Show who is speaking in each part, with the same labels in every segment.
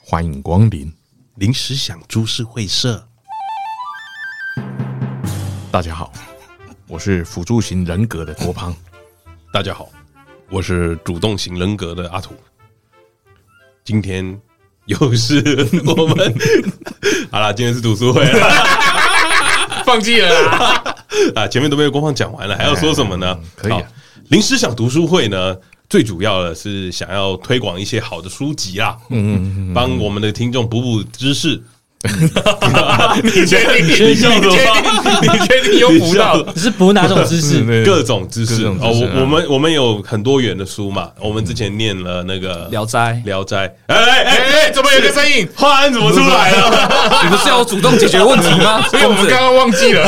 Speaker 1: 欢迎光临。
Speaker 2: 临时想株式会社，
Speaker 1: 大家好，我是辅助型人格的郭 胖。
Speaker 2: 大家好，我是主动型人格的阿土。今天又 是我们，好啦，今天是读书会啦
Speaker 1: 放弃了啦，
Speaker 2: 啊，前面都被光放讲完了，还要说什么呢
Speaker 1: 嗯？可以啊
Speaker 2: 好临时想读书会呢，最主要的是想要推广一些好的书籍啦，嗯，帮我们的听众补补知 识。
Speaker 1: 你确定？
Speaker 2: 你确定
Speaker 1: 你确定？你确定有补到？
Speaker 3: 你是补哪种姿势？
Speaker 2: 各种知识
Speaker 1: 各种知识
Speaker 2: 哦，
Speaker 1: 啊
Speaker 2: 我我们我们有很多元的书嘛，我们之前念了那个
Speaker 3: 《
Speaker 2: 《
Speaker 3: 聊斋
Speaker 2: 聊斋》，哎哎哎哎，
Speaker 1: 怎么有个声音？
Speaker 2: 画案怎么出来 啊了？》，
Speaker 3: 你不是要我主动解决问题吗？
Speaker 1: 所以我们刚刚忘记 了。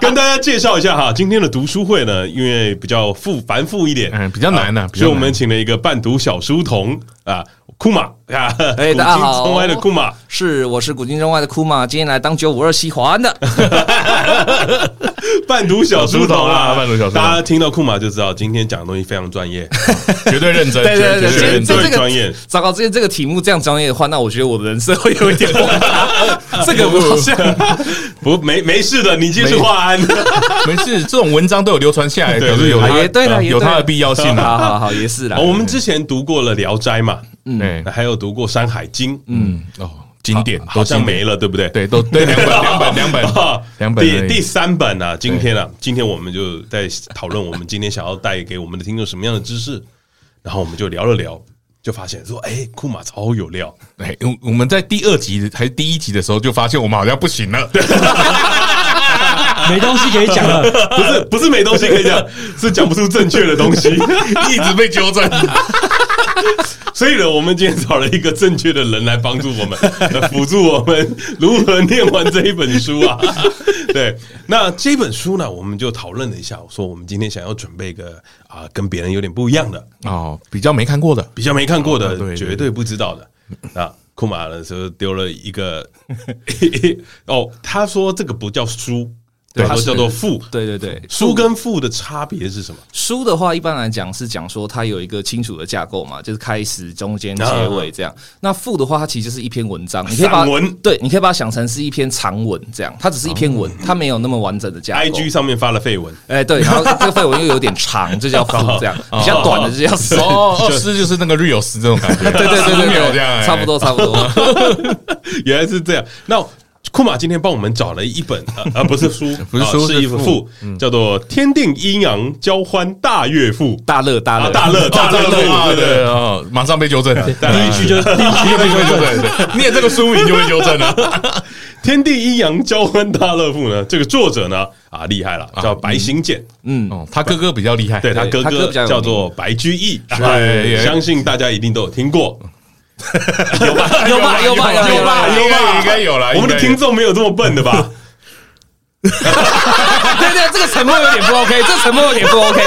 Speaker 2: 跟大家介绍一下哈，今天的读书会呢，因为比较复繁复一点，
Speaker 1: 嗯比较难啊比较
Speaker 2: 所以我们
Speaker 1: 难
Speaker 2: 请了一个伴读小书童啊，库马啊，
Speaker 3: 哎
Speaker 2: 古
Speaker 3: 大家好
Speaker 2: 今中外的库 马，
Speaker 3: 是，我是古今中外的库玛，今天来当九五二西环的。
Speaker 2: 伴读小
Speaker 1: 小书
Speaker 2: 书童啊，
Speaker 1: 童啊伴读小书童
Speaker 2: 大家听到库马就知道，今天讲的东西非常专业，
Speaker 1: 绝对认真，
Speaker 3: 对
Speaker 1: 绝对
Speaker 3: 对对对，
Speaker 1: 认
Speaker 2: 这
Speaker 3: 这
Speaker 1: 真。
Speaker 3: 这
Speaker 2: 最专业
Speaker 3: 个糟糕，今天这个题目这样专业的话，那我觉得我的人生会有一点 混搭。这个我好像
Speaker 2: 不没没事的，你就是画安，
Speaker 1: 没事，这种文章都有流传下来，
Speaker 2: 对
Speaker 1: 表示有
Speaker 2: 对
Speaker 1: 它
Speaker 3: 也对啦
Speaker 1: 呃
Speaker 3: 也对
Speaker 1: 有它的必要性啊。
Speaker 3: 好好好，也是啦
Speaker 2: 哦。我们之前读过了《聊斋》嘛，
Speaker 3: 嗯
Speaker 1: 对，
Speaker 2: 还有读过《山海经》，嗯，
Speaker 1: 哎哦，经典
Speaker 2: 好
Speaker 1: 都
Speaker 2: 像
Speaker 1: 经典
Speaker 2: 没了，对不对？
Speaker 1: 对，都对两本 两本两
Speaker 2: 啊
Speaker 1: 本两本而
Speaker 2: 第
Speaker 1: 已
Speaker 2: 第三本啊，今天啊，今天我们就在讨论我们今天想要带给我们的听众什么样的知识，然后我们就聊了聊，就发现说，哎，库马超有料，
Speaker 1: 哎，我我们在第二集还是第一集的时候就发现我们好像不行了，
Speaker 3: 没东西可以讲了，
Speaker 2: 不是不是没东西可以讲，是讲不出正确的东西，
Speaker 1: 一直被纠 正。
Speaker 2: 所以呢，我们今天找了一个正确的人来帮助我 们，呃辅助我们如何念完这一本书 啊。对，那这本书呢，我们就讨论了一下，我说我们今天想要准备一个啊、跟别人有点不一样的。
Speaker 1: 哦，比较没看过的，
Speaker 2: 比较没看过的，
Speaker 1: 哦对对
Speaker 2: 绝对不知道 的。那库马的时候丢了一个，哦，他说这个不叫书，
Speaker 1: 对哦
Speaker 2: 他说叫做赋。
Speaker 3: 对对对，
Speaker 2: 书跟赋的差别是什么？
Speaker 3: 书的话，一般来讲是讲说它有一个清楚的架构嘛，就是开始、中间、结尾这样。那赋的话，它其实就是一篇文章，你可以把
Speaker 2: 散文
Speaker 3: 对，你可以把它想成是一篇长文这样，它只是一篇文，它没有那么完整的架构。
Speaker 2: IG 上面发了绯闻，
Speaker 3: 哎、对，然后这个废文又有点长，这叫赋，这样比较短的这叫诗。
Speaker 1: 哦，哦诗 就是那个 real 诗这种感觉，
Speaker 3: 对对对
Speaker 1: 诗没有
Speaker 3: 对
Speaker 1: 这样，哎
Speaker 3: 对，差不。多差不多。
Speaker 2: 原来是这样。那库马今天帮我们找了一本，呃，呃不是书，
Speaker 1: 不是
Speaker 2: 啊
Speaker 1: 书
Speaker 2: 是一
Speaker 1: 是
Speaker 2: 本
Speaker 1: 赋
Speaker 2: 赋，叫做《天定阴阳交欢大乐赋》。
Speaker 3: 大乐大
Speaker 2: 啊
Speaker 3: 乐、
Speaker 2: 大乐
Speaker 1: 大乐
Speaker 2: 对
Speaker 1: 啊，
Speaker 2: 对对
Speaker 1: 对哦，马上被纠正，
Speaker 2: 大乐
Speaker 1: 第一句就第一句就被纠正， 对念这个书名就被纠正啊了。
Speaker 2: 天地阴阳交欢大乐赋》呢，这个作者呢啊厉害了，叫白行健。
Speaker 1: 哦，他哥哥比较厉害，
Speaker 2: 对他哥
Speaker 3: 他哥
Speaker 2: 哥
Speaker 3: 比较有
Speaker 2: 叫做白居易，
Speaker 1: 哎
Speaker 2: 哎相信大家一定都有听过。
Speaker 3: 有吧有吧有吧
Speaker 1: 有吧
Speaker 2: 有
Speaker 1: 有
Speaker 2: 吧
Speaker 1: 吧，应该有啦。
Speaker 2: 我们
Speaker 1: 应该
Speaker 2: 的
Speaker 1: 有
Speaker 2: 听众没有这么笨的吧？
Speaker 3: 对对，这个沉默有点不 OK，这沉默有点不 OK。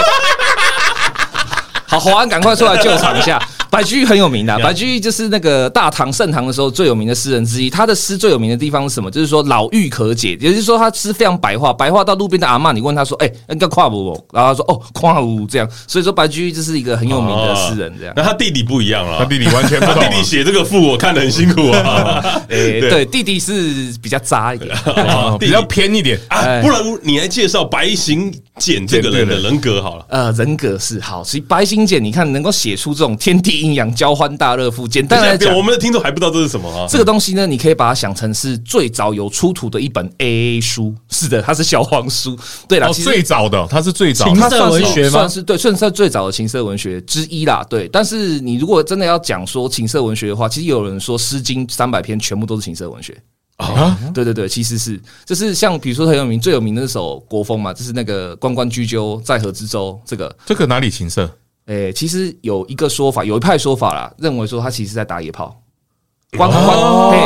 Speaker 3: 好，华安赶快出来救场一 下。白居易很有名的、啊白居易就是那个大唐盛唐的时候最有名的诗人之一。他的诗最有名的地方是什么？就是说老妪可解，也就是说他诗非常白话，白话到路边的阿嬷，你问他说：“哎、那个跨不？”然后他说：“哦，跨舞。”这样，所以说白居易就是一个很有名的诗人。这
Speaker 2: 哦，
Speaker 3: 样
Speaker 2: 那他弟弟不一样
Speaker 1: 他
Speaker 2: 了。
Speaker 1: 弟弟完全不
Speaker 2: 他
Speaker 1: 懂啊
Speaker 2: 弟弟写这个赋，我看得很辛苦啊。
Speaker 3: 哎、
Speaker 2: 对
Speaker 3: 对，弟弟是比较 渣一点。
Speaker 1: 啊，
Speaker 2: 哦
Speaker 1: 比较偏一点。
Speaker 3: 哎
Speaker 2: 啊，不然你来介绍白行简这个人的人格好了。
Speaker 3: 呃，人格是好，所以白行简，你看能够写出这种天地阴阳交欢大乐赋，简单来讲
Speaker 2: 我，们的听众还不知道这是什么啊？
Speaker 3: 这个东西呢，你可以把它想成是最早有出土的一本 A A 书，是的，它是小黄书。对啦，
Speaker 1: 哦，
Speaker 3: 啊其
Speaker 1: 最
Speaker 3: 实
Speaker 1: 早的他是最早
Speaker 4: 情
Speaker 1: 的，
Speaker 3: 它算是
Speaker 4: 色文学吗
Speaker 3: 算是对，算是最早的情色文学之一啦。对，但是你如果真的要讲说情色文学的话，其实有人说《诗经》三百篇全部都是情色文学。
Speaker 1: 啊，
Speaker 3: 对对对，其实是就是像比如说很有名最有名的那首《国风》嘛，就是那个“关关雎鸠，在河之洲”这个。
Speaker 1: 这个哪里情色？
Speaker 3: 诶、其实有一个说法，有一派说法啦，认为说他其实在打野炮。关关嘿，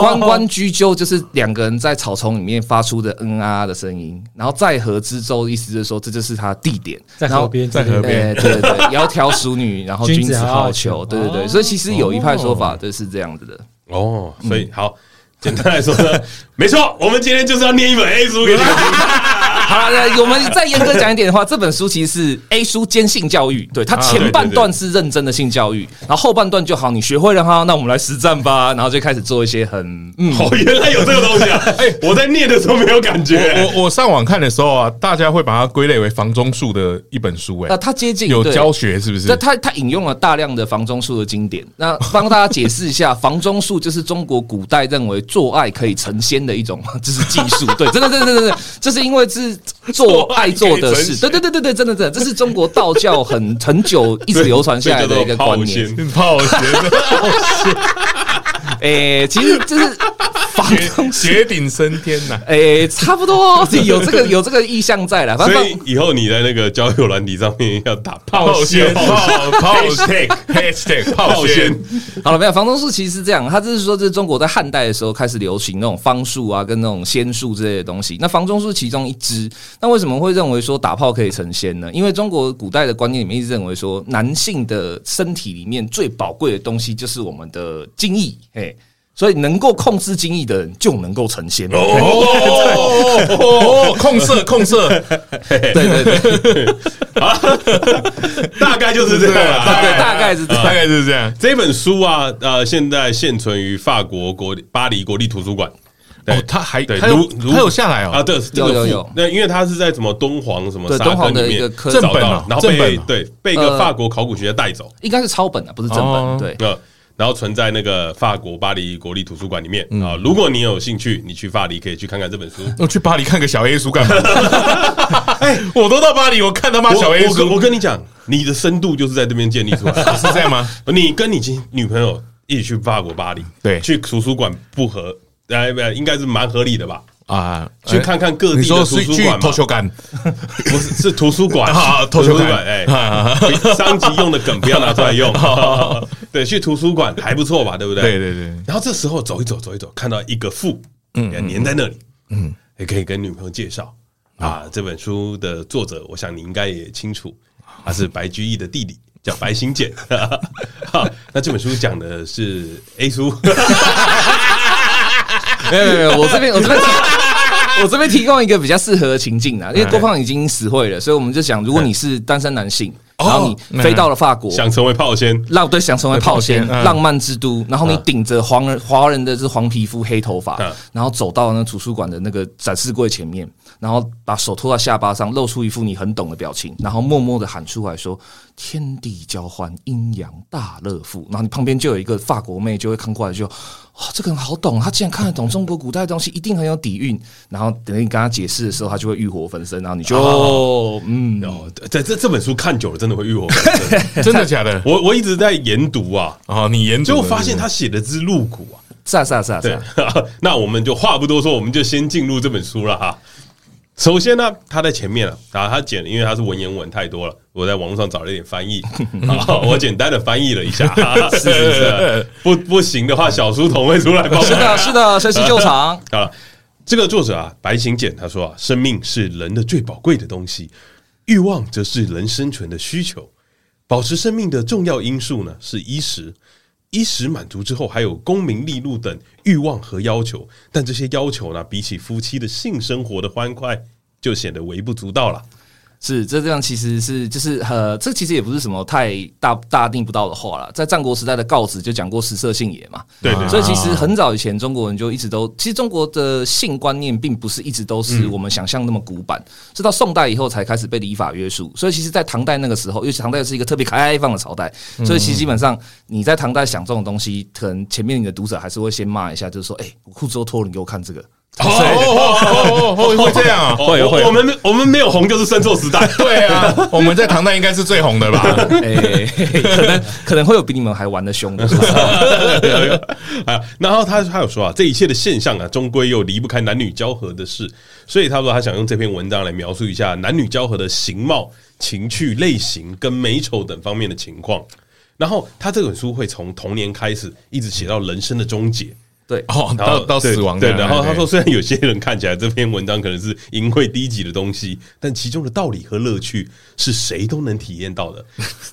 Speaker 3: 关关雎鸠就是两个人在草丛里面发出的嗯啊啊的声音，然后在河之洲，意思就是说这就是他地点，
Speaker 4: 在
Speaker 3: 然后
Speaker 4: 河边，
Speaker 1: 在河边
Speaker 3: 哎，对对对，窈窕淑女，然后 君
Speaker 4: 君
Speaker 3: 子
Speaker 4: 子
Speaker 3: 好
Speaker 4: 好
Speaker 3: 逑，
Speaker 4: 逑
Speaker 3: 对对哦对，所以其实有一派说法就是这样子的。
Speaker 2: 哦， 所以好，简单来说呢，没错，我们今天就是要念一本 A 书给你们听。
Speaker 3: 好了，那我们再严格讲一点的话，这本书其实是 A 书兼性教育，对它前半段是认真的性教育，然后后半段就好，你学会了哈，那我们来实战吧，然后就开始做一些很嗯，
Speaker 2: 哦，原来有这个东 西啊！哎、我在念的时候没有感觉、
Speaker 1: 我我上网看的时候啊，大家会把它归类为房中术的一本书、
Speaker 3: 那
Speaker 1: 哎，
Speaker 3: 它接近
Speaker 1: 有
Speaker 3: 对
Speaker 1: 教学是不是
Speaker 3: 那？他他引用了大量的房中术的经典，那帮大家解释一下，房中术就是中国古代认为做爱可以成仙的一种， 就是技术。对，真的，真的，真的真的，这是因为是做爱做的事。
Speaker 2: 做
Speaker 3: 对，对，对，对，对，真的，真的，这是中国道教很很久一直流传下来的一个观
Speaker 2: 这叫
Speaker 3: 念
Speaker 2: 做。
Speaker 1: 泡鞋
Speaker 3: 诶、其实就是房中术，
Speaker 1: 鞋顶升天呐、
Speaker 3: 诶、差不多哦有这个有这个意向在了。反正
Speaker 2: 所以以后你在那个交友软体上面要打
Speaker 1: 泡
Speaker 2: 炮
Speaker 1: 鞋
Speaker 2: 仙，
Speaker 1: 泡泡 hashtag hashtag 泡
Speaker 2: 炮
Speaker 1: 鞋
Speaker 2: 仙，
Speaker 3: 好了，没有房中术其实是这样，它就是说，这是中国在汉代的时候开始流行那种方术啊，跟那种仙术之类的东西。那房中术其中一支，那为什么会认为说打炮可以成仙呢？因为中国古代的观念里面一直认为说，男性的身体里面最宝贵的东西就是我们的精液，哎，所以能够控制精液的人就能够成仙。
Speaker 1: 哦哦，控色控色，
Speaker 3: 对对对，
Speaker 2: 大概就是这样啦。
Speaker 3: 大概大概是这样
Speaker 1: 大概就是这样。
Speaker 2: 这本书啊，呃，现在现存于法国国巴黎国立图书馆。对
Speaker 1: 哦，他还
Speaker 2: 对
Speaker 1: 他有
Speaker 2: 如如
Speaker 1: 他有下来
Speaker 2: 啊，
Speaker 1: 哦，
Speaker 2: 对，这个
Speaker 3: 有有
Speaker 2: 附
Speaker 3: 有
Speaker 2: 那因为它是在什么敦煌什么
Speaker 3: 对
Speaker 2: 沙
Speaker 3: 敦煌
Speaker 2: 坑
Speaker 3: 的
Speaker 2: 里
Speaker 3: 一
Speaker 2: 面
Speaker 3: 个科
Speaker 2: 找
Speaker 1: 正本
Speaker 2: 到
Speaker 1: 哦，
Speaker 2: 然后
Speaker 1: 正本
Speaker 2: 被
Speaker 1: 哦
Speaker 2: 对被一个
Speaker 3: 呃
Speaker 2: 法国考古学家带走，
Speaker 3: 应该是抄本啊，不是正
Speaker 1: 哦
Speaker 3: 本。对，
Speaker 2: 呃，然后存在那个法国巴黎国立图书馆里
Speaker 3: 嗯
Speaker 2: 面啊。如果你有兴趣，你去巴黎可以去看看这本书。
Speaker 1: 我去巴黎看个小 A 书干嘛？哎，我都到巴黎，我看他妈
Speaker 2: 我
Speaker 1: 啊小 A
Speaker 2: 我跟
Speaker 1: 书
Speaker 2: 我跟你讲，你的深度就是在这边建立出来 的。
Speaker 1: 是这样吗？
Speaker 2: 你跟你亲女朋友一起去法国巴黎，
Speaker 1: 对
Speaker 2: 去图书馆不合，哎，不应该是蛮合理的吧？
Speaker 1: 啊，
Speaker 2: 去看看各地
Speaker 1: 你
Speaker 2: 的
Speaker 1: 说
Speaker 2: 图
Speaker 1: 是
Speaker 2: 书
Speaker 1: 去
Speaker 2: 馆嘛
Speaker 1: 投，球杆
Speaker 2: 不是是图书馆
Speaker 1: 啊投球
Speaker 2: 图书馆
Speaker 1: 杆
Speaker 2: 哎
Speaker 1: 啊，
Speaker 2: 上集用的梗不要拿出来 用。对，去图书馆还不错吧？对不对？
Speaker 1: 对对对
Speaker 2: 然后这时候走一走，走一走，看到一个副，嗯，粘在那里，嗯，也可以跟女朋友介绍啊。这本书的作者，我想你应该也清楚，他是白居易的弟弟，叫白行 简。哈那这本书讲的是 A 书，
Speaker 3: 没有没有没有，我这边我这边提。我这边提供一个比较适合的情境啊，因为郭胖已经死会了，所以我们就想，如果你是单身男性，然后你飞到了法国，
Speaker 2: 想成为炮仙，
Speaker 3: 浪对想成为炮仙
Speaker 1: 炮仙嗯
Speaker 3: 浪漫之都，然后你顶着黄人华人的是黄皮肤黑头发
Speaker 2: 嗯，
Speaker 3: 然后走到那图书馆的那个展示柜前面，然后把手托到下巴上，露出一副你很懂的表情，然后默默的喊出来说：“天地交欢，阴阳大乐府。”然后你旁边就有一个法国妹就会看过来就。哇、这个人好懂，他竟然看得懂中国古代的东西，一定很有底蕴。然后等你跟他解释的时候，他就会欲火焚身，然后你
Speaker 2: 哦
Speaker 3: 就、嗯，
Speaker 2: 然后这哦这这本书看久了，真的会欲火焚身。
Speaker 1: 真的假的？
Speaker 2: 我我一直在研读 啊，
Speaker 1: 哦，你研
Speaker 2: 结
Speaker 1: 究
Speaker 2: 果发现他写的之露骨啊。
Speaker 3: 是啊是啊是啊是
Speaker 2: 对
Speaker 3: 啊，，
Speaker 2: 那我们就话不多说，我们就先进入这本书了哈。首先呢，他在前面了，啊，他简，因为他是文言文太多了，我在网络上找了一点翻译，好我简单的翻译了一下，是是是， 不不行的话，小书童会出来 帮忙。
Speaker 3: 是的是的，随时救场。
Speaker 2: 好了，这个作者啊，白行简他说啊，生命是人的最宝贵的东西，欲望则是人生存的需求。保持生命的重要因素呢是衣食，衣食满足之后，还有功名利禄等欲望和要求。但这些要求呢，比起夫妻的性生活的欢快，就显得微不足道了。
Speaker 3: 是，这这样其实是就是呃，这其实也不是什么太大大逆不道的话了。在战国时代的告子就讲过食色性也嘛，
Speaker 2: 对对对
Speaker 3: 所以其实很早以前中国人就一直都，其实中国的性观念并不是一直都
Speaker 2: 嗯
Speaker 3: 是我们想象那么古板，是到宋代以后才开始被礼法约束。所以其实，在唐代那个时候，因为唐代是一个特别开放的朝代，所以其实基本上你在唐代想这种东西，可能前面你的读者还是会先骂一下，就是说，哎、我裤子都脱了，你给我看这个。
Speaker 1: 哦哦哦哦，会这样哦。
Speaker 2: 会
Speaker 3: 会
Speaker 2: 我们我们没有红就是深受时代，
Speaker 1: 对啊，我们在唐代应该是最红的吧？
Speaker 3: 哎、可能可能会有比你们还玩的凶的，
Speaker 2: 啊，然后他他有说啊，这一切的现象啊，终归又离不开男女交合的事，所以他说他想用这篇文章来描述一下男女交合的形貌、情趣类型跟美丑等方面的情况。然后他这本书会从童年开始，一直写到人生的终结。
Speaker 3: 对，
Speaker 1: 哦，
Speaker 2: 然后
Speaker 1: 到到
Speaker 2: 对
Speaker 1: 死亡
Speaker 2: 对，
Speaker 1: 这样
Speaker 2: 然后他说，虽然有些人看起来这篇文章可能是淫秽低级的东西，但其中的道理和乐趣是谁都能体验到的，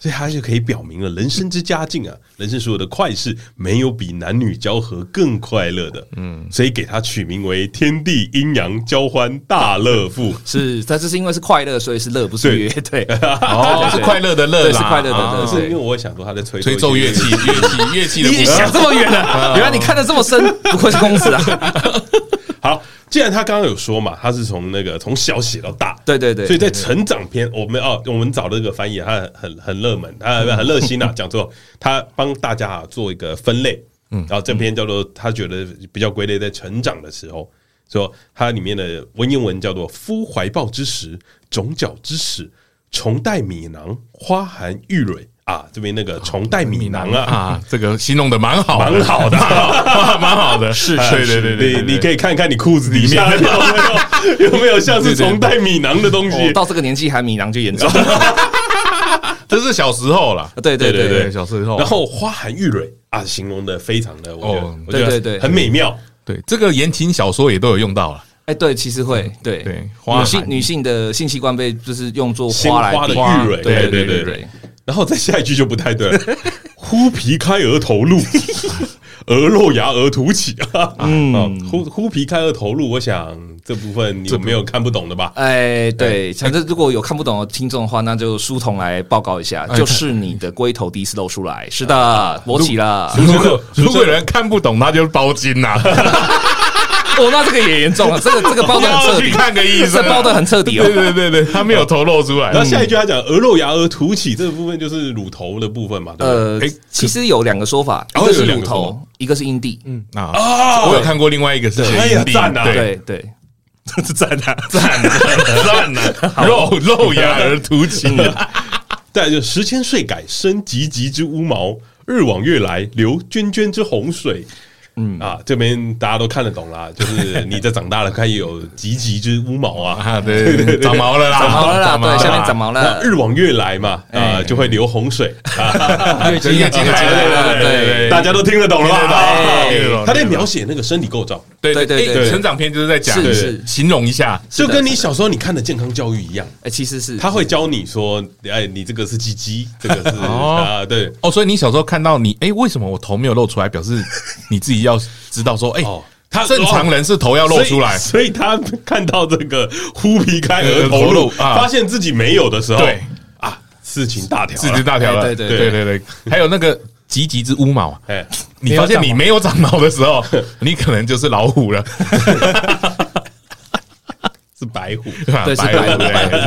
Speaker 2: 所以他就可以表明了人生之佳境啊，人生所有的快事没有比男女交合更快乐的，嗯，所以给他取名为天地阴阳交欢大乐赋。
Speaker 3: 是，他这是因为是快乐，所以是乐，不是
Speaker 2: 对
Speaker 3: 乐，对，
Speaker 1: 哦，是快乐的乐
Speaker 3: 对
Speaker 1: 啦，
Speaker 3: 是快乐的乐
Speaker 1: 哦
Speaker 2: 但是因为
Speaker 3: 对
Speaker 2: 我想说他在吹
Speaker 1: 吹奏乐器，乐器，乐器的部
Speaker 3: 你
Speaker 1: 分。
Speaker 3: 想这么远了，原来你看的这么深，不愧是公子啊！
Speaker 2: 好，既然他刚刚有说嘛，他是从那个从小写到大，
Speaker 3: 对对对
Speaker 2: 所以在成长篇，我们哦，我们找了一个翻译，啊他很很很热门，
Speaker 1: 嗯
Speaker 2: 他很热心啊，讲错，他帮大家啊做一个分类，嗯，然后这篇叫做他觉得比较归类在成长的时候，说它里面的文言文叫做“夫怀抱之时，种角之始，虫带米囊，花含玉蕊”啊，这边那个虫带米囊啊，
Speaker 1: 啊，这个形容的蛮好，
Speaker 2: 蛮好的
Speaker 1: 蛮好的，是对嗯啊对对对，
Speaker 2: 你你可以看看你裤子里 面有没有有没有像是从带米囊的东
Speaker 3: 我
Speaker 2: 西。
Speaker 3: 哦到这个年纪还米囊就严重，
Speaker 1: 这是小时候啦，
Speaker 3: 对对对
Speaker 2: 对
Speaker 3: 对
Speaker 2: 对，
Speaker 1: 小时候。
Speaker 2: 然后花含玉蕊啊，形容的非常的，我觉得
Speaker 1: 哦
Speaker 2: 我觉得
Speaker 3: 对对对
Speaker 2: 很美妙。
Speaker 1: 对这个言情小说也都有用到了，
Speaker 3: 哎，对，其实会对
Speaker 1: 对花
Speaker 3: 女
Speaker 1: 海
Speaker 3: 性女性的性器官被就是用作
Speaker 2: 鲜
Speaker 3: 花来
Speaker 2: 花的
Speaker 3: 比
Speaker 2: 玉蕊，
Speaker 3: 对
Speaker 2: 对
Speaker 3: 对对对，
Speaker 2: 然后再下一句就不太对了，忽皮开额头露，鹅肉芽额凸起啊，嗯，忽忽皮开额头露，我想这部分你有没有看不懂的吧？
Speaker 3: 哎，对，反正如果有看不懂的听众的话，那就书童来报告一下，就是你的龟头第一次露出来，是的，勃起了。
Speaker 1: 如果如果有人看不懂，那就是包金呐，
Speaker 3: 哦，那这个也严重了，这个这个包的很
Speaker 1: 要
Speaker 3: 彻
Speaker 1: 去
Speaker 3: 底，
Speaker 1: 看个医
Speaker 3: 这
Speaker 1: 生啊。
Speaker 3: 包的很彻底
Speaker 1: 对
Speaker 3: 哦。
Speaker 1: 对对对，他没有头露出来。
Speaker 2: 然后下一句他讲鹅肉芽额凸起，这部分就是乳头的部分嘛，对不对？
Speaker 3: 呃
Speaker 1: 哎，
Speaker 3: 其实有两个说法，一
Speaker 1: 哦
Speaker 3: 个是
Speaker 1: 有两
Speaker 3: 乳
Speaker 1: 个说
Speaker 3: 头，一个是阴蒂。嗯，
Speaker 1: 嗯啊，我有看过另外一个是
Speaker 2: 哎呀
Speaker 1: 阴蒂，
Speaker 2: 赞啊
Speaker 1: 对
Speaker 3: 对对，这是赞啊，
Speaker 1: 赞赞呐，肉肉芽而凸起，
Speaker 2: 再来就十千岁改生急急之乌毛，日往月来流涓涓之洪水。嗯啊，这边大家都看得懂啦，就是你在长大了，开始有急急之乌 毛啊。
Speaker 1: 啊，对对对，长毛了啦，
Speaker 3: 长毛了啦，对，下面长毛
Speaker 2: 那
Speaker 3: 了，
Speaker 2: 日往月来嘛，
Speaker 1: 哎
Speaker 2: 啊，就会流洪水。啊
Speaker 1: 对，对对对对对，
Speaker 2: 大家都听得懂了吧？
Speaker 1: 哎
Speaker 2: 哎
Speaker 1: 听得懂
Speaker 2: 他在描写那个生理构造，
Speaker 1: 对对
Speaker 3: 对对
Speaker 1: 对，
Speaker 2: 对
Speaker 1: 成长片就是在讲
Speaker 3: 是
Speaker 1: 对
Speaker 3: 是
Speaker 1: 形容一下，
Speaker 2: 就跟你小时候你看的健康教育一样，
Speaker 3: 哎，其实是
Speaker 2: 他会教你说，哎，你这个是鸡鸡，这个是
Speaker 1: 哦
Speaker 2: 啊，对，
Speaker 1: 哦，所以你小时候看到你，哎、为什么我头没有露出来？表示你自己要知道说，哎、
Speaker 2: 哦他
Speaker 1: 正常人是头要露出来，
Speaker 2: 所以所以他看到这个忽皮开额头露，
Speaker 1: 额头露啊
Speaker 2: 发现自己没有的时候，
Speaker 1: 对
Speaker 2: 啊，事情大条了，
Speaker 1: 四肢大条了。
Speaker 3: 对对对
Speaker 1: 哎对对对还有那个吉吉之乌毛啊，
Speaker 2: 哎，
Speaker 1: 你发现你没有长毛的时候，你可能就是老虎 了，
Speaker 2: 是白虎，
Speaker 1: 对吧？
Speaker 3: 对是
Speaker 1: 白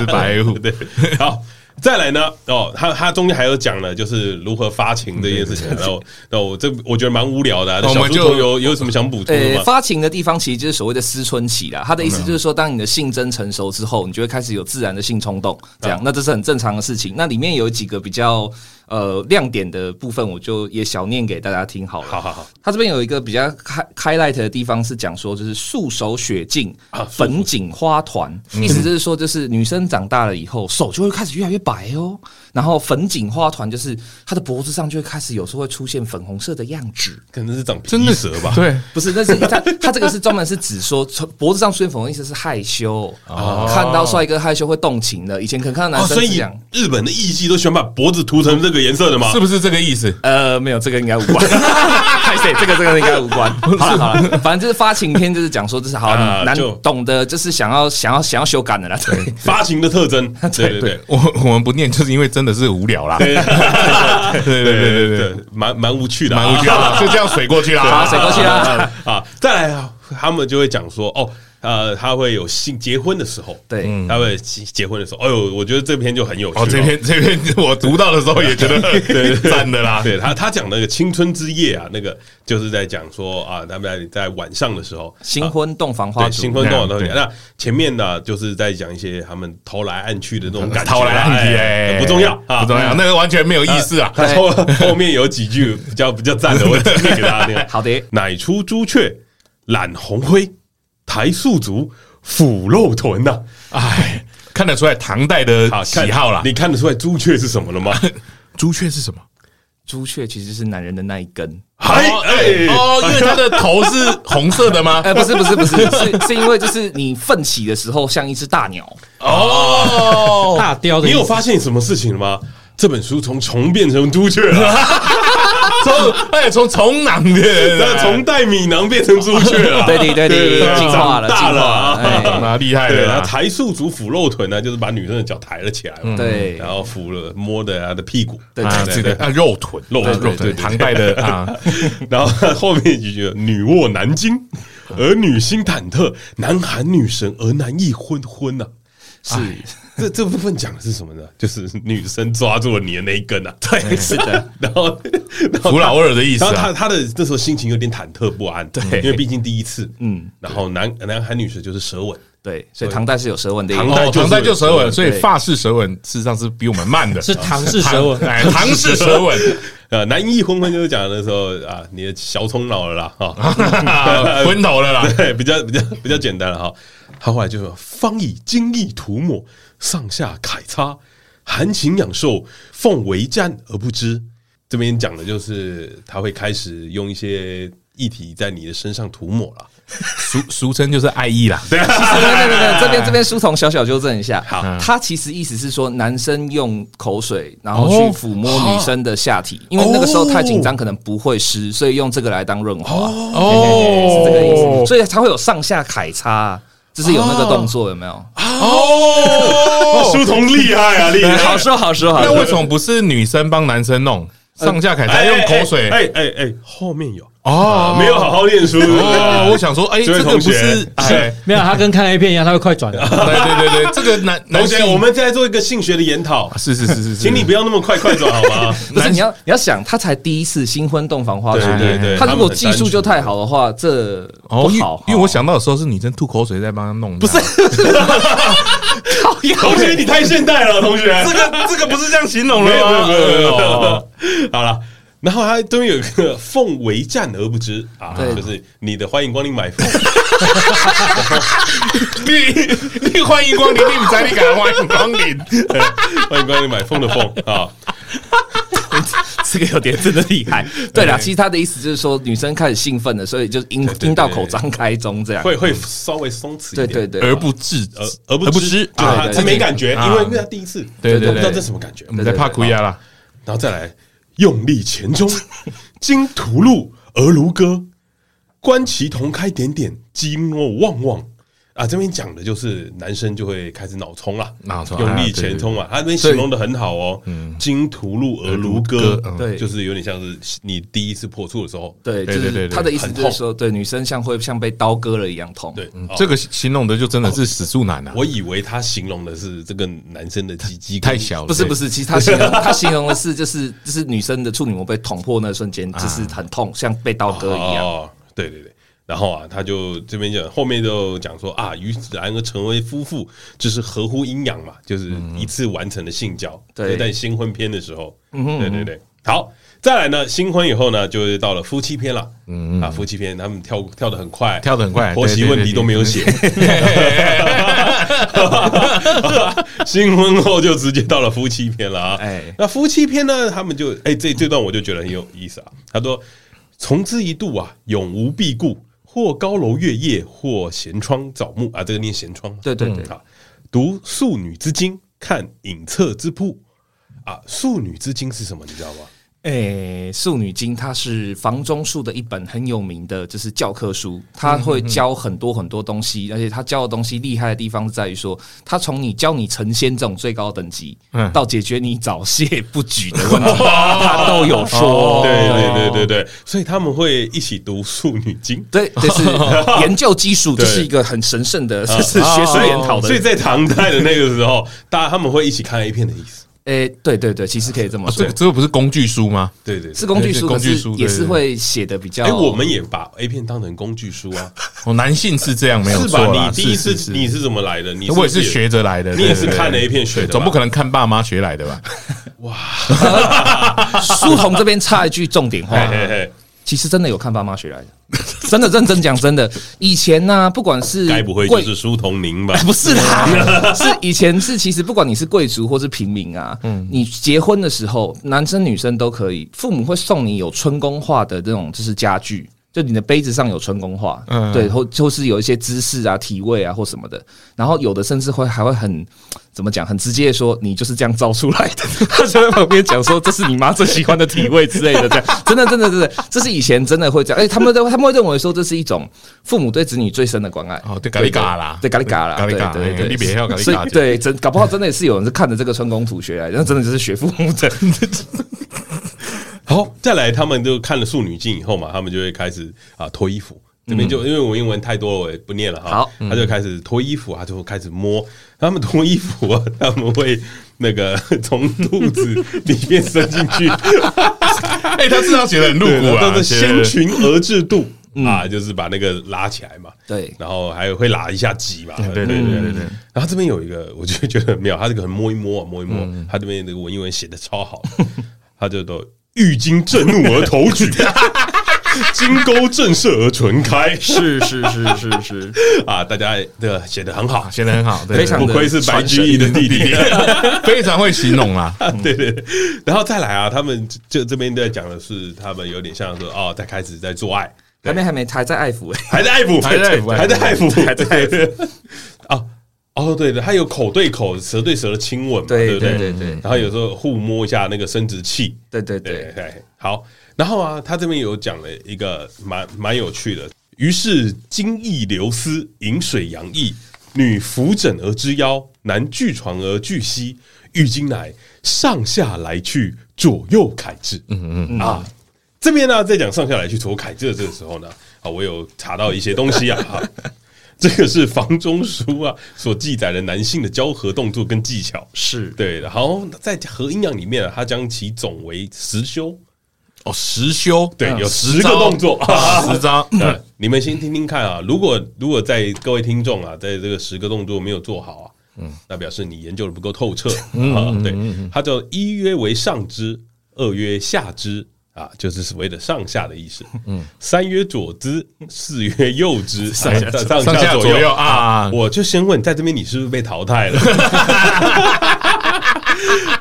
Speaker 3: 白
Speaker 1: 虎，
Speaker 3: 虎
Speaker 1: 对，是白 虎。
Speaker 2: 对，好。再来呢？哦，他他中间还有讲了，就是如何发情这件事情。然后，那我这我觉得蛮无聊的啊。
Speaker 1: 那哦我
Speaker 2: 小
Speaker 1: 们
Speaker 2: 猪头
Speaker 1: 就
Speaker 2: 有有什么想补充的
Speaker 3: 呃，
Speaker 2: 吗？
Speaker 3: 发情的地方其实就是所谓的思春期啦。他的意思就是说，当你的性征成熟之后，你就会开始有自然的性冲动，这样，那这是很正常的事情。那里面有几个比较呃亮点的部分，我就也小念给大家听好了。
Speaker 2: 好好好，
Speaker 3: 他这边有一个比较开 highlight 的地方是讲说，就是束手雪净、粉锦花团，意思就是说，就是女生长大了以后，手就会开始越来越白哦。然后粉锦花团就是她的脖子上就会开始有时候会出现粉红色的样子。
Speaker 2: 可能是长皮蛇吧？
Speaker 1: 对，
Speaker 3: 不是，那是他他这个是专门是指说从脖子上出现粉红，意思是害羞，看到帅哥害羞会动情的。以前可能看到
Speaker 2: 哦，
Speaker 3: 男
Speaker 2: 所
Speaker 3: 生是
Speaker 2: 以
Speaker 3: 这样，
Speaker 2: 日本的艺妓都喜欢把脖子涂成这个颜色的吗？
Speaker 1: 是不是这个意思？
Speaker 3: 呃，没有，这个应该无 关。太谁？这个这个应该无关。好了好了， 反正就是发情篇，就是讲说就是好
Speaker 2: 啊
Speaker 3: 男
Speaker 2: 就
Speaker 3: 懂得就是想要想要想要修改的啦。对，
Speaker 2: 发情的特征？对对对
Speaker 1: 对，我我们不念，就是因为真的是无聊啦。对对 对对对对，，
Speaker 2: 蛮蛮无趣的啊，
Speaker 1: 蛮无趣的，就这样水过去
Speaker 3: 好，
Speaker 1: 啦。
Speaker 3: 谁过去啦？
Speaker 2: 啊。再来啊，他们就会讲说，哦，呃，他会有性结婚的时候，
Speaker 3: 对
Speaker 2: 他会结结婚的时候，哎呦，我觉得这篇就很有趣
Speaker 1: 哦，这篇这篇我读到的时候也觉得赞的啦。
Speaker 2: 对他，他讲那个青春之夜啊，那个就是在讲说啊，他们在晚上的时候，
Speaker 3: 新婚洞房花
Speaker 2: 对
Speaker 3: 烛，
Speaker 2: 新婚多少多
Speaker 1: 对
Speaker 2: 少那前面呢，就是在讲一些他们偷来暗去的那种感觉啊，
Speaker 1: 掏来暗去，
Speaker 2: 哎
Speaker 1: 哎，
Speaker 2: 不重要啊，
Speaker 1: 不重要，那个完全没有意思啊。
Speaker 2: 他后后面有几句比较比较赞的，我念给大家听。
Speaker 3: 好的
Speaker 2: 乃出朱雀，揽红灰，抬素足，俯露臀呐、
Speaker 1: 哎，看得出来唐代的啊
Speaker 2: 好看
Speaker 1: 喜好啦。
Speaker 2: 你看得出来朱雀是什么了吗？
Speaker 1: 朱雀是什么？
Speaker 3: 朱雀其实是男人的那一根，
Speaker 2: 哎哎
Speaker 1: 哦，因为他的头是红色的吗？
Speaker 3: 呃，不是不是不 是，是是因为就是你奋起的时候像一只大鸟，
Speaker 1: 哦，
Speaker 4: 大雕的意
Speaker 2: 你
Speaker 4: 思。
Speaker 2: 有发现什么事情了吗？这本书从虫变成朱雀了，
Speaker 1: 从哎从从囊的，
Speaker 2: 那从戴米囊变成朱雀了。
Speaker 3: 对对对
Speaker 2: 啊对
Speaker 3: 对，进化了，进
Speaker 2: 大
Speaker 3: 化
Speaker 2: 了
Speaker 3: 了，
Speaker 2: 啊。
Speaker 1: 哎
Speaker 3: 哎，
Speaker 1: 蛮厉害
Speaker 2: 对，
Speaker 1: 的
Speaker 2: 然后
Speaker 1: 啦，
Speaker 2: 抬素足俯肉臀呢，啊就是把女生的脚抬了起来嘛，
Speaker 3: 嗯对
Speaker 2: 然后扶了摸的她的屁股，
Speaker 3: 对
Speaker 1: 啊，这个啊肉臀，
Speaker 2: 肉
Speaker 1: 啊
Speaker 2: 臀
Speaker 1: 肉
Speaker 2: 对对
Speaker 1: 臀，唐代的 啊，
Speaker 2: 然后后面一句“女卧南京，
Speaker 3: 嗯
Speaker 2: 儿女心忐忑，男喊女神，而男亦昏昏”呐。
Speaker 3: 是
Speaker 2: 这这部分讲的是什么呢？就是女生抓住了你的那一根啊，对，
Speaker 3: 嗯是的，
Speaker 2: 然后然后
Speaker 1: 古老二的意思
Speaker 2: 然后
Speaker 1: 啊
Speaker 2: 他，他的那时候心情有点忐忑不安，对因为毕竟第一次，嗯
Speaker 3: 嗯，
Speaker 2: 然后男男喊女神就是舌吻，
Speaker 3: 对，所以唐代是有舌吻的，
Speaker 2: 唐
Speaker 1: 哦，唐代就舌吻，
Speaker 2: 对
Speaker 1: 所以法式舌吻事实上是比我们慢的，
Speaker 4: 是唐氏舌吻，
Speaker 1: 哎，唐式舌吻，
Speaker 2: 呃，男一昏昏就是讲的时候啊，你的小葱脑了啦， 哈、
Speaker 1: 昏头了啦，
Speaker 2: 对，比较比较比较简单了哈。他后来就说：“方以精益涂抹，上下楷擦，含情养受，奉为战而不知。”这边讲的就是他会开始用一些液体在你的身上涂抹了。
Speaker 1: 俗俗称就是爱意啦，对，
Speaker 3: 对对对对，这边这边书童小小纠正一下，
Speaker 2: 好
Speaker 3: 他其实意思是说，男生用口水然后去抚摸女生的下体，因为那个时候太紧张，可能不会湿，所以用这个来当润滑，是这个意思，
Speaker 1: 哦，
Speaker 3: 所以才会有上下凯擦，就是有那个动作，有没有？
Speaker 1: 哦，
Speaker 2: 书童厉害啊，厉
Speaker 3: 好！说好说好
Speaker 1: 那
Speaker 3: 说，
Speaker 1: 为什么不是女生帮男生弄上下凯才用口水？
Speaker 2: 哎哎哎，后面有
Speaker 1: 哦，
Speaker 2: 没有好好念书？
Speaker 1: 哦，我想说，哎，
Speaker 2: 啊这位
Speaker 1: 这个
Speaker 2: 同
Speaker 1: 不
Speaker 2: 学
Speaker 1: 是哎，
Speaker 4: 没有，他跟看 A 片一样，他会快转的。
Speaker 1: 哦对对对对，这个男
Speaker 2: 同
Speaker 1: 男
Speaker 2: 学，
Speaker 1: 性啊
Speaker 2: 我们在做一个性学的研讨，
Speaker 1: 是是是是，是
Speaker 2: 请你不要那么快快走好吗？
Speaker 3: 不是你要你要想，他才第一次新婚洞房花烛，
Speaker 2: 对对对，
Speaker 3: 他如果技术就太好的话，这
Speaker 1: 哦，
Speaker 3: 不
Speaker 1: 因为
Speaker 3: 好，
Speaker 1: 因为我想到的时候是女生吐口水在帮他弄，不是
Speaker 3: 讨厌
Speaker 2: 同学，你太现代了，同学。
Speaker 1: 个这个不是这样形容
Speaker 2: 没有没有
Speaker 1: 吗
Speaker 2: 没有没有没有。好了，然后他这边有一个“奉为战而不知”啊，
Speaker 3: 对
Speaker 2: 就是你的欢迎光临买凤，
Speaker 1: 你你欢迎光临，你才你敢欢迎光临，
Speaker 2: 欢迎光临买凤的凤啊。
Speaker 1: 这个有点真的厉害。
Speaker 3: 对啦，其实他的意思就是说，女生开始兴奋了，所以就阴
Speaker 2: 对对
Speaker 3: 阴道口张开中这样。
Speaker 2: 会会稍微松弛
Speaker 3: 对
Speaker 2: 一点，
Speaker 3: 对对，
Speaker 1: 而不治
Speaker 2: 而而不
Speaker 1: 不
Speaker 2: 知
Speaker 1: 知，
Speaker 2: 就是他
Speaker 3: 对对
Speaker 2: 他
Speaker 3: 对
Speaker 2: 没感觉，
Speaker 1: 啊
Speaker 2: 因为因为他第一次，
Speaker 1: 对对
Speaker 2: 他不知道
Speaker 1: 对
Speaker 2: 这什么感觉
Speaker 1: 我。们在怕
Speaker 2: 啊
Speaker 1: 亏呀啦。
Speaker 2: 然后再来用力 前中，经屠戮而如歌，观其同开点点，击诺旺旺。啊，这边讲的就是男生就会开始脑冲了，
Speaker 1: 脑冲
Speaker 2: 用
Speaker 1: 啊
Speaker 2: 力
Speaker 1: 对
Speaker 2: 前
Speaker 1: 对嗯
Speaker 2: 冲啊，他这边形容的很好哦，经屠戮而如歌
Speaker 1: 歌，嗯
Speaker 3: 对
Speaker 2: 就是有点像是你第一次破处的时候，
Speaker 3: 对，就
Speaker 1: 对对对对
Speaker 3: 是他的意思就是说，对女生像会像被刀割了一样痛。
Speaker 2: 对，哦
Speaker 1: 这个形容的就真的是死猪男啊！
Speaker 2: 我以为他形容的是这个男生的鸡鸡
Speaker 1: 太，小了，
Speaker 3: 不是不是，其实他形容 他形容的是就是就是女生的处女膜被捅破那瞬间，就是很痛，像被刀割一
Speaker 1: 啊
Speaker 3: 样。
Speaker 2: 哦，对对对。然后啊，他就这边讲，后面就讲说啊，于自然而成为夫妇，就是合乎阴阳
Speaker 1: 嗯
Speaker 2: 嘛，就是一次完成的性交。
Speaker 3: 对
Speaker 2: 就在新婚篇的时候，
Speaker 1: 嗯
Speaker 2: 对对对。好，再来呢，新婚以后呢，就是到了夫妻篇了。嗯啊，夫妻篇他们跳跳的很快，
Speaker 1: 跳得很快
Speaker 2: 婆媳
Speaker 1: 对对对
Speaker 2: 问题都没有写。 新婚后就直接到了夫妻篇了啊。
Speaker 3: 哎
Speaker 2: 那夫妻篇呢，他们就哎、这这段我就觉得很有意思啊。他说：“从之一度啊，永无必固，或高楼月夜，或闲窗早暮啊，这个念闲窗嘛。
Speaker 3: 对对对
Speaker 2: 嗯啊，读素女之经，看影册之谱啊。素女之经是什么？你知道吗？
Speaker 3: 诶，《哎素女经》它是房中术的一本很有名的，就是教科书，它会教很多很多东
Speaker 1: 嗯
Speaker 3: 西，而且它教的东西厉害的地方是在于说，它从你教你成仙这种最高等级，
Speaker 1: 嗯
Speaker 3: 到解决你早泄不举的问题，它都有说。
Speaker 1: 哦
Speaker 2: 对对对对对，所以他们会一起读素女经。
Speaker 3: 对，这是研究技术，这
Speaker 2: 对
Speaker 3: 是一个很神圣的， 这 是学
Speaker 1: 啊
Speaker 3: 术研讨的
Speaker 2: 啊所以。在唐代的那个时候，大家他们会一起看 A 片的意思。
Speaker 3: 诶，对对对，其实可以这么说
Speaker 1: 啊这，这个不是工具书吗？
Speaker 2: 对对对
Speaker 3: 是工具书，
Speaker 1: 对是工
Speaker 3: 可
Speaker 1: 具
Speaker 3: 是
Speaker 1: 书
Speaker 3: 也是
Speaker 1: 对对
Speaker 3: 会写的比较。
Speaker 2: 哎、我们也把 A 片当成工具书啊，
Speaker 1: 哦，男性是这样 没有
Speaker 2: 是
Speaker 1: 错
Speaker 2: 吧？
Speaker 1: 啦
Speaker 2: 你第一次
Speaker 1: 是是是
Speaker 2: 你是怎么来的？你
Speaker 1: 我也
Speaker 2: 是
Speaker 1: 是
Speaker 2: 不
Speaker 1: 学着来的，
Speaker 2: 你也
Speaker 1: 对
Speaker 2: 是
Speaker 1: 对对
Speaker 2: 看了 A 片学的吧，
Speaker 1: 总不可能看爸妈学 来的吧？
Speaker 3: 书童这边插一句重点话
Speaker 1: 哎
Speaker 2: 嘿。嘿嘿，
Speaker 3: 其实真的有看爸妈学来的， 真的认真讲真的，以前呢、不管是
Speaker 2: 该不会就
Speaker 3: 贵
Speaker 2: 是书童 宁吧？
Speaker 3: 不是啦，是以前是其实不管你是贵族或是平民啊，你结婚的时候，男生女生都可以，父母会送你有春宫画的这种就是家具。就你的杯子上有春宫画，
Speaker 1: 嗯
Speaker 3: 对，或就是有一些姿势啊、体位啊或什么的，然后有的甚至会还会很怎么讲，很直接的说你就是这样造出来的。 他就在旁边讲说这是你妈最喜欢的体位之类的，这样真的真的真的，这是以前真的会这样，而且哎他们都他们会认为说这是一种父母对子女最深的关爱。
Speaker 1: 哦，对，咖喱嘎啦，
Speaker 3: 对咖喱嘎啦，
Speaker 1: 咖喱
Speaker 3: 对
Speaker 1: 嘎，
Speaker 3: 对
Speaker 1: 哎
Speaker 3: 对，
Speaker 1: 你别要咖喱
Speaker 3: 所以
Speaker 1: 嘎，，
Speaker 3: 对，真搞不好真的也是有人是看着这个春宫图学来的，那真的就是学父母的。
Speaker 2: 好，再来，他们就看了《素女镜》以后嘛，他们就会开始啊脱衣服。这
Speaker 1: 嗯
Speaker 2: 边就因为我英文太多了，我也不念了哈。
Speaker 3: 好
Speaker 2: 他就开始脱衣服，他就开始摸。他们脱衣服啊，他们会那个从肚子里面伸进去，
Speaker 1: 哎，他至少写的很露
Speaker 2: 对，
Speaker 1: 骨啊，嗯
Speaker 2: 都是
Speaker 1: 写得
Speaker 2: 先裙而至 肚啊，就是把那个拉起来嘛。
Speaker 3: 对
Speaker 2: 然后还会拉一下鸡嘛。嗯
Speaker 1: 对对对对对，
Speaker 2: 然后这边有一个， 我就觉得很妙，他这个很摸一摸啊，摸一摸，
Speaker 1: 嗯
Speaker 2: 他这边那个文言文写的超好，他就都欲经震怒而 头举，金钩震慑而唇开
Speaker 1: 是是是是是，
Speaker 2: 啊！大家的写的很好，
Speaker 1: 写的很好，对
Speaker 3: 非常
Speaker 2: 不愧是白居易的弟弟。
Speaker 1: 非常会形容啦。
Speaker 2: 对对，对然后再来啊，他们就就这边在讲的是，他们有点像说哦，在开始在做爱，
Speaker 3: 还没还没还在爱抚哎，
Speaker 2: 还在爱抚，
Speaker 1: 还在爱抚
Speaker 2: 还在爱抚，
Speaker 3: 还在
Speaker 2: 爱抚。 啊，哦，对的，还有口对口、舌对舌的亲吻嘛，
Speaker 3: 对
Speaker 2: 不对
Speaker 3: 对对
Speaker 1: 嗯
Speaker 3: 对
Speaker 2: 然后有时候互摸一下那个生殖器，
Speaker 3: 对对
Speaker 2: 对
Speaker 3: 对，
Speaker 2: 对，好。然后啊，他这边有讲了一个蛮蛮有趣的，于是精液流丝，饮水扬溢，女扶枕而之腰，男据床而据膝，浴巾乃上下来去，左右凯至。嗯嗯啊，这边呢、在讲上下来去左右凯至的这个时候呢，啊，我有查到一些东西啊。 啊这个是房中书啊所记载的男性的交合动作跟技巧，
Speaker 1: 是
Speaker 2: 对，然后在和阴阳里面啊，它将其总为十修，
Speaker 1: 哦，实修
Speaker 2: 对，
Speaker 1: 嗯
Speaker 2: 有啊十个动 作。
Speaker 1: 十招，
Speaker 2: 呃你们先听听看啊，如果如果在各位听众啊，在这个十个动作没有做好啊，嗯，那表示你研究的不够透彻啊。对，它叫一曰为上肢，二曰下肢。啊，就是所谓的上下的意思。嗯，三曰左肢，四曰右肢，上
Speaker 1: 下
Speaker 2: 上
Speaker 1: 哎上
Speaker 2: 下
Speaker 1: 下
Speaker 2: 左
Speaker 1: 左右
Speaker 2: 右
Speaker 1: 啊
Speaker 2: 我就先问，在这边你是不是被淘汰了？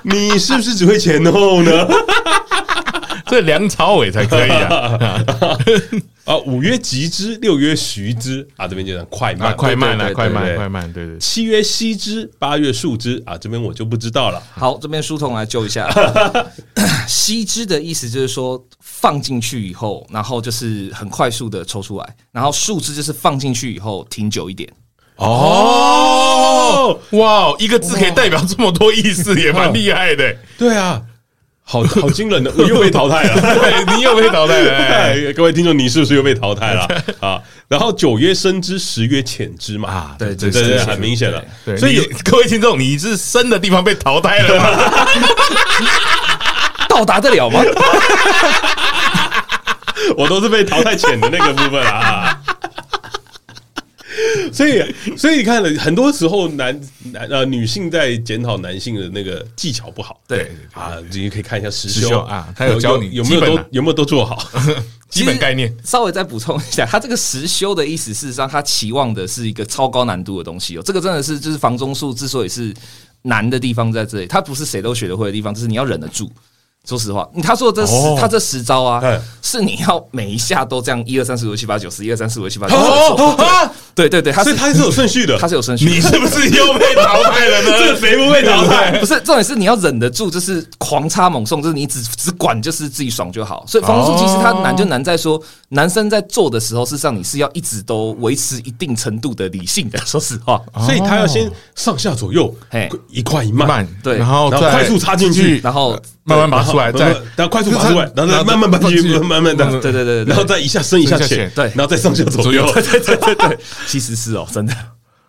Speaker 2: 你是不是只会前后 呢？
Speaker 1: 这梁朝伟才 可以啊，
Speaker 2: 啊，五曰急之，六曰徐之啊，这边就讲快慢，
Speaker 1: 啊，快慢
Speaker 2: 对
Speaker 1: 啊，
Speaker 2: 对
Speaker 1: 快
Speaker 2: 对
Speaker 1: 慢，
Speaker 2: 对
Speaker 1: 快慢，对对，
Speaker 2: 七曰西之，八曰数之啊，这边我就不知道了。
Speaker 3: 好，这边书童来救 一下。吸脂的意思就是说放进去以后，然后就是很快速的抽出来，然后树枝就是放进去以后停久一点。
Speaker 1: 哦，哇，一个字可以代表这么多意思，也蛮厉害 的。
Speaker 2: 对啊，好好惊人的，我又被淘汰 了。
Speaker 1: 对你又被淘汰了哎，
Speaker 2: 哎， 各位听众，你是不是又被淘汰了啊？然后九曰深之，十曰浅之嘛，
Speaker 1: 啊
Speaker 3: 对
Speaker 2: 对
Speaker 3: 对
Speaker 2: 对对，
Speaker 3: 是
Speaker 2: 很明显了。
Speaker 1: 对，
Speaker 2: 所
Speaker 1: 所
Speaker 2: 以
Speaker 1: 以
Speaker 2: 有啊
Speaker 1: 各位听众，你是深的地方被淘汰了吗？
Speaker 3: 到达得了吗？
Speaker 2: 我都是被淘汰浅的那个部分啊。 所以，所以你看了，很多时候男男呃女性在检讨男性的那个技巧不好，
Speaker 3: 对
Speaker 2: 啊，你可以看一下实
Speaker 1: 实
Speaker 2: 修
Speaker 1: 修啊他有教你
Speaker 2: 有有没有
Speaker 1: 基本
Speaker 2: 都
Speaker 1: 啊
Speaker 2: 有没有都做好，
Speaker 1: 基本概念。
Speaker 3: 稍微再补充一下，他这个实修的意思，事实上他期望的是一个超高难度的东西哦。这个真的是就是房中术之所以是难的地方在这里，它不是谁都学得会的地方，就是你要忍得住。说实话，他说的这十、
Speaker 1: 哦
Speaker 3: 他这十招啊
Speaker 2: 对，
Speaker 3: 是你要每一下都这样一二三四五六七八九十，一二三四五六七八九十。
Speaker 1: 哦啊！
Speaker 3: 对对对，他
Speaker 2: 所
Speaker 3: 是
Speaker 2: 以它是有顺序的。
Speaker 3: 他是有顺序的。
Speaker 1: 你是不是又被淘汰了呢？
Speaker 2: 这 谁不被淘汰？
Speaker 3: 不是重点是你要忍得住，就是狂插猛送，就是你只只管就是自己爽就好。所以防术其实它难就难在说，男生在做的时候，事实上你是要一直都维持一定程度的理性的。 说实话，
Speaker 2: 所以他要先上下左右
Speaker 3: 嘿，
Speaker 2: 一快一慢
Speaker 1: 慢，，
Speaker 3: 对
Speaker 1: 然后
Speaker 2: 然后
Speaker 1: 再
Speaker 2: 快速插进去
Speaker 3: 然后
Speaker 1: 慢慢拔出来，再
Speaker 2: 然后然后快速拔出来，然后再慢慢拔进去，慢慢的，
Speaker 3: 对对对对
Speaker 2: 然后再一下深一下
Speaker 1: 深一下
Speaker 2: 浅，
Speaker 1: 浅
Speaker 3: 对
Speaker 2: 然后再上下左 右。
Speaker 3: 对对对对，其实是哦，真的。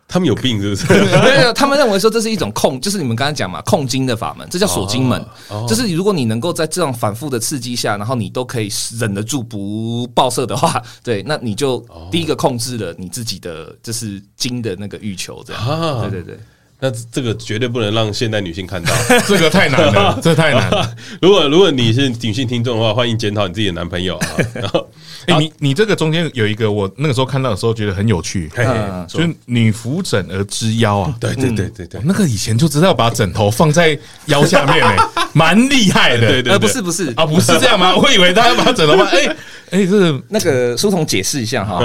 Speaker 2: 他们有病是不是？
Speaker 3: 没有，没有他们认为说这是一种控，就是你们刚才讲嘛，控精的法门，这叫锁精门。就是如果你能够在这样反复的刺激下，然后你都可以忍得住不爆射的话， 对，那你就第一个控制了你自己的就是精的那个欲求，这样。
Speaker 2: 啊
Speaker 3: 对对对。
Speaker 2: 那这个绝对不能让现代女性看到。
Speaker 1: 这个太难了，这太难了。
Speaker 2: 如果如果你是女性听众的话，欢迎检讨你自己的男朋友啊。然后，
Speaker 1: 哎，你你这个中间有一个，我那个时候看到的时候觉得很有趣，
Speaker 2: 嘿
Speaker 3: 嗯
Speaker 1: 就是女扶枕而之腰啊。
Speaker 2: 哎对对对对对
Speaker 1: 我那个以前就知道把枕头放在腰下面 诶、蛮厉害的。
Speaker 2: 对对哦
Speaker 3: 呃，不是不是，
Speaker 1: 啊，不是这样吗？我以为大家把枕头 放，哎、哎、这个
Speaker 3: 那个书童解释一下哈，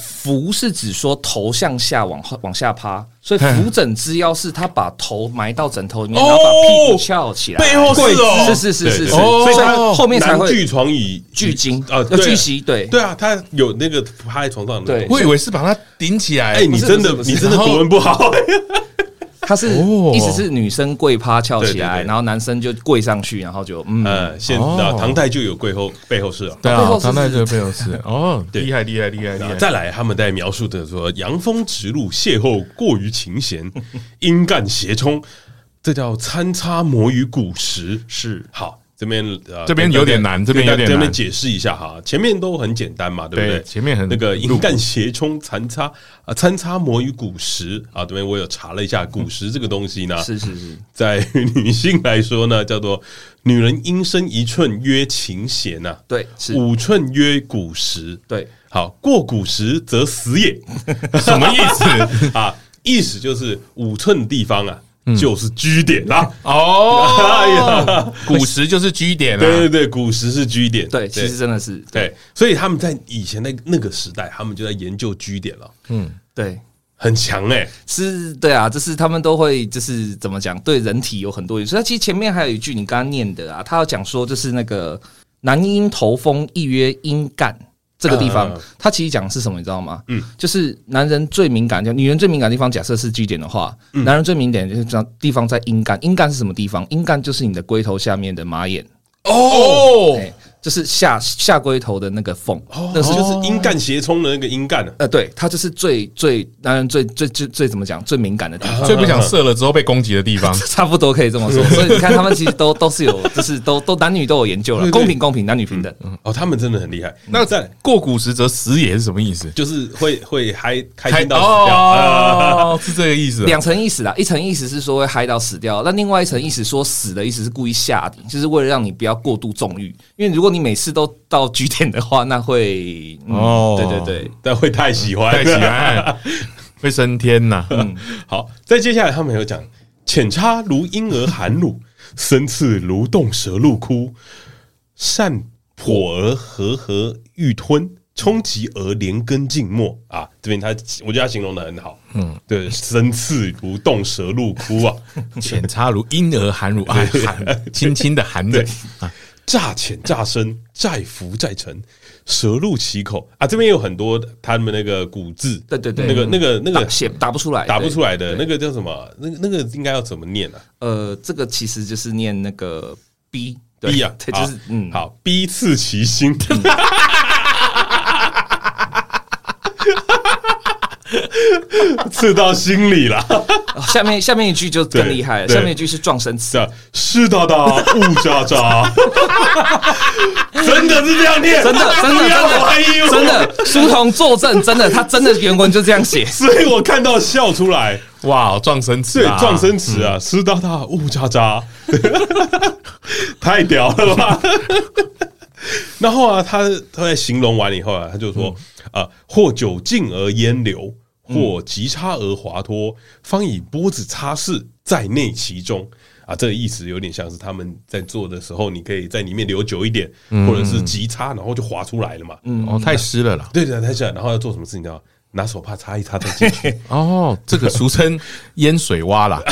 Speaker 3: 扶是指说头向下往后往下趴，所以扶枕之腰是他把头埋到枕头里面，
Speaker 2: 哦
Speaker 3: 然后把屁股翘起来，
Speaker 2: 背后是哦
Speaker 3: 是是是是
Speaker 2: 对
Speaker 3: 是，
Speaker 2: 对
Speaker 1: 对
Speaker 3: 所
Speaker 1: 所
Speaker 3: 以
Speaker 1: 以
Speaker 3: 他后面才
Speaker 2: 男
Speaker 3: 会
Speaker 2: 巨床椅
Speaker 3: 聚精
Speaker 2: 啊，
Speaker 3: 要
Speaker 2: 对
Speaker 3: 聚集，对
Speaker 2: 对啊，他有那个趴在床上的。
Speaker 3: 对
Speaker 1: 我以为是把它顶起来。
Speaker 2: 哎，你
Speaker 3: 不是
Speaker 2: 真的
Speaker 3: 不是不是
Speaker 2: 你真的
Speaker 1: 然后
Speaker 2: 国文不好，
Speaker 3: 他是
Speaker 1: 哦
Speaker 3: 意思是女生跪趴翘起
Speaker 2: 对对
Speaker 3: 来，
Speaker 2: 对
Speaker 3: 然后男生就跪上去，然后就嗯，
Speaker 2: 呃，现
Speaker 1: 哦
Speaker 2: 啊唐代就有背后背后事啊。
Speaker 1: 对
Speaker 3: 背
Speaker 1: 啊
Speaker 3: 后，是
Speaker 1: 他那个背后 是哦，厉害厉害厉害厉
Speaker 2: 啊
Speaker 1: 害！
Speaker 2: 再来，他们在描述的说，阳风直入，邂逅过于琴 弦，阴干斜冲，这叫参差磨于古时。是好，这边呃，
Speaker 1: 这边有点难这边有点
Speaker 2: 这边
Speaker 1: 难
Speaker 2: 解释一下哈，前面都很简单嘛，对不对？
Speaker 1: 对前面很
Speaker 2: 那个
Speaker 1: 入
Speaker 2: 阴干斜冲参差啊，参差磨于古时啊，这边我有查了一下，古时这个东西呢，
Speaker 3: 是是是，
Speaker 2: 在于女性来说呢，叫做女人阴深一寸曰琴弦呐、
Speaker 3: 对是，
Speaker 2: 五寸曰古时，
Speaker 3: 对，
Speaker 2: 好，过古时则死也
Speaker 1: 什么意 思？
Speaker 2: 啊，意思就是五寸地方啊，就是居点啦。 哎
Speaker 1: 哦，
Speaker 2: 呀，
Speaker 1: 古时就是居点
Speaker 2: 对
Speaker 1: 啊
Speaker 2: 对，对，古时是居点，
Speaker 3: 对，其实真的是
Speaker 2: 对，所以他们在以前那那个时代，他们就在研究居点了，
Speaker 3: 对。
Speaker 2: 很强哎、
Speaker 3: 是，对啊，就是他们都会，就是怎么讲，对人体有很多影响。那其实前面还有一句你刚刚念的啊，他要讲说就是那个南阴头风，亦曰阴干这个地方
Speaker 2: 嗯，
Speaker 3: 他其实讲的是什么，你知道吗？嗯，就是男人最敏感，就女人最敏感的地方，假设是 G 点的话，男人最敏感的就是这样地方在阴干。阴干是什么地方？阴干就是你的龟头下面的马眼，
Speaker 1: 哦
Speaker 3: 哎，就是下下龟头的那个缝，那
Speaker 2: 那
Speaker 3: 是
Speaker 2: 是就是阴干斜冲的那个阴干啊，
Speaker 3: 呃，对，它就是最最男人最最最最怎么讲最敏感的地方。。
Speaker 2: 哦
Speaker 1: 最不想射了之后被攻击的地方
Speaker 3: 差不多可以这么说。所以你看，他们其实都都是 有，就是都都男女都有研究了，
Speaker 2: 对对
Speaker 3: 公平公平，男女平等。
Speaker 2: 哦，他们真的很厉害。
Speaker 1: 那
Speaker 2: 再来
Speaker 1: 过古时则死也是什么意思？
Speaker 2: 就是会会嗨开
Speaker 1: 开
Speaker 2: 心到死掉。啊
Speaker 1: 哦，是这个意思啊。
Speaker 3: 两层意思啦，一层意思是说会嗨到死掉，那另外一层意思说死的意思是故意吓你，就是为了让你不要过度纵欲，因为如果你每次都到局点的话，那会、嗯、
Speaker 1: 哦
Speaker 3: 对对对，
Speaker 2: 但会太喜欢，
Speaker 1: 太喜欢，会升天呐。
Speaker 2: 好，再接下来他们有讲，浅插如婴儿含乳，深刺如动蛇入窟，善破而和合欲吞，冲击而连根尽没啊！这边他我觉得他形容的很好，嗯，对，深刺如动蛇入窟啊，
Speaker 1: 浅插如婴儿含乳，哎，含轻轻的含着
Speaker 2: 对。乍浅乍深，再浮再沉，蛇入其口啊！这边有很多他们那个古字，
Speaker 3: 对对对
Speaker 2: 那个那个那
Speaker 3: 打
Speaker 2: 个
Speaker 3: 写打不出来，
Speaker 2: 打不出
Speaker 3: 来。
Speaker 2: 来的那个叫什么？那个那个应该要怎么念啊？
Speaker 3: 呃，这个其实就是念那个 B 对
Speaker 2: B 啊，
Speaker 3: 对，就是
Speaker 2: 好
Speaker 3: 嗯，
Speaker 2: 好，B 刺其心。 刺到心里了，
Speaker 3: 下面下面一句就更厉害了，
Speaker 2: 对对
Speaker 3: 下面一句是撞生词
Speaker 2: 这，样湿哒哒，雾渣渣， 真的是这样念，
Speaker 3: 真的真的
Speaker 2: 不要
Speaker 3: 真的
Speaker 2: 怀疑我。
Speaker 3: 真，的，书童作证，真的，他真的原文就这样写
Speaker 2: 所以我看到笑出来，
Speaker 1: 哇，撞生词
Speaker 2: 对，
Speaker 1: 啊！
Speaker 2: 撞生词啊，湿哒哒，雾渣渣，太屌了吧！然后啊，他他在形容完以后啊，他就说啊、或久浸而淹流，或急插而滑脱，方以波子擦拭在内其中。啊，这个意思有点像是他们在做的时候，你可以在里面留久一点，或者是急插，然后就滑出来了嘛。
Speaker 1: 哦，太湿了啦。
Speaker 2: 对对，他想，然后要做什么事情呢？拿手帕擦一擦再进去。
Speaker 1: 哦，这个俗称淹水蛙啦。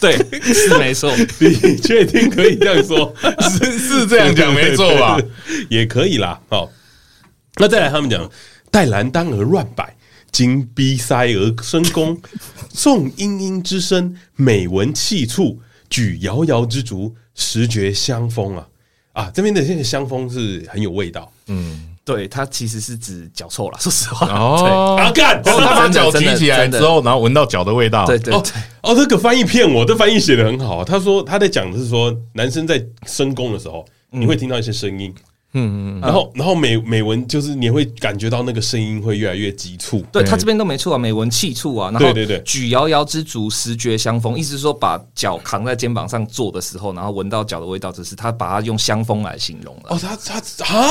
Speaker 3: 对，是没错。
Speaker 2: 你确定可以这样说？
Speaker 1: 是是这样啊讲没错吧？
Speaker 2: 也可以啦。好，那再来他们讲，待兰当而乱摆，经逼塞而生功，颂殷殷之声，美闻气促，举遥遥之竹，实觉香风啊啊！这边的这个香风是很有味道。
Speaker 3: 对他其实是指脚臭了，说实话。
Speaker 1: 哦，
Speaker 2: 啊干
Speaker 1: 然后他把
Speaker 3: 真的
Speaker 1: 脚
Speaker 3: 真
Speaker 1: 举
Speaker 3: 的
Speaker 1: 起来
Speaker 3: 真
Speaker 1: 之
Speaker 3: 的
Speaker 1: 后，然后闻到脚的味道。
Speaker 3: 对对
Speaker 2: 哦
Speaker 3: 对，
Speaker 2: 哦，这个翻译骗我，这翻译写的很好。他说他在讲的是说，男生在深宫的时候，你会听到一些声音，
Speaker 1: 嗯嗯嗯嗯，
Speaker 2: 然后然后美美文就是你会感觉到那个声音会越来越急促，
Speaker 3: 对
Speaker 1: 对
Speaker 3: 他这边都没错啊，美文气促啊，然
Speaker 2: 对
Speaker 3: 后
Speaker 2: 对对
Speaker 3: 举摇摇之足，十觉香风，意思是说把脚扛在肩膀上坐的时候，然后闻到脚的味道，只是他把它用香风来形容了。
Speaker 2: 哦，他他 啊！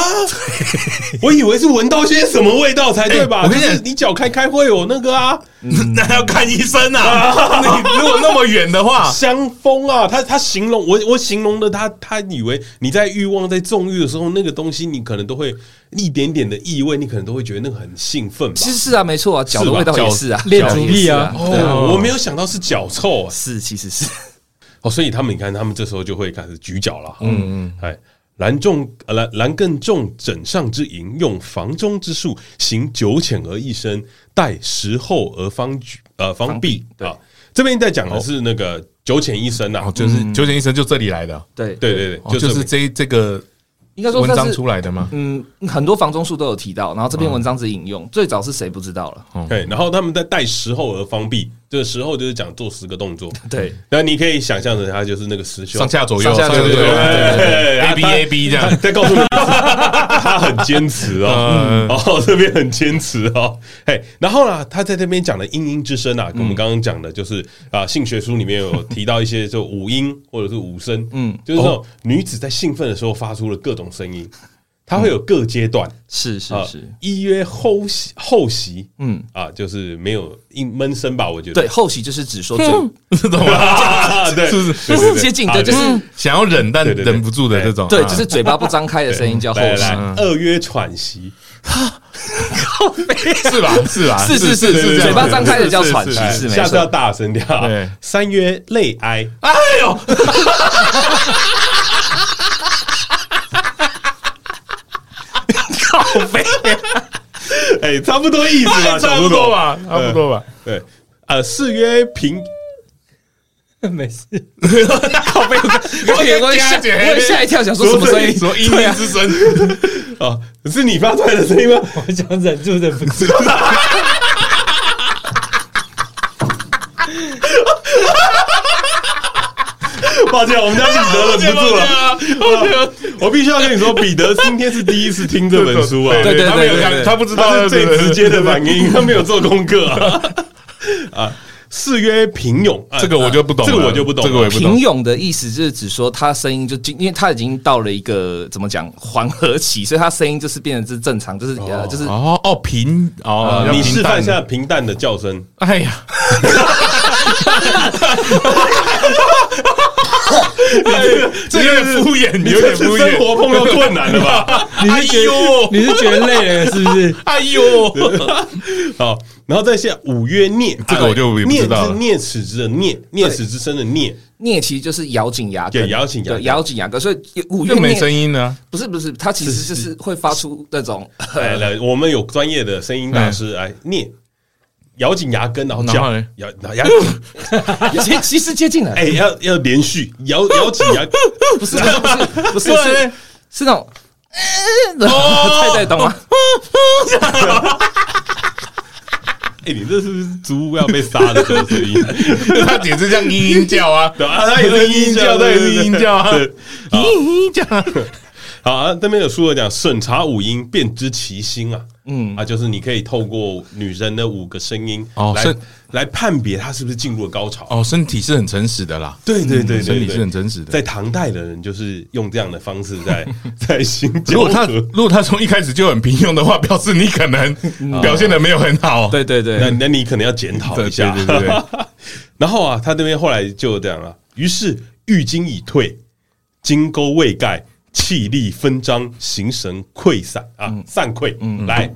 Speaker 2: 我以为是闻到些什么味道才对吧？
Speaker 1: 哎我跟你
Speaker 2: 就
Speaker 1: 讲
Speaker 2: 是你脚开开会有那个啊，
Speaker 1: 那要看医生啊。你如果那么远的话，
Speaker 2: 香风啊，他他形容我我形容的他他以为你在欲望在纵欲的时候，那个东西你可能都会一点点的异味，你可能都会觉得那个很兴奋吧。
Speaker 3: 其实是啊，没错啊，脚的
Speaker 2: 是吧
Speaker 3: 味道也
Speaker 1: 脚
Speaker 3: 是啊，
Speaker 4: 恋
Speaker 3: 脚
Speaker 4: 足
Speaker 3: 也
Speaker 4: 癖
Speaker 3: 是
Speaker 4: 啊
Speaker 3: 对啊
Speaker 2: 哦，我没有想到是脚臭啊！
Speaker 3: 是其实是。
Speaker 2: 哦，所以他们你看，他们这时候就会开始举脚了。嗯嗯，哎，兰仲呃兰兰更重枕上之营，用房中之术，行久浅而益深，待时候而方举呃方哦
Speaker 3: 方必
Speaker 2: 必啊。这边在讲的是那个久浅一深呐
Speaker 1: 哦，，就是九简医生就这里来的，
Speaker 3: 对，
Speaker 2: 对对
Speaker 1: 哦
Speaker 2: 对，
Speaker 1: 就
Speaker 2: 就是是
Speaker 1: 这这个
Speaker 3: 应该说
Speaker 1: 文
Speaker 3: 算
Speaker 1: 章
Speaker 3: 是
Speaker 1: 出来的吗？
Speaker 3: 嗯，很多房中术都有提到，然后这篇文章只引用，最早是谁不知道了。
Speaker 2: 对，然后他们在待时候而方必，这个时候就是讲做十个动作，
Speaker 3: 对，
Speaker 2: 那你可以想象成他就是那个师兄
Speaker 1: 上下左右，
Speaker 3: 上下左右
Speaker 1: 上
Speaker 3: 对
Speaker 1: 对对对
Speaker 2: 啊
Speaker 1: ，A B
Speaker 2: 他
Speaker 1: A B 这样，
Speaker 2: 在告诉你，他很坚持哦
Speaker 1: 嗯，
Speaker 2: 哦，这边很坚持哦，嘿，然后呢，他在这边讲的音音之声啊，跟我们刚刚讲的就是啊，性学书里面有提到一些就五音或者是五声，嗯，就是说女子在兴奋的时候发出了各种声音，它会有各阶段，
Speaker 3: 是是
Speaker 2: 啊
Speaker 3: 是，，
Speaker 2: 一曰后席后席，
Speaker 3: 嗯
Speaker 2: 嗯啊，就是没有一闷声吧，我觉得
Speaker 3: 对，后期就是只说最
Speaker 1: 这种
Speaker 2: 啊，对，
Speaker 1: 是不
Speaker 2: 对
Speaker 1: 是
Speaker 2: 对对
Speaker 3: 接近，
Speaker 2: 啊
Speaker 3: 对，就是
Speaker 1: 想要忍但
Speaker 2: 对对对哎
Speaker 1: 忍不住的这种？
Speaker 3: 对，
Speaker 1: 啊
Speaker 3: 就是嘴巴不张开的声音叫后
Speaker 2: 来
Speaker 3: 期
Speaker 2: 来。来二曰喘息，
Speaker 1: 是吧？ 是吧？
Speaker 3: 是是是
Speaker 1: 这样
Speaker 3: 嘴巴张开的叫
Speaker 1: 是是
Speaker 3: 喘
Speaker 1: 是
Speaker 3: 息
Speaker 1: 是
Speaker 3: 是没
Speaker 2: 下次
Speaker 3: 错
Speaker 2: 要大声点啊
Speaker 1: 对。
Speaker 2: 三曰泪哀，
Speaker 1: 哎 呦，
Speaker 3: 靠背，
Speaker 2: 哎，差不多意思吧，
Speaker 1: 差不多。吧，差不多吧。
Speaker 2: 对，呃，四曰平，
Speaker 4: 没事，
Speaker 3: 靠背，
Speaker 2: 哎
Speaker 3: 我我也我也吓，我也
Speaker 1: 哎
Speaker 3: 吓一跳，想说什么声音？
Speaker 1: 什么音乐之声？
Speaker 2: 啊，是你发出来的声音吗？
Speaker 4: 我想忍住忍不住，
Speaker 2: 抱歉，我们家彼得忍不住了。 啊我必须要跟你说，彼得今天是第一次听这本书啊，
Speaker 3: 对对
Speaker 1: 他没有
Speaker 3: 对
Speaker 1: 看
Speaker 3: 对对
Speaker 1: 他不知
Speaker 2: 他
Speaker 1: 道
Speaker 2: 是最直接的反应，他没有做功课啊。啊，四曰平勇，啊
Speaker 1: 这个我就不懂了
Speaker 2: 这个我就不懂了，
Speaker 1: 这个我也不
Speaker 3: 平勇的意思就是只说他声音就进，因为他已经到了一个怎么讲缓和期，所以他声音就是变得是正常，就是呃就是
Speaker 1: 哦哦平哦，要
Speaker 2: 啊
Speaker 1: 平
Speaker 2: 你示
Speaker 1: 淡
Speaker 2: 范一下。平淡的叫声，
Speaker 1: 哎 呀，哎这有点敷衍，
Speaker 2: 你
Speaker 1: 有点
Speaker 2: 这是
Speaker 1: 敷
Speaker 2: 生
Speaker 1: 衍。
Speaker 2: 活碰到困难了 吧？
Speaker 1: 哎呦，
Speaker 4: 你是觉得累了是不是？
Speaker 1: 哎呦，
Speaker 2: 好，然后再下五曰哎啮，
Speaker 1: 这个我就也不知道了
Speaker 2: 啮是啮齿之的啮，啮齿之声 的啮，
Speaker 3: 啮其实就是咬紧牙根，
Speaker 2: 对咬紧牙根
Speaker 3: 对咬紧牙根，所以五月
Speaker 1: 又没
Speaker 3: 啮
Speaker 1: 声音 呢。
Speaker 3: 不是不是，它其实就是会发出那种
Speaker 2: 来哎来，我们有专业的声音大 师来念，咬紧牙根，然后
Speaker 1: 然后
Speaker 2: 叫
Speaker 1: 嘞
Speaker 2: 咬咬牙，
Speaker 3: 其其实接近了，
Speaker 2: 哎，要要连续 咬咬紧牙，
Speaker 3: 不是不是不是不是
Speaker 1: 不然
Speaker 3: 是
Speaker 1: 嘞
Speaker 3: 是那种， 对对懂吗？
Speaker 2: 哎，你这是不是猪要被杀的这个 声音？
Speaker 1: 他也是这样嘤嘤叫 啊，
Speaker 2: 对啊，它也是音
Speaker 1: 它
Speaker 2: 叫，对，
Speaker 1: 也是嘤嘤叫啊，
Speaker 2: 对
Speaker 1: 嘤嘤叫啊。
Speaker 2: 好啊，这边有书有讲，审查五音便知其心啊，嗯啊，就是你可以透过女人的五个声音
Speaker 1: 哦
Speaker 2: 来
Speaker 1: 是
Speaker 2: 来判别她是不是进入了高潮。
Speaker 1: 哦，身体是很诚实的啦，
Speaker 2: 对对对对，
Speaker 1: 身体
Speaker 2: 对
Speaker 1: 是很真实的
Speaker 2: 在唐代的人就是用这样的方式在在行交
Speaker 1: 如果他
Speaker 2: 合
Speaker 1: 如果他从一开始就很平庸的话，表示你可能嗯表现的没有很好。
Speaker 3: 对对
Speaker 2: 那
Speaker 3: 对，
Speaker 2: 那你可能要检讨一下。
Speaker 1: 对对对对
Speaker 2: 然后啊，他这边后来就这样了。于是浴巾已退，金钩未盖，气力分张，形神溃散啊，
Speaker 1: 嗯
Speaker 2: 散溃。来，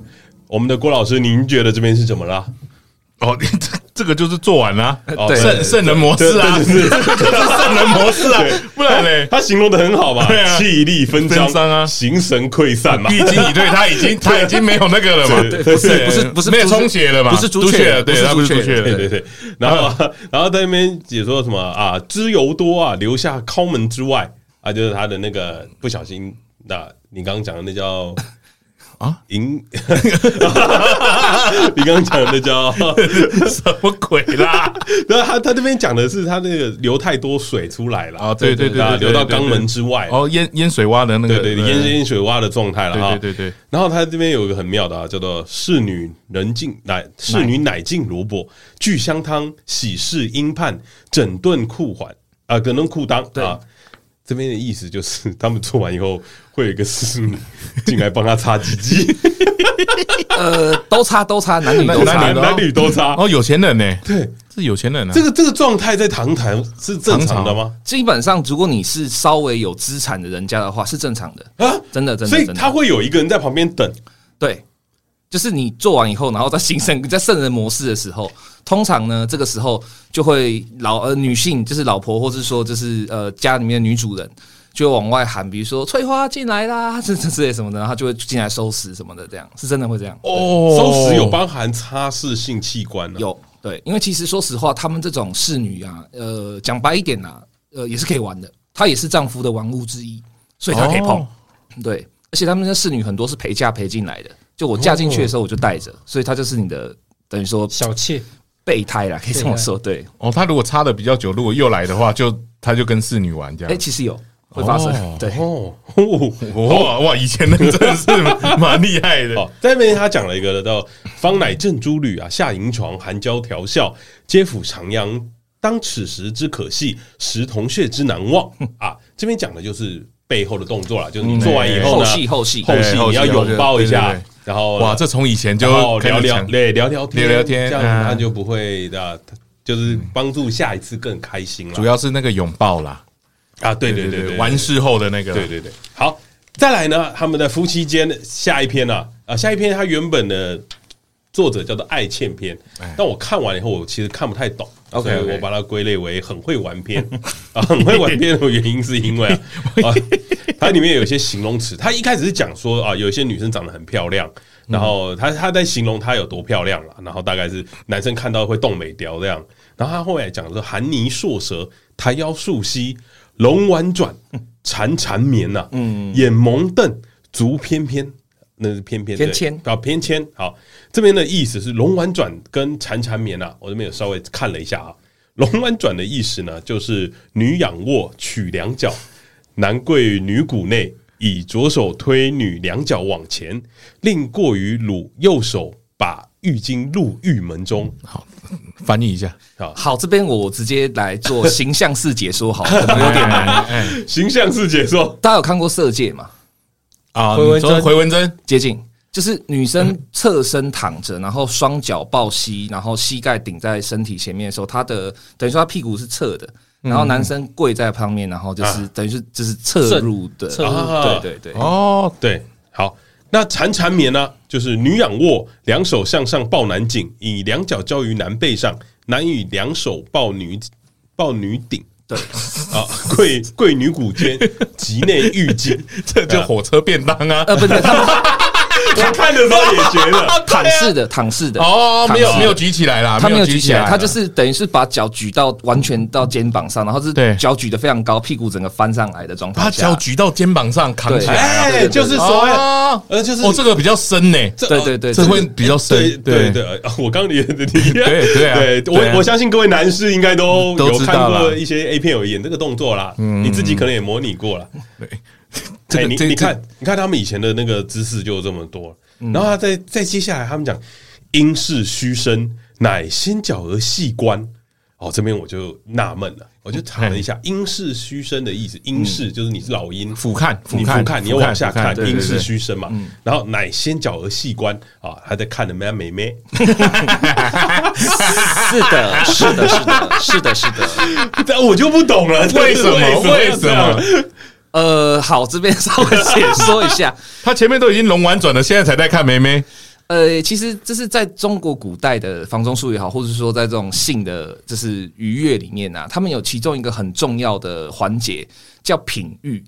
Speaker 2: 我们的郭老师，您觉得这边是怎么了？
Speaker 1: 哦， 这这个就是做完啦，
Speaker 2: 哦
Speaker 3: 对
Speaker 1: 圣圣人模式啊，
Speaker 2: 这
Speaker 1: 这
Speaker 2: 这就是
Speaker 1: 就是圣人模式 啊，不然嘞，
Speaker 2: 他形容的很好吧
Speaker 1: 对？啊
Speaker 2: 气力分张
Speaker 1: 分张啊
Speaker 2: 形神溃散嘛。
Speaker 1: 浴巾已退，他已经他已经没有那个了嘛，
Speaker 2: 对
Speaker 3: 不是不是不是
Speaker 1: 没有充血了嘛，
Speaker 3: 不是朱
Speaker 1: 朱
Speaker 3: 雀
Speaker 1: 了，对，他不
Speaker 3: 不是
Speaker 1: 是
Speaker 3: 朱
Speaker 1: 朱
Speaker 3: 雀
Speaker 1: 雀了，
Speaker 2: 对对
Speaker 1: 对
Speaker 2: 对，然后 啊然后在那边解说什么啊，知油多啊，留下肛门之外啊，就是他的那个不小心，那、你刚刚讲的那叫
Speaker 1: 啊，
Speaker 2: 银， 你刚刚讲 的叫，
Speaker 1: 什么鬼啦？
Speaker 2: 那他他这边讲的是他那个流太多水出来了
Speaker 1: 啊，对对对
Speaker 2: 啊
Speaker 1: 对，
Speaker 2: 流到肛门之外，
Speaker 1: 哦，淹淹水蛙的那
Speaker 2: 对
Speaker 1: 个，
Speaker 2: 对对，淹淹水蛙的状态了
Speaker 1: 对
Speaker 2: 啊，
Speaker 1: 对对对，
Speaker 2: 然后他这边有一个很妙的啊，叫做“侍女人尽乃侍女乃尽萝卜，聚香汤喜事应判，整顿裤环啊，整顿裤裆啊。”这边的意思就是，他们做完以后，会有一个侍女进来帮他擦 鸡鸡，
Speaker 3: 呃，都差都差，男女都
Speaker 1: 男
Speaker 3: 差
Speaker 1: 女
Speaker 2: 男。
Speaker 1: 的
Speaker 2: 男女都擦。
Speaker 1: 哦，有钱人呢？
Speaker 2: 对，
Speaker 1: 是有钱人啊
Speaker 2: 这。个这个状态在唐朝是正常的吗？
Speaker 3: 基本上，如果你是稍微有资产的人家的话，是正常的。
Speaker 2: 啊，
Speaker 3: 真的，真的，
Speaker 2: 所以
Speaker 3: 真的
Speaker 2: 他会有一个人在旁边等，
Speaker 3: 对，就是你做完以后，然后在形成在圣人模式的时候，通常呢，这个时候就会老呃女性就是老婆，或是说就是呃家里面的女主人，就会往外喊，比如说翠花进来啦，这这之类什么的，然后她就会进来收拾什么的，这样是真的会这样。
Speaker 1: 哦
Speaker 2: 收拾有包含擦拭性器官啊呢。
Speaker 3: 有对，因为其实说实话，他们这种侍女啊，呃，讲白一点啊，呃，也是可以玩的，她也是丈夫的玩物之一，所以她可以碰。
Speaker 1: 哦
Speaker 3: 对，而且他们的侍女很多是陪嫁陪进来的，就我嫁进去的时候我就带着，所以她就是你的等于说
Speaker 4: 小妾，
Speaker 3: 备胎啦，可以这么说。对，
Speaker 1: 哦，他如果擦的比较久，如果又来的话，就他就跟侍女玩这
Speaker 3: 哎，
Speaker 1: 样。
Speaker 3: 其实有会发
Speaker 1: 哦
Speaker 3: 生，对，
Speaker 2: 哦哦，
Speaker 1: 哇哇，以前人真的是蛮厉害的
Speaker 2: 哦，在那边他讲了一个叫“方乃正珠履啊，下银床，含胶调笑，皆抚长阳。当此时之可惜，时同穴之难忘 啊。”这边讲的就是背后的动作啦，就是你做完以后
Speaker 3: 嗯后
Speaker 2: 呢，
Speaker 3: 戏后戏，
Speaker 2: 后
Speaker 1: 对
Speaker 2: 戏
Speaker 1: 后
Speaker 2: 你
Speaker 1: 戏
Speaker 2: 要拥抱一
Speaker 1: 对
Speaker 2: 下
Speaker 1: 对对，
Speaker 2: 然后
Speaker 1: 哇！这从以前
Speaker 2: 然
Speaker 1: 就
Speaker 2: 后
Speaker 1: 开始
Speaker 2: 聊哦聊
Speaker 1: 讲
Speaker 2: 对聊聊天
Speaker 1: 聊聊天
Speaker 2: 这
Speaker 1: 嗯
Speaker 2: 样他就不会的，就是帮助下一次更开心了。
Speaker 1: 主要是那个拥抱啦，
Speaker 2: 啊，对对对对，
Speaker 1: 完事后的那个，
Speaker 2: 对对对，好，再来呢，他们的夫妻间下一篇啊，啊，下一篇它原本的作者叫做《爱欠篇》，但我看完以后，我其实看不太懂。
Speaker 3: 哎 OK，
Speaker 2: 所以
Speaker 3: OK
Speaker 2: 我把它归类为很会玩篇 啊，很会玩篇的原因是因 为啊，啊它里面有一些形容词，它一开始是讲说啊，有一些女生长得很漂亮，
Speaker 3: 嗯
Speaker 2: 然后她她在形容她有多漂亮了，然后大概是男生看到会动美雕这样，然后她后来讲说含泥硕舌，抬腰竖膝，龙婉转，缠缠绵呐，嗯，眼蒙瞪，足翩翩。那是翩翩
Speaker 3: 翩
Speaker 2: 对
Speaker 3: 跹
Speaker 2: 啊，偏签好，这边的意思是龙丸转跟缠缠绵啊，我这边有稍微看了一下啊，龙丸转的意思呢，就是女仰卧取两脚，男跪女骨内，以左手推女两脚往前，另过于乳右手把浴巾入浴门中
Speaker 1: 好，翻译一下，
Speaker 2: 啊，
Speaker 3: 好，这边我直接来做形象式解说，好了， 可能有点难。
Speaker 1: 哎
Speaker 2: 形象是解说
Speaker 3: 大家有看过《色戒》吗？
Speaker 1: 啊，
Speaker 4: 回
Speaker 1: 你
Speaker 4: 文针
Speaker 1: 说回文针，
Speaker 3: 接近，就是女生侧身躺着，然后双脚抱膝，然后膝盖顶在身体前面的时候，她的等于说她屁股是侧的，然后男生跪在旁边，然后就是等于是就是侧入的，
Speaker 4: 侧入
Speaker 2: 啊
Speaker 3: 嗯对对对，
Speaker 1: 哦，
Speaker 2: 对，好。那缠缠绵呢，就是女仰卧，两手向上抱男颈，以两脚交于男背上，男以两手抱女抱女顶。
Speaker 3: 对
Speaker 2: 啊，贵贵女骨间，及内浴巾。
Speaker 1: 这就火车便当啊，
Speaker 3: 呃，不是他们
Speaker 2: 我看的时候也觉得，
Speaker 3: 躺式的，躺式的。
Speaker 1: 哦，没
Speaker 3: 躺
Speaker 1: 有
Speaker 3: 式
Speaker 1: 没有举起来啦，
Speaker 3: 他没有举
Speaker 1: 起
Speaker 3: 起来，
Speaker 1: 来，
Speaker 3: 他就是等于是把脚举到完全到肩膀上，然后是
Speaker 1: 对
Speaker 3: 脚举得非常高，屁股整个翻上来的状态
Speaker 1: 把
Speaker 3: 下
Speaker 1: 脚，举到肩膀上扛起来啊，
Speaker 3: 对
Speaker 2: 哎，
Speaker 3: 对
Speaker 2: 就是所谓的，
Speaker 1: 哦
Speaker 2: 呃，就是
Speaker 1: 哦，这个比较深呢，
Speaker 2: 这
Speaker 3: 对对对，
Speaker 1: 这会比较
Speaker 2: 对
Speaker 1: 深，
Speaker 2: 对对，呃我刚你的理
Speaker 1: 对对啊
Speaker 2: 对
Speaker 1: 对啊
Speaker 2: 我我相信各位男士应该都
Speaker 1: 都
Speaker 2: 有
Speaker 1: 知
Speaker 2: 看
Speaker 1: 道啦嗯
Speaker 2: 过一些 A 片有演这个动作啦，你自己可能也模拟过了。
Speaker 1: 这
Speaker 2: 哎，
Speaker 1: 个嗯
Speaker 2: 你
Speaker 1: 这
Speaker 2: 你
Speaker 1: 这
Speaker 2: 看，你看他们以前的那个姿势就这么多，然后他再再接下来，他们讲因势虚身，乃先脚而细观。哦，这边我就纳闷了，我就查了一下，因势虚身的意思，因势就是你是老鹰，
Speaker 1: 嗯俯瞰俯
Speaker 2: 你俯
Speaker 1: 瞰
Speaker 2: 瞰，你
Speaker 1: 俯
Speaker 2: 要
Speaker 1: 瞰
Speaker 2: 往下看
Speaker 1: 俯瞰，对嗯
Speaker 2: 因势
Speaker 1: 对
Speaker 2: 虚身嘛。然后乃先脚而细观啊，他在看的妹妹妹，
Speaker 3: 是的，是的，是的，是的，是的。
Speaker 2: 但我就不懂了，
Speaker 1: 为什么
Speaker 2: 为
Speaker 1: 为
Speaker 2: 什
Speaker 1: 什
Speaker 2: 么
Speaker 1: 么？？
Speaker 3: 呃，好，这边稍微解说一下，
Speaker 1: 他前面都已经龙婉转了，现在才在看梅梅，
Speaker 3: 呃，其实这是在中国古代的房中术也好，或者是说在这种性的就是愉悦里面啊，他们有其中一个很重要的环节叫品欲。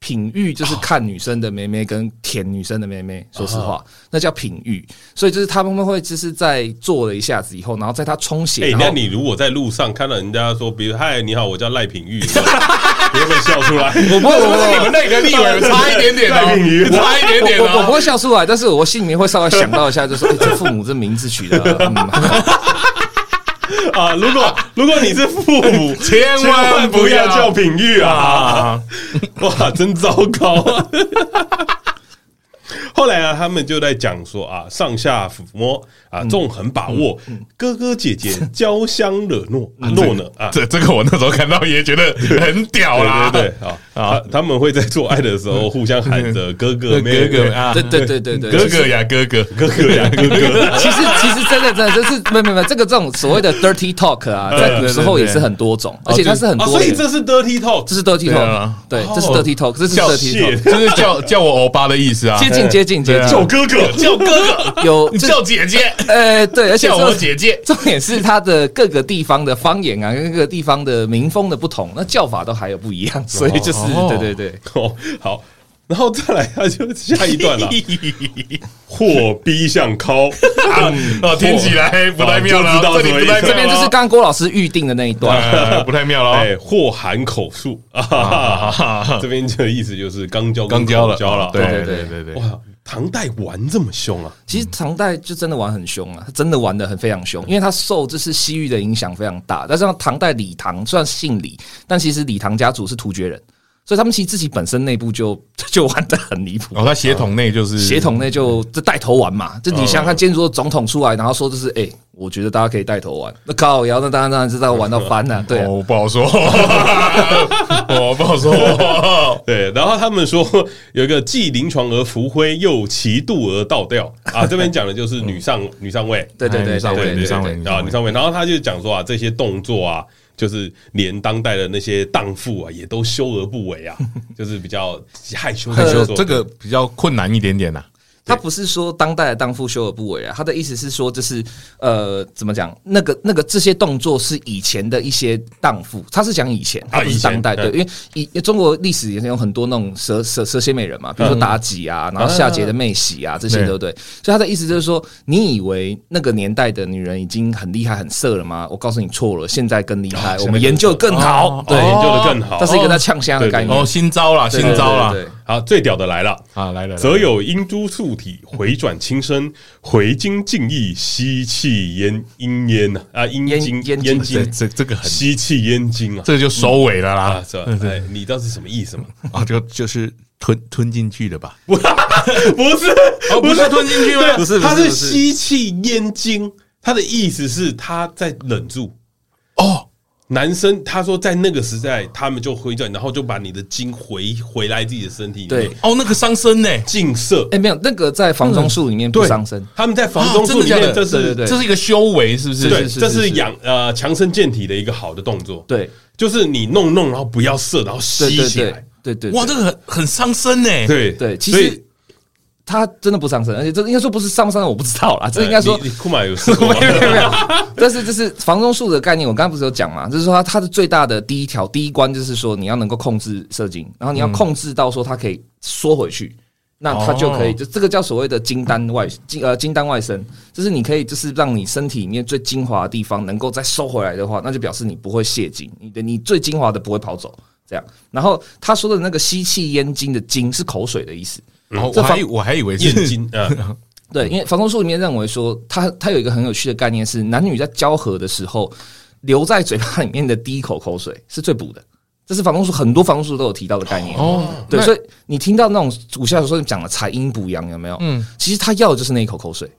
Speaker 3: 品育就是
Speaker 2: 哦
Speaker 3: 看女生的妹妹跟舔女生的妹妹，说实
Speaker 2: 哦
Speaker 3: 话，那叫品育。所以就是他们会就是在做了一下子以后，然后在他充
Speaker 2: 哎、
Speaker 3: 血，然
Speaker 2: 那
Speaker 3: 后
Speaker 2: 你如果在路上看到人家说，比如嗨，你好，我叫赖品玉，你会不会笑出来？
Speaker 3: 我不会，我 不
Speaker 1: 你
Speaker 3: 会
Speaker 1: 们那里的立委 差一点点
Speaker 2: 赖品妤
Speaker 1: 哦，差一点点
Speaker 3: 我我我不
Speaker 1: 哦。
Speaker 3: 会笑出来，但是我心里面会稍微想到一下，就说、哎，这父母这名字取的，嗯，
Speaker 2: 啊，如果如果你是父母，
Speaker 1: 千
Speaker 2: 千万
Speaker 1: 万
Speaker 2: 不
Speaker 1: 不
Speaker 2: 要
Speaker 1: 要
Speaker 2: 叫品玉啊！
Speaker 1: 啊！
Speaker 2: 哇，真糟糕、啊。 后来啊，他们就在讲说啊，上下抚摸啊，纵横把握，哥哥姐姐交相惹怒，诺呢啊，
Speaker 1: 这这个我那时候看到也觉得很屌啦，
Speaker 2: 对对对啊啊
Speaker 1: 啊，
Speaker 2: 他们会在做爱的时候互相喊着哥哥妹
Speaker 1: 哥哥
Speaker 2: 妹。
Speaker 1: 啊，
Speaker 3: 嗯 对对对对对，
Speaker 1: 哥哥呀哥哥，
Speaker 2: 哥哥呀，哥 哥，
Speaker 3: 其实其实真的真的就是没有没有没有这个这种所谓的 dirty talk 啊，
Speaker 1: 呃对
Speaker 3: 在
Speaker 1: 对哦
Speaker 3: 古
Speaker 1: 对
Speaker 3: 时候也是很多种，而且它是很
Speaker 2: 啊，
Speaker 3: 多
Speaker 2: 所以
Speaker 3: 元，
Speaker 2: 这是 dirty talk，
Speaker 3: 这是 dirty
Speaker 1: 对
Speaker 3: talk，
Speaker 1: 啊
Speaker 3: 对，这是
Speaker 2: 哦
Speaker 3: dirty talk，这是
Speaker 1: 叫
Speaker 3: dirty talk，嗯
Speaker 1: 就是叫叫我欧巴的意思啊，
Speaker 3: 接近接
Speaker 1: 对
Speaker 3: 近接近
Speaker 1: 啊
Speaker 2: 叫哥哥，叫哥哥，
Speaker 3: 有
Speaker 1: 你
Speaker 3: 这
Speaker 1: 叫姐姐，
Speaker 3: 呃对，而且
Speaker 1: 叫
Speaker 3: 这
Speaker 1: 我
Speaker 3: 个
Speaker 1: 姐姐，
Speaker 3: 重点是它的各个地方的方言啊，跟各个地方的民风的不同，那叫法都还有不一样，所以就是
Speaker 1: 哦
Speaker 3: 对对对，
Speaker 2: 哦，好，然后再来，他就下一段了。货逼向靠，
Speaker 1: 哦，听起来不太妙了，这
Speaker 2: 哦就知道
Speaker 1: 里
Speaker 2: 什么意
Speaker 1: 不
Speaker 2: 思
Speaker 1: 太妙
Speaker 2: 了
Speaker 1: 了，
Speaker 3: 这边就是刚刚郭老师预定的那一段，
Speaker 1: 呃不太妙了哦。
Speaker 2: 哎，货含口述啊，
Speaker 1: 啊
Speaker 2: 这边的意思就是刚交跟
Speaker 1: 刚交了，
Speaker 2: 口交了，
Speaker 1: 对
Speaker 2: 啊
Speaker 1: 对
Speaker 3: 对
Speaker 1: 对对对，
Speaker 2: 哇，唐代玩这么凶啊！
Speaker 3: 其实唐代就真的玩很凶啊，他真的玩的很非常凶，因为他受就是西域的影响非常大。但是唐代李唐虽然姓李，但其实李唐家族是突厥人，所以他们其实自己本身内部就 就玩的很离谱。
Speaker 1: 哦，他血统内就是哦
Speaker 3: 协同内就这带头玩嘛，这你想想看，今天如果总统出来，然后说就是，哎、我觉得大家可以带头玩，那靠，然后那当然当然知道玩到翻了、对、啊，
Speaker 1: 哦，不好说， 我不好说。
Speaker 2: 对，然后他们说有一个既临床而浮灰，又其度而倒吊 啊，这边讲的就是女上女上位，
Speaker 3: 对对对
Speaker 1: 哎嗯女
Speaker 3: 对对对
Speaker 1: 上位，
Speaker 3: 对
Speaker 1: 女上位，女
Speaker 2: 啊，
Speaker 1: 上
Speaker 2: 你
Speaker 1: 位。
Speaker 2: 上面，然后他就讲说啊，这些动作啊，就是连当代的那些荡妇啊，也都羞而不为啊， 就是比较害羞的
Speaker 1: 就
Speaker 2: 动作。
Speaker 1: 这个比较困难一点点啊呐，
Speaker 3: 他不是说当代的荡妇羞而不为啊，他的意思是说，就是呃，怎么讲？那个那个这些动作是以前的一些荡妇，他是讲以前，他不
Speaker 2: 以
Speaker 3: 是
Speaker 2: 前
Speaker 3: 当代。
Speaker 2: 嗯
Speaker 3: 对，因为以因为中国历史也是有很多那种蛇蛇蛇蝎美人嘛，比如说妲己啊，然后夏桀的妹喜啊，这些对不对？所以他的意思就是说，你以为那个年代的女人已经很厉害很色了吗？我告诉你错了，现在更厉害，我们研究得更好
Speaker 1: 哦，
Speaker 3: 对，
Speaker 2: 研究的更好
Speaker 3: 这是一个在呛香的概
Speaker 1: 哦，
Speaker 3: 念，
Speaker 1: 新招啦，新
Speaker 3: 对对
Speaker 1: 招啦
Speaker 3: 对，对对
Speaker 2: 好，最屌的来了。
Speaker 1: 啊，来了，
Speaker 2: 则有阴珠素体回转轻身，回精尽意，吸气烟阴烟呐啊，阴
Speaker 3: 烟
Speaker 2: 精
Speaker 3: 烟
Speaker 2: 烟
Speaker 3: 精
Speaker 1: 这
Speaker 2: 精，
Speaker 1: 这这个很，
Speaker 2: 吸气烟精啊
Speaker 1: 这个就收尾了
Speaker 2: 啊，
Speaker 1: 啦，
Speaker 2: 是吧？哎，你知道是什么意思吗？
Speaker 1: 啊，就就是吞吞进去的吧？
Speaker 2: 不是，
Speaker 1: 哦不是吞进去吗
Speaker 2: 对
Speaker 1: 不
Speaker 3: 是不是
Speaker 2: 它
Speaker 3: 不
Speaker 2: 是
Speaker 3: 是
Speaker 2: 吸气烟精，它的意思是他在忍住。
Speaker 1: 哦，
Speaker 2: 男生他说，在那个时代，他们就回转，然后就把你的精回回来自己的身体里面
Speaker 3: 对。
Speaker 1: 哦，那个伤身呢？
Speaker 2: 净色
Speaker 3: 哎、没有，那个在防中术里面不伤身。
Speaker 2: 他们在房中术里
Speaker 1: 啊真
Speaker 2: 面，
Speaker 1: 的假的
Speaker 2: 这是
Speaker 3: 对对
Speaker 1: 这是一个修为，是不是？
Speaker 2: 对，
Speaker 3: 是是
Speaker 2: 这
Speaker 3: 是
Speaker 2: 是
Speaker 3: 是
Speaker 2: 养呃强身健体的一个好的动作。，
Speaker 3: 对
Speaker 2: 就是你弄弄，然后不要射，然后
Speaker 3: 对
Speaker 2: 吸
Speaker 3: 对
Speaker 2: 起
Speaker 3: 对
Speaker 2: 来。
Speaker 3: 对对，
Speaker 1: 哇，这个很很伤身呢。
Speaker 2: 对
Speaker 3: 对，其
Speaker 2: 所以
Speaker 3: 实他真的不上身，而且这应该说不是上不上身我不知道啦，这应该说
Speaker 2: 呃你。你库玛有试过
Speaker 3: 没
Speaker 2: 吗
Speaker 3: 有没有没有，但是这是防中术的概念，我刚刚不是有讲嘛，就是说它它的最大的第一条第一关就是说你要能够控制射精，然后你要控制到说它可以缩回去，那它就可以
Speaker 1: 哦
Speaker 3: 就这个叫所谓的金丹外金呃金丹外伸，就是你可以就是让你身体里面最精华的地方能够再收回来的话，那就表示你不会泄精，你的你最精华的不会跑走。这样，然后他说的那个吸气咽精的精是口水的意思，
Speaker 1: 哦，我
Speaker 3: 这
Speaker 1: 还
Speaker 3: 防
Speaker 1: 以我还以为是
Speaker 2: 眼睛 啊，
Speaker 3: 对，因为防空术里面认为说，它它有一个很有趣的概念是，男女在交合的时候，留在嘴巴里面的第一口口水是最补的。这是防空术，很多防空术都有提到的概念。
Speaker 1: 哦，
Speaker 3: 对，
Speaker 1: 那
Speaker 3: 所以你听到那种武侠小说里讲的采阴补阳，有没有？嗯，其实他要的就是那一口口水。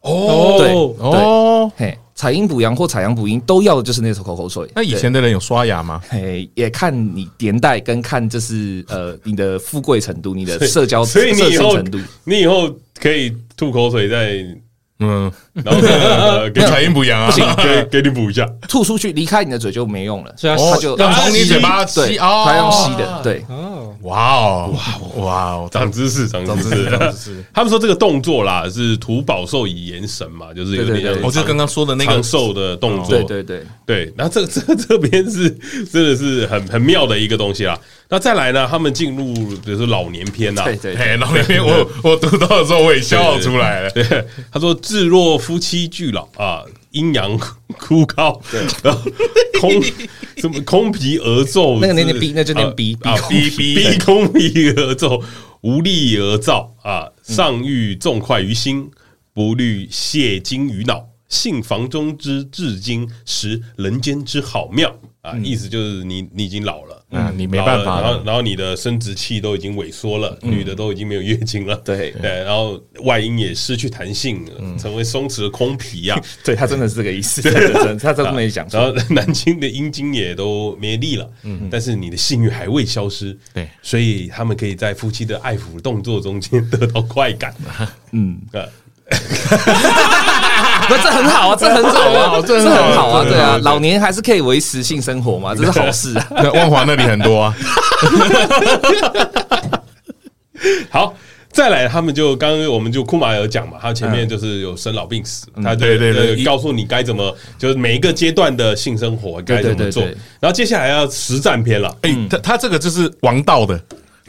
Speaker 1: 哦
Speaker 3: 对
Speaker 1: 哦，
Speaker 3: 嘿，采阴补阳或采阳补阴，都要的就是那口口口水。
Speaker 1: 那以前的人有刷牙吗？
Speaker 3: 对。嘿，也看你年代跟看就是呃你的富贵程度，你的社交
Speaker 2: 所以
Speaker 3: 社
Speaker 2: 你以
Speaker 3: 交
Speaker 2: 后
Speaker 3: 程度，
Speaker 2: 你以后可以吐口水在，
Speaker 1: 嗯，
Speaker 2: 然后呃 给
Speaker 1: 跟彩阴不一样啊，
Speaker 2: 给给你补一下。
Speaker 3: 吐出去离开你的嘴就没用了，
Speaker 4: 所以要
Speaker 3: 它
Speaker 1: 哦
Speaker 3: 就
Speaker 1: 要从你嘴巴
Speaker 3: 对，
Speaker 1: 吸哦，
Speaker 3: 它用吸的，对，
Speaker 4: 哦，哦，
Speaker 1: 哇哦，哇哦，
Speaker 2: 长知识，长
Speaker 1: 长
Speaker 2: 知
Speaker 1: 知识，
Speaker 2: 识。
Speaker 1: 长知识。
Speaker 2: 他们说这个动作啦，是图饱受以延神嘛，就是有
Speaker 3: 对对
Speaker 2: 点像
Speaker 3: 对哦
Speaker 1: 我就刚刚说的那
Speaker 2: 长
Speaker 1: 个
Speaker 2: 寿的动作，
Speaker 3: 对对对，
Speaker 2: 对，那这 这这边是真的是很很妙的一个东西啦。那再来呢，他们进入比如说老年篇啊啦、
Speaker 3: 对对对
Speaker 1: 哎，然后那边我我读到的时候我也笑出来了。
Speaker 2: 对， 他说至若夫妻俱老啊，阴阳枯槁，然后空什么空皮而奏，
Speaker 3: 那个念念 B，那就念 B，
Speaker 2: 啊
Speaker 3: 逼
Speaker 2: B B 逼空皮而奏，无力而燥啊，上欲纵快于心，不虑泻精于脑。信房中之至今，识人间之好妙啊！意思就是你你已经老了，
Speaker 1: 嗯你没办法了
Speaker 2: 然后然后你的生殖器都已经萎缩了，女的都已经没有月经了，
Speaker 3: 对
Speaker 2: 对，然后外阴也失去弹性了，成为松弛的空皮呀、啊
Speaker 3: 对他真的是这个意思，真的真的他真的没讲
Speaker 2: 然
Speaker 3: 错。
Speaker 2: 后南京的阴茎也都没力了，嗯，但是你的性欲还未消失，
Speaker 1: 对
Speaker 2: 所以他们可以在夫妻的爱抚动作中间得到快感，嗯，呃，
Speaker 3: 不，这很好啊，这很好啊，
Speaker 1: 这
Speaker 3: 这
Speaker 1: 很好
Speaker 3: 很好啊，
Speaker 1: 这很好
Speaker 3: 对啊
Speaker 1: 对对，对
Speaker 3: 老年还是可以维持性生活嘛，这是好事啊。
Speaker 1: 对万华那里很多啊，
Speaker 2: 好。再来，他们就刚刚我们就库马有讲嘛，他前面就是有生老病死，他
Speaker 1: 嗯对对对
Speaker 2: 呃告诉你该怎么，就是每一个阶段的性生活该怎么
Speaker 3: 对对对
Speaker 2: 做
Speaker 3: 对。
Speaker 2: 然后接下来要实战篇了，
Speaker 1: 哎，他他这个就是王道的，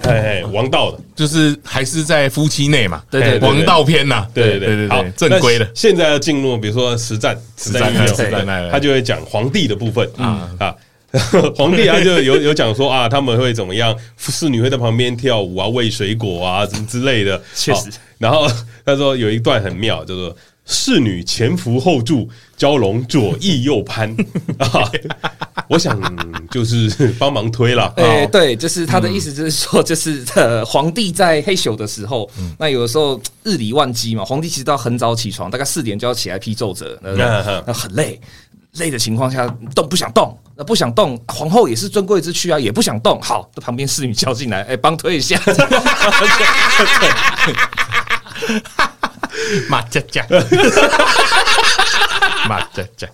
Speaker 2: 哎，哎王道的，
Speaker 1: 就是还是在夫妻内嘛，
Speaker 3: 对对对
Speaker 1: 王道篇呐，对
Speaker 2: 对
Speaker 1: 对
Speaker 2: 好
Speaker 1: 对，，正规的
Speaker 2: 那，现在要进入，比如说实战，实
Speaker 1: 战
Speaker 2: 应用
Speaker 1: 实战来来嗯
Speaker 2: 他就会讲皇帝的部分啊啊。 皇帝他就有有讲说啊，他们会怎么样？侍女会在旁边跳舞啊，喂水果啊，什么之类的。
Speaker 3: 确实
Speaker 2: 好然后他说有一段很妙，叫做“侍女前俯后助，蛟龙左翼右攀”啊。我想就是帮忙推了。
Speaker 3: 哎、
Speaker 2: 啊
Speaker 3: 对，就是他的意思，就是说， 就是呃，皇帝在黑宿的时候，那有的时候日理万机嘛，皇帝其实都要很早起床，大概四点就要起来批奏折，那
Speaker 2: 嗯哼
Speaker 3: 那很累，累的情况下动不想动，那不想动，皇后也是尊贵之躯啊，也不想动，好，这旁边侍女叫进来，哎、帮推一下，
Speaker 1: 马佳 佳，马佳佳，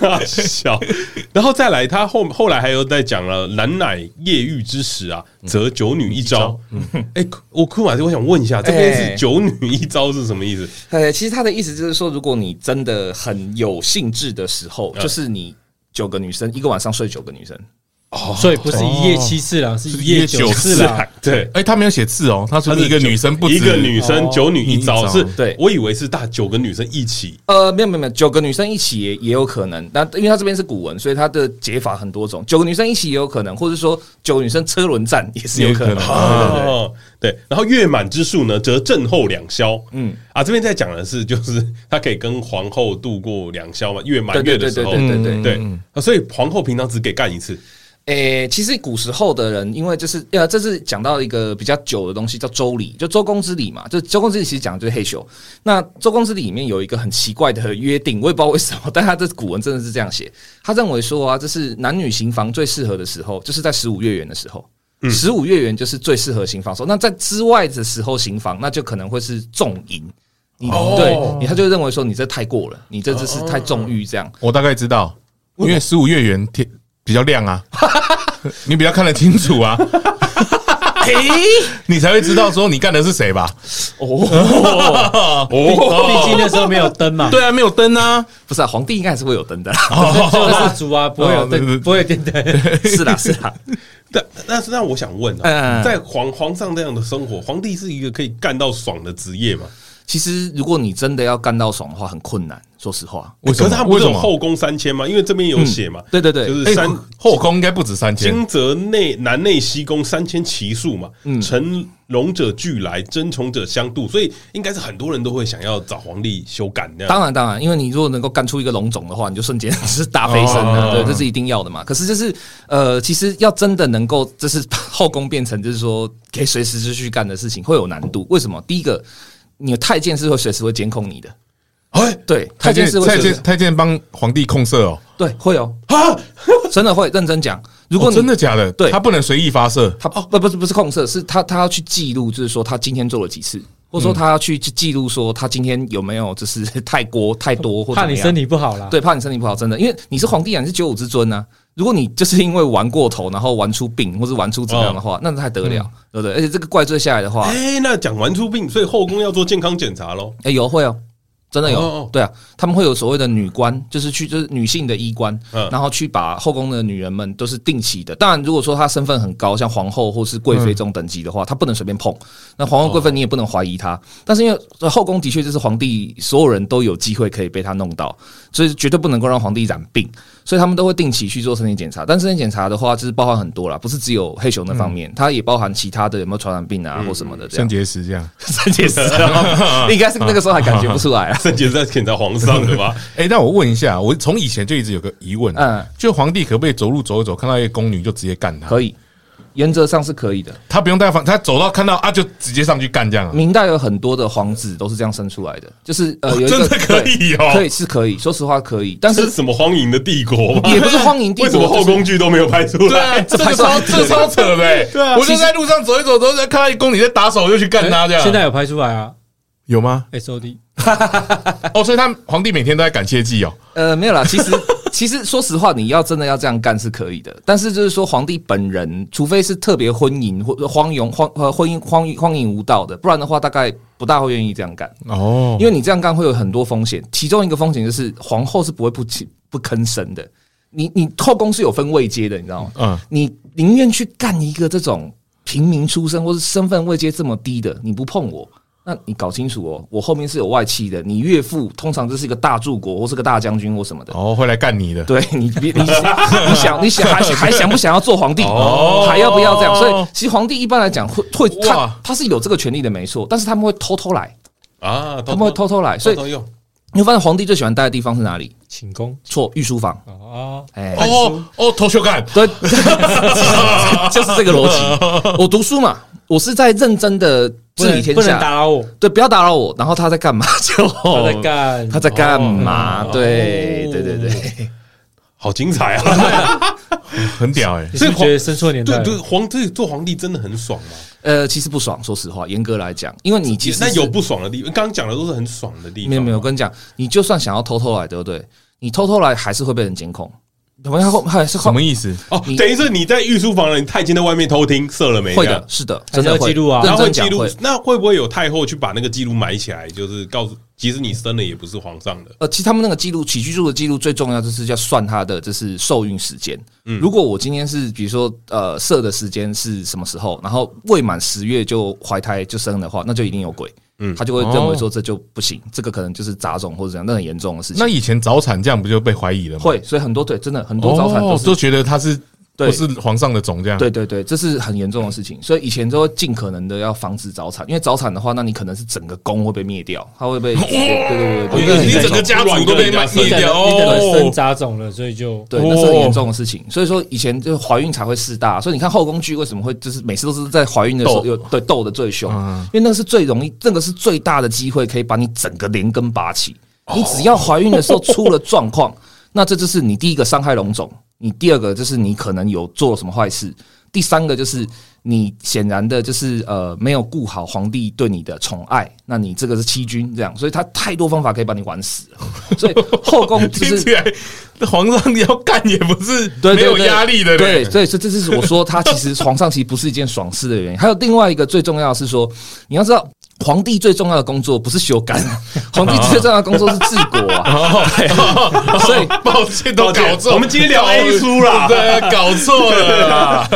Speaker 2: 大 小，然后再来，他后后来还有在讲了，男乃夜遇之时啊，则九女一招。哎、我库马斯，我想问一下，这边
Speaker 3: 哎
Speaker 2: 是九女一招是什么意思？
Speaker 3: 呃，其实他的意思就是说，如果你真的很有兴致的时候，
Speaker 2: 嗯
Speaker 3: 就是你九个女生一个晚上睡九个女生，
Speaker 4: 所以不是一夜七次郎，是一夜九
Speaker 1: 是
Speaker 4: 次
Speaker 1: 一夜九次
Speaker 4: 郎
Speaker 1: 郎。
Speaker 2: 对，
Speaker 1: 哎，他没有写字哦，他说
Speaker 2: 她是
Speaker 1: 一个女生不止
Speaker 2: 一个女生
Speaker 4: 哦
Speaker 2: 九女一招
Speaker 1: 一招
Speaker 2: 是，
Speaker 3: 对
Speaker 2: 我以为是大九个女生一起。
Speaker 3: 呃，没有没有没有，九个女生一起也也有可能。那因为它这边是古文，所以它的解法很多种。九个女生一起也有可能，或者说九个女生车轮战也是有可能
Speaker 1: 也有。可能
Speaker 2: 哦，对，然后月满之数呢，则正后两宵。嗯啊，这边在讲的是，就是她可以跟皇后度过两宵嘛，月满
Speaker 3: 对
Speaker 2: 月
Speaker 3: 对
Speaker 2: 的时
Speaker 3: 对对
Speaker 2: 候，
Speaker 3: 对对对。
Speaker 2: 对啊，所以皇后平常只给干一次。
Speaker 3: 诶、其实古时候的人，因为就是呃，这是讲到一个比较久的东西，叫周礼，就周公之礼嘛。就周公之礼其实讲的就是嘿咻。那周公之礼里面有一个很奇怪的约定，我也不知道为什么，但 他这古文真的是这样写。他认为说啊，这是男女行房最适合的时候，就是在十五月圆的时候。十五月圆就是最适合行房的时候，那在之外的时候行房，那就可能会是重淫。你、对，你他就认为说你这太过了，你这只是太纵欲这样。
Speaker 1: 我大概知道，因为十五月圆天比较亮啊， 你比较看得清楚 啊，
Speaker 3: 哎、
Speaker 1: 你才会知道说你干的是谁吧？
Speaker 3: 哦，
Speaker 4: 毕竟那时候没有灯 嘛，
Speaker 1: 对啊，没有灯啊，
Speaker 3: 不是啊，皇帝应该还是会有灯的啦。
Speaker 4: 只有蜡烛啊，不会有
Speaker 1: 哦
Speaker 4: 灯，不会有电灯。
Speaker 3: 是啦，是啦，
Speaker 2: 但但是那我想问啊，
Speaker 3: 嗯
Speaker 2: 在皇皇上这样的生活，皇帝是一个可以干到爽的职业嘛？
Speaker 3: 其实如果你真的要干到爽的话，很困难。说实话，
Speaker 1: 为什
Speaker 2: 可
Speaker 1: 么？
Speaker 2: 是他不
Speaker 1: 为
Speaker 2: 是
Speaker 1: 什
Speaker 2: 有
Speaker 1: 么？
Speaker 2: 后宫三千吗？因为这边有写嘛，
Speaker 3: 嗯对对对，
Speaker 2: 就是
Speaker 1: 哎
Speaker 2: 三
Speaker 1: 后宫应该不止三千，
Speaker 2: 金泽内南内西宫三千奇数嘛，
Speaker 3: 嗯
Speaker 2: 乘龙者俱来，争宠者相度，所以应该是很多人都会想要找皇帝修改那样。
Speaker 3: 当然当然，因为你如果能够干出一个龙种的话，你就瞬间是大飞升
Speaker 2: 哦
Speaker 3: 了，对，这是一定要的嘛。可是就是呃，其实要真的能够，这是后宫变成就是说可以随时就去干的事情，会有难度。为什么？第一个，你的太监是会随时会监控你的，
Speaker 2: 哎
Speaker 3: 对，
Speaker 1: 太
Speaker 3: 太监
Speaker 1: 监
Speaker 3: 是会
Speaker 1: 太
Speaker 3: 随时
Speaker 1: 监太监帮皇帝控射哦，
Speaker 3: 对会哦，
Speaker 2: 啊，
Speaker 3: 真的会认真讲。如
Speaker 1: 如
Speaker 3: 果你
Speaker 1: 哦真的假的，
Speaker 3: 对
Speaker 1: 他不能随意发射，
Speaker 3: 他
Speaker 4: 哦
Speaker 3: 不不是不是控色，是他他要去记录，就是说他今天做了几次，或者
Speaker 4: 嗯
Speaker 3: 说他要去记记录说他今天有没有就是 太过太多或
Speaker 4: 怕你身
Speaker 3: 体
Speaker 4: 体不好啦。
Speaker 3: 对怕你身体不好，真的，因为你是皇帝啊，你是九五之尊啊，如果你就是因为玩过头，然后玩出病或是玩出怎么样的
Speaker 4: 哦
Speaker 3: 话，那还得了，
Speaker 4: 嗯
Speaker 3: 对不对？而且这个怪罪下来的话，
Speaker 2: 哎，那讲完出病，所以后宫要做健康检查喽。
Speaker 3: 哎、有会哦，真的有，
Speaker 2: 哦哦
Speaker 3: 对啊，他们会有所谓的女官，就是去就是女性的医官，
Speaker 2: 嗯
Speaker 3: 然后去把后宫的女人们都是定期的。当然，如果说她身份很高，像皇后或是贵
Speaker 2: 嗯
Speaker 3: 妃这种等级的话，她不能随便碰。那皇后、贵
Speaker 2: 哦
Speaker 3: 妃你也不能怀疑她，但是因为后宫的确就是皇帝，所有人都有机会可以被她弄到，所以绝对不能够让皇帝染病。所以他们都会定期去做身体检查，但身体检查的话，就是包含很多啦，不是只有黑熊那
Speaker 2: 嗯
Speaker 3: 方面，它也包含其他的有没有传染病啊、或什么的这
Speaker 1: 肾
Speaker 3: 样。
Speaker 1: 结石这样。
Speaker 3: 肾结石啊，应该是那个时候还感觉不出来 啊。
Speaker 2: 肾结石在检查皇上的吧？
Speaker 1: 哎，那我问一下，我从以前就一直有个疑问，
Speaker 3: 嗯
Speaker 1: 就皇帝可不可以走路走一走，看到一个宫女就直接干她？
Speaker 3: 可以，原则上是可以的。
Speaker 1: 他不用带防，他走到看到啊就直接上去干这样啊？
Speaker 3: 明代有很多的皇子都是这样生出来的，就是呃，有一个
Speaker 1: 哦真的可
Speaker 3: 对
Speaker 1: 以哦
Speaker 3: 可以是可以，说实话可以， 但
Speaker 2: 这
Speaker 3: 是
Speaker 2: 是什么荒淫的帝国吧？
Speaker 3: 也不是荒淫帝国
Speaker 2: 为什么后宫剧都没有拍出
Speaker 1: 对啊，
Speaker 2: 来？
Speaker 1: 这个超这个超扯的、欸，对
Speaker 2: 啊
Speaker 1: 我就在路上走一走，走一走，看到一宫女在打手，我就去干她这样。
Speaker 4: 哎现在有拍出来啊
Speaker 1: 有吗？
Speaker 4: ，S O D
Speaker 1: 哦，所以他们皇帝每天都在感谢祭哦。
Speaker 3: 呃没有啦，其实 其实说实话，你要真的要这样干是可以的，但是就是说皇帝本人，除非是特别昏淫或者荒淫荒呃婚姻荒淫荒淫无道的，不然的话大概不大会愿意这样干。
Speaker 1: 哦，
Speaker 3: 因为你这样干会有很多风险，其中一个风险就是皇后是不会不起不吭声的。你你后宫是有分位阶的，你知道吗？
Speaker 1: 嗯
Speaker 3: 你宁愿去干一个这种平民出身或是身份位阶这么低的，你不碰我，那你搞清楚哦，我后面是有外戚的。你岳父通常就是一个大柱国或是个大将军或什么的。
Speaker 1: 哦，会来干你的。
Speaker 3: 对你别你你想你想还还想不想要做皇帝？
Speaker 1: 哦
Speaker 3: 还要不要这样？所以其实皇帝一般来讲会会他
Speaker 1: 哇
Speaker 3: 他是有这个权利的，没错，但是他们会偷偷来，
Speaker 2: 啊，
Speaker 3: 他们会偷偷来，所以
Speaker 2: 偷用
Speaker 3: 你会发现皇帝最喜欢待的地方是哪里？
Speaker 4: 寝宫
Speaker 3: 错，御书房。
Speaker 4: 啊，
Speaker 3: 哎、
Speaker 1: 哦哦，偷秀干。
Speaker 3: 对， 就是这个逻辑。我读书嘛，我是在认真的
Speaker 4: 哦不
Speaker 3: 治理
Speaker 4: 能
Speaker 3: 天
Speaker 4: 不能打
Speaker 3: 下，
Speaker 4: 扰我，
Speaker 3: 对，不要打扰我。然后他在干嘛？ 就
Speaker 4: 他在，干
Speaker 3: 他在干嘛？
Speaker 2: 哦
Speaker 3: 对，
Speaker 2: 哦
Speaker 3: 对，对，对。
Speaker 2: 好精彩啊！
Speaker 1: 很屌哎、
Speaker 4: 你是不是觉得生错年
Speaker 2: 对
Speaker 4: 代了？
Speaker 2: 对，皇这做皇帝真的很爽嘛？
Speaker 3: 呃，其实不爽，说实话，严格来讲，因为你其实
Speaker 2: 那
Speaker 3: 是
Speaker 2: 有不爽的地方，刚刚讲的都是很爽的地方。
Speaker 3: 没有没有，我，跟你讲，你就算想要偷偷来，对不对？你偷偷来还是会被人监控，好像后还是
Speaker 1: 什
Speaker 3: 后
Speaker 1: 么意思？
Speaker 2: 哦
Speaker 3: 你，
Speaker 2: 等于是你在御书房了，你太监在外面偷听射了没？
Speaker 3: 会
Speaker 2: 这样
Speaker 3: 的，，是的，
Speaker 4: 还
Speaker 3: 真
Speaker 4: 是要
Speaker 3: 的会
Speaker 4: 记录啊
Speaker 3: 认
Speaker 2: 然后会
Speaker 3: 真
Speaker 2: 记
Speaker 3: 讲
Speaker 2: 录
Speaker 3: 会。。
Speaker 2: 那会不会有太后去把那个记录埋起来？就是告诉，其实你生的也不是皇上的。
Speaker 3: 呃，其实他们那个记录，起居住的记录最重要就是要算它的就是受孕时间。如果我今天是比如说呃射的时间是什么时候，然后未满十月就怀胎就生的话，那就一定有鬼。嗯，他就会认为说这就不行，这个可能就是杂种或者怎样，那很严重的事情。
Speaker 1: 那以前早产这样不就被怀疑了吗？
Speaker 3: 会，所以很多对，真的很多早产都
Speaker 1: 哦
Speaker 3: 是
Speaker 1: 都觉得他是
Speaker 3: 对
Speaker 1: 不是皇上的种这样。
Speaker 3: 对对对，这是很严重的事情，所以以前都会尽可能的要防止早产，因为早产的话，那你可能是整个宫会被灭掉，它会被对对对
Speaker 2: 因
Speaker 3: 对
Speaker 2: 为
Speaker 3: 对，
Speaker 1: 你整个家族都被卖
Speaker 4: 你
Speaker 1: 灭
Speaker 4: 等
Speaker 1: 掉
Speaker 4: 了你等了生
Speaker 1: 哦。
Speaker 4: 杂种了，所以就
Speaker 3: 对，那是很严重的事情。所以说以前就是怀孕才会事大，所以你看后宫剧为什么会就是每次都是在怀孕的时候
Speaker 1: 斗
Speaker 3: 有对斗的最凶，
Speaker 1: 嗯
Speaker 3: 因为那个是最容易，那个是最大的机会可以把你整个连根拔起。
Speaker 1: 哦
Speaker 3: 你只要怀孕的时候出了状况， 那这就是你第一个伤害龙种，你第二个就是你可能有做了什么坏事，第三个就是你显然的就是呃没有顾好皇帝对你的宠爱，那你这个是欺君这样，所以他太多方法可以把你玩死了。所以 后宫就
Speaker 1: 听
Speaker 3: 是
Speaker 1: 起来皇上要干也不是
Speaker 3: 对，
Speaker 1: 没
Speaker 3: 对
Speaker 1: 有压力的嘞。
Speaker 3: 对，对所以这这就是我说他其实皇上其实不是一件爽事的原因。还有另外一个最重要的是说，你要知道。皇帝最重要的工作不是修改，皇帝最重要的工作是治国啊。
Speaker 1: 哦
Speaker 3: 对所以
Speaker 1: 抱歉，都
Speaker 2: 抱歉
Speaker 1: 搞错。
Speaker 2: 我们今天聊 A 书啦
Speaker 1: 对，搞错了 啦。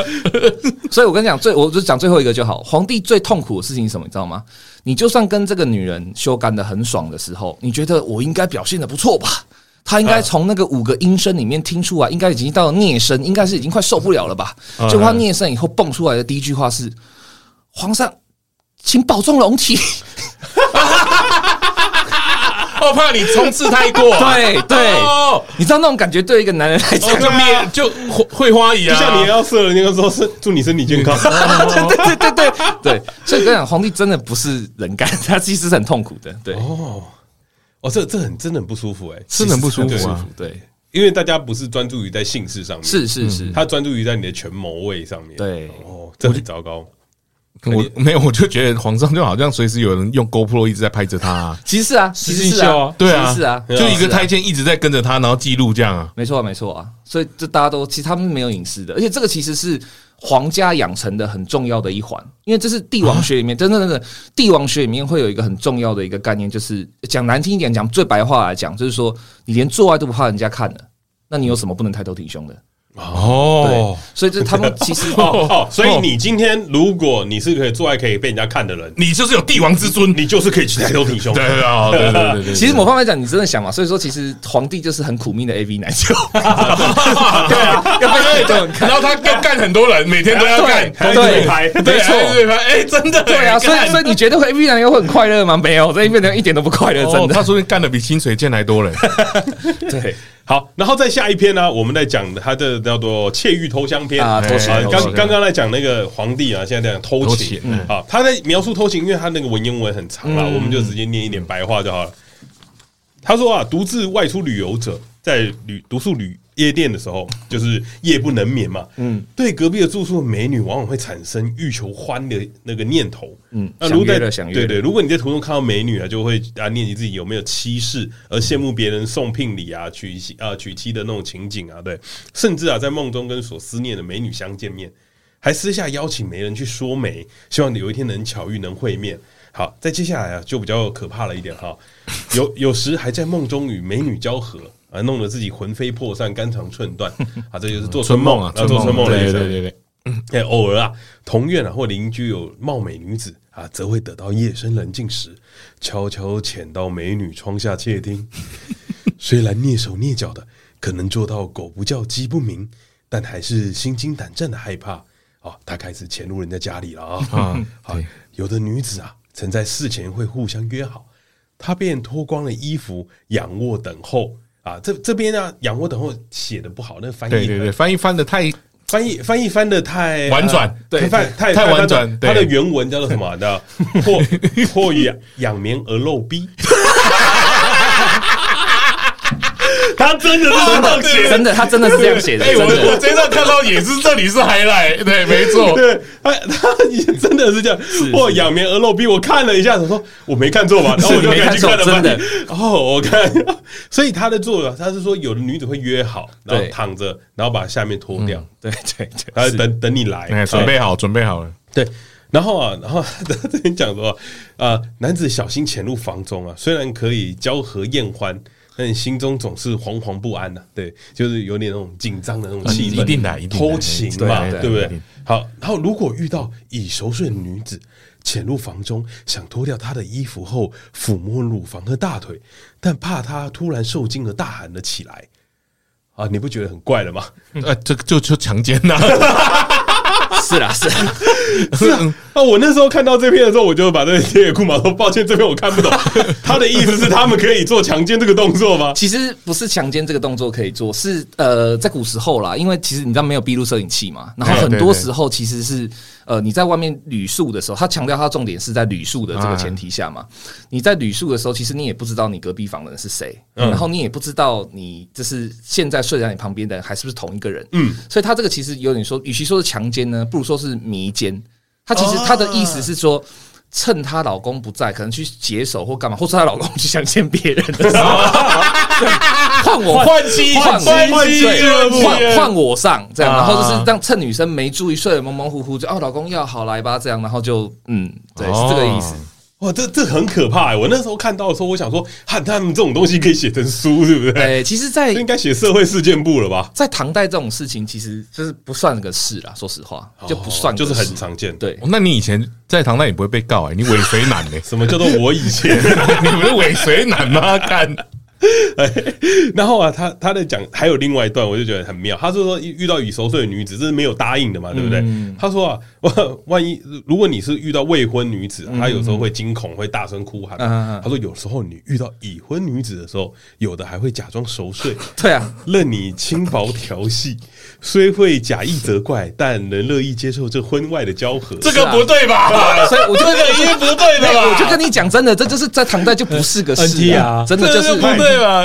Speaker 3: 所以我跟你讲，最我就讲最后一个就好。皇帝最痛苦的事情是什么，你知道吗？你就算跟这个女人修干的很爽的时候，你觉得我应该表现的不错吧？他应该从那个五个音声里面听出来，应该已经到了孽声，应该是已经快受不了了吧？
Speaker 2: 嗯
Speaker 3: 结果他孽声以后蹦出来的第一句话是：“皇上，请保重龙体。。
Speaker 1: 我哦怕你冲刺太过
Speaker 3: 对对
Speaker 1: 哦，”
Speaker 3: 你知道那种感觉对一个男人来讲，
Speaker 1: 就灭就会会花姨
Speaker 2: 就
Speaker 1: 啊，
Speaker 2: 像你要射了那个时候，是祝你身体健康。
Speaker 3: 嗯对对对对对，所以我跟你讲，皇帝真的不是人干，他其实是很痛苦的。对，
Speaker 2: 哦，哦，这这很真的很不舒服哎、
Speaker 1: 是很不舒
Speaker 2: 对
Speaker 1: 服啊。
Speaker 3: 对，
Speaker 2: 因为大家不是专注于在性事上面，
Speaker 3: 是是是，
Speaker 2: 他专注于在你的权谋位上面。
Speaker 3: 对
Speaker 2: 哦，这很糟糕。
Speaker 1: 我没有，我就觉得皇上就好像随时有人用 GoPro 一直在拍着他、啊，
Speaker 3: 其实是啊，其
Speaker 4: 实
Speaker 3: 实
Speaker 4: 际
Speaker 3: 是
Speaker 4: 秀
Speaker 3: 啊
Speaker 4: 啊，
Speaker 1: 对啊，
Speaker 3: 其实是啊，
Speaker 1: 就一
Speaker 3: 是
Speaker 1: 个
Speaker 3: 啊
Speaker 1: 太监一直在跟着他，然后记录这样啊。
Speaker 3: 没错啊，没错啊，所以这大家都其实他们没有隐私的，而且这个其实是皇家养成的很重要的一环，因为这是帝王学里面 真的真的帝王学里面会有一个很重要的一个概念，就是讲难听一点，讲最白话来讲，就是说你连做爱都不怕人家看了，那你有什么不能抬头挺胸的？
Speaker 1: 哦，
Speaker 3: 所以这他们 其实
Speaker 2: 哦哦，所以你今天如果你是可以做爱可以被人家看的人，
Speaker 1: 你就是有帝王之尊，
Speaker 2: 你就是可以去抬头 挺胸。
Speaker 1: 对对哦对对对对对，
Speaker 3: 其实某方面讲，你真的想嘛，所以说其实皇帝就是很苦命的 AV 男优，
Speaker 1: 对 啊，
Speaker 3: 要被太多人看
Speaker 1: 然。后他要干很多人，每天都要啊干，
Speaker 2: 还
Speaker 3: 对
Speaker 2: 有对
Speaker 3: 对
Speaker 2: 拍，
Speaker 1: 对
Speaker 3: 没错
Speaker 1: 还有对拍，哎，真的，
Speaker 3: 对啊，所以
Speaker 1: 干
Speaker 3: 所以你觉得 AV 男优会很快乐吗？没有，这 AV 男优一点都不快乐，真
Speaker 1: 哦，他
Speaker 3: 的。
Speaker 1: 说你干的比清水剑还多嘞，
Speaker 3: 对，
Speaker 2: 好，然后再下一篇呢，我们在讲他的叫做《窃玉投降篇》
Speaker 3: 啊偷窃
Speaker 2: 啊
Speaker 3: 偷窃
Speaker 2: 刚刚刚在讲那个皇帝啊，现在在讲偷
Speaker 1: 偷
Speaker 2: 情
Speaker 1: 情嗯
Speaker 2: 啊，他在描述偷情，因为他那个文言文很长啊
Speaker 3: 嗯
Speaker 2: 啦，我们就直接念一点白话就好了。他说啊，独自外出旅游者，在旅独宿旅夜店的时候，就是夜不能眠嘛。嗯，对隔壁的住宿的美女，往往会产生欲求欢的那个念头。嗯
Speaker 3: 嗯
Speaker 2: 那如果
Speaker 3: 想约
Speaker 2: 在
Speaker 3: 了想约
Speaker 2: 对
Speaker 3: 了
Speaker 2: 对，如果你在途中看到美女啊，就会啊念及自己有没有妻室，而羡慕别人送聘礼啊、娶妻啊、娶妻的那种情景啊，对，甚至啊在梦中跟所思念的美女相见面，还私下邀请媒人去说媒，希望有一天能巧遇能会面。好，再接下来啊就比较可怕了一点哈，有有时还在梦中与美女交合。啊，弄得自己魂飞魄散、肝肠寸断啊！这就是做春梦啊，做春梦的
Speaker 1: 对
Speaker 2: 意
Speaker 1: 对
Speaker 2: 思
Speaker 1: 对对，
Speaker 2: 哎，偶尔啊，同院啊或邻居有貌美女子啊，则会等到夜深人静时，悄悄潜到美女窗下窃听。 虽然蹑手蹑脚的，可能做到狗不叫鸡不鸣，但还是心惊胆战的害怕。啊，他开始潜入人家家里了啊！啊
Speaker 1: 啊，
Speaker 2: 好，有的女子啊，曾在事前会互相约好，她便脱光了衣服，仰卧等候。啊，这这边呢，仰卧等候写的不好，那翻译
Speaker 1: 对对对，翻译翻的太
Speaker 2: 翻译翻译翻的太
Speaker 1: 婉转
Speaker 2: 呃
Speaker 1: 对
Speaker 2: 太翻太
Speaker 1: 太婉转
Speaker 2: 它的
Speaker 1: 对
Speaker 2: 它的原文叫做什么？你知道，破破仰仰眠而露逼。 他真的是这样写的
Speaker 3: 真的，他真的是这样写的，
Speaker 1: 哎，
Speaker 3: 真
Speaker 1: 我我
Speaker 3: 的。
Speaker 1: 这一段看到也是这里是还来，对，没错，
Speaker 2: 对，他他也真的是这样，或仰眠而露逼。我看了一下，我说我没看错吧？然后我就
Speaker 3: 你没
Speaker 2: 赶
Speaker 3: 看
Speaker 2: 紧
Speaker 3: 错
Speaker 2: 看了半
Speaker 3: 真的
Speaker 2: 天。 哦，我看，所以他的做法，他是说有的女子会约好，然后
Speaker 3: 对嗯
Speaker 2: 躺着，然后把下面脱掉，
Speaker 3: 对对对，
Speaker 2: 然后等等你来，
Speaker 1: 哎，准备好，准备好了，
Speaker 2: 对，然后啊，然后他这边讲说啊、呃男子小心潜入房中啊，虽然可以交合宴欢，但心中总是惶惶不安呐、啊对，就是有点那种紧张的那种气氛，
Speaker 1: 一定的一定的
Speaker 2: 偷情
Speaker 1: 对
Speaker 2: 嘛，
Speaker 1: 对
Speaker 2: 对不
Speaker 1: 一
Speaker 2: 对
Speaker 1: 定？
Speaker 2: 好，然后如果遇到已熟睡的女子潜入房中，想脱掉她的衣服后抚摸乳房和大腿，但怕她突然受惊而大喊了起来。啊，你不觉得很怪了吗？
Speaker 1: 呃，这个就就强奸啊呐，
Speaker 3: 是啦是啦，
Speaker 2: 是
Speaker 1: 嗯
Speaker 2: 啊， 啊，我那时候看到这篇的时候，我就把这个铁野裤马说，抱歉，这篇我看不 懂。他的意思是他们可以做强奸这个动作吗？
Speaker 3: 其实不是强奸这个动作可以做，是呃，在古时候啦，因为其实你知道没有闭路摄影器嘛，然后
Speaker 1: 对
Speaker 3: 很
Speaker 1: 对
Speaker 3: 多
Speaker 1: 哎对
Speaker 3: 时候其实是呃你在外面旅宿的时候，他强调他重点是在旅宿的这个前提下
Speaker 1: 啊
Speaker 3: 嘛，你在旅宿的时候，其实你也不知道你隔壁房的人是谁，
Speaker 1: 嗯
Speaker 3: 然后你也不知道你就是现在睡在你旁边的人还是不是同一个人，嗯，所以他这个其实有点说，与其说是强奸呢，不如说是迷奸。她其实她的意思是说，
Speaker 1: 啊
Speaker 3: 趁她老公不在，可能去解手或干嘛，或是她老公去相见别人的时候，换我
Speaker 1: 换妻
Speaker 3: 换
Speaker 1: 换
Speaker 3: 我
Speaker 1: 妻
Speaker 3: 对
Speaker 1: 俱乐部
Speaker 3: 换换我上这样，
Speaker 1: 啊
Speaker 3: 然后就是让趁女生没注意，睡得蒙蒙糊糊，就哦老公要好来吧这样，然后就嗯，对，是这个意思
Speaker 1: 哦。
Speaker 2: 哇，这这很可怕、欸！我那时候看到的时候，我想说，汉他们这种东西可以写成书，对不对？
Speaker 3: 对，其实，在
Speaker 2: 这应该写社会事件部了吧？
Speaker 3: 在唐代这种事情，其实就是不算个事啦。说实话，就不算
Speaker 2: 哦
Speaker 3: 个
Speaker 2: 就是很
Speaker 3: 事
Speaker 2: 常见。，？
Speaker 3: 对。
Speaker 1: 哦那你以前在唐代也不会被告哎，你尾随男呢
Speaker 2: 什么叫做我以 前？
Speaker 1: 你不是尾随男吗？干，
Speaker 2: 然后啊，他他在讲还有另外一段，我就觉得很妙。他说说遇到已熟睡的女子，这是没有答应的
Speaker 1: 嗯
Speaker 2: 嘛，对不对？他说啊，万万一如果你是遇到未婚女子，她有时候会惊恐，会大声哭喊。
Speaker 1: 啊
Speaker 3: 嗯嗯嗯
Speaker 2: 他说有时候你遇到已婚女子的时候，有的还会假装熟睡，
Speaker 3: 对啊，
Speaker 2: 任你轻薄调戏，虽会假意责怪，但能乐意接受这婚外的交合。
Speaker 1: 这个不对吧？
Speaker 3: 所以我就
Speaker 1: 这个一定不对的吧？
Speaker 3: 我就跟你讲真的，这就是在唐代就不是个事
Speaker 4: NT 啊
Speaker 3: 真的就是
Speaker 1: 这不对吧？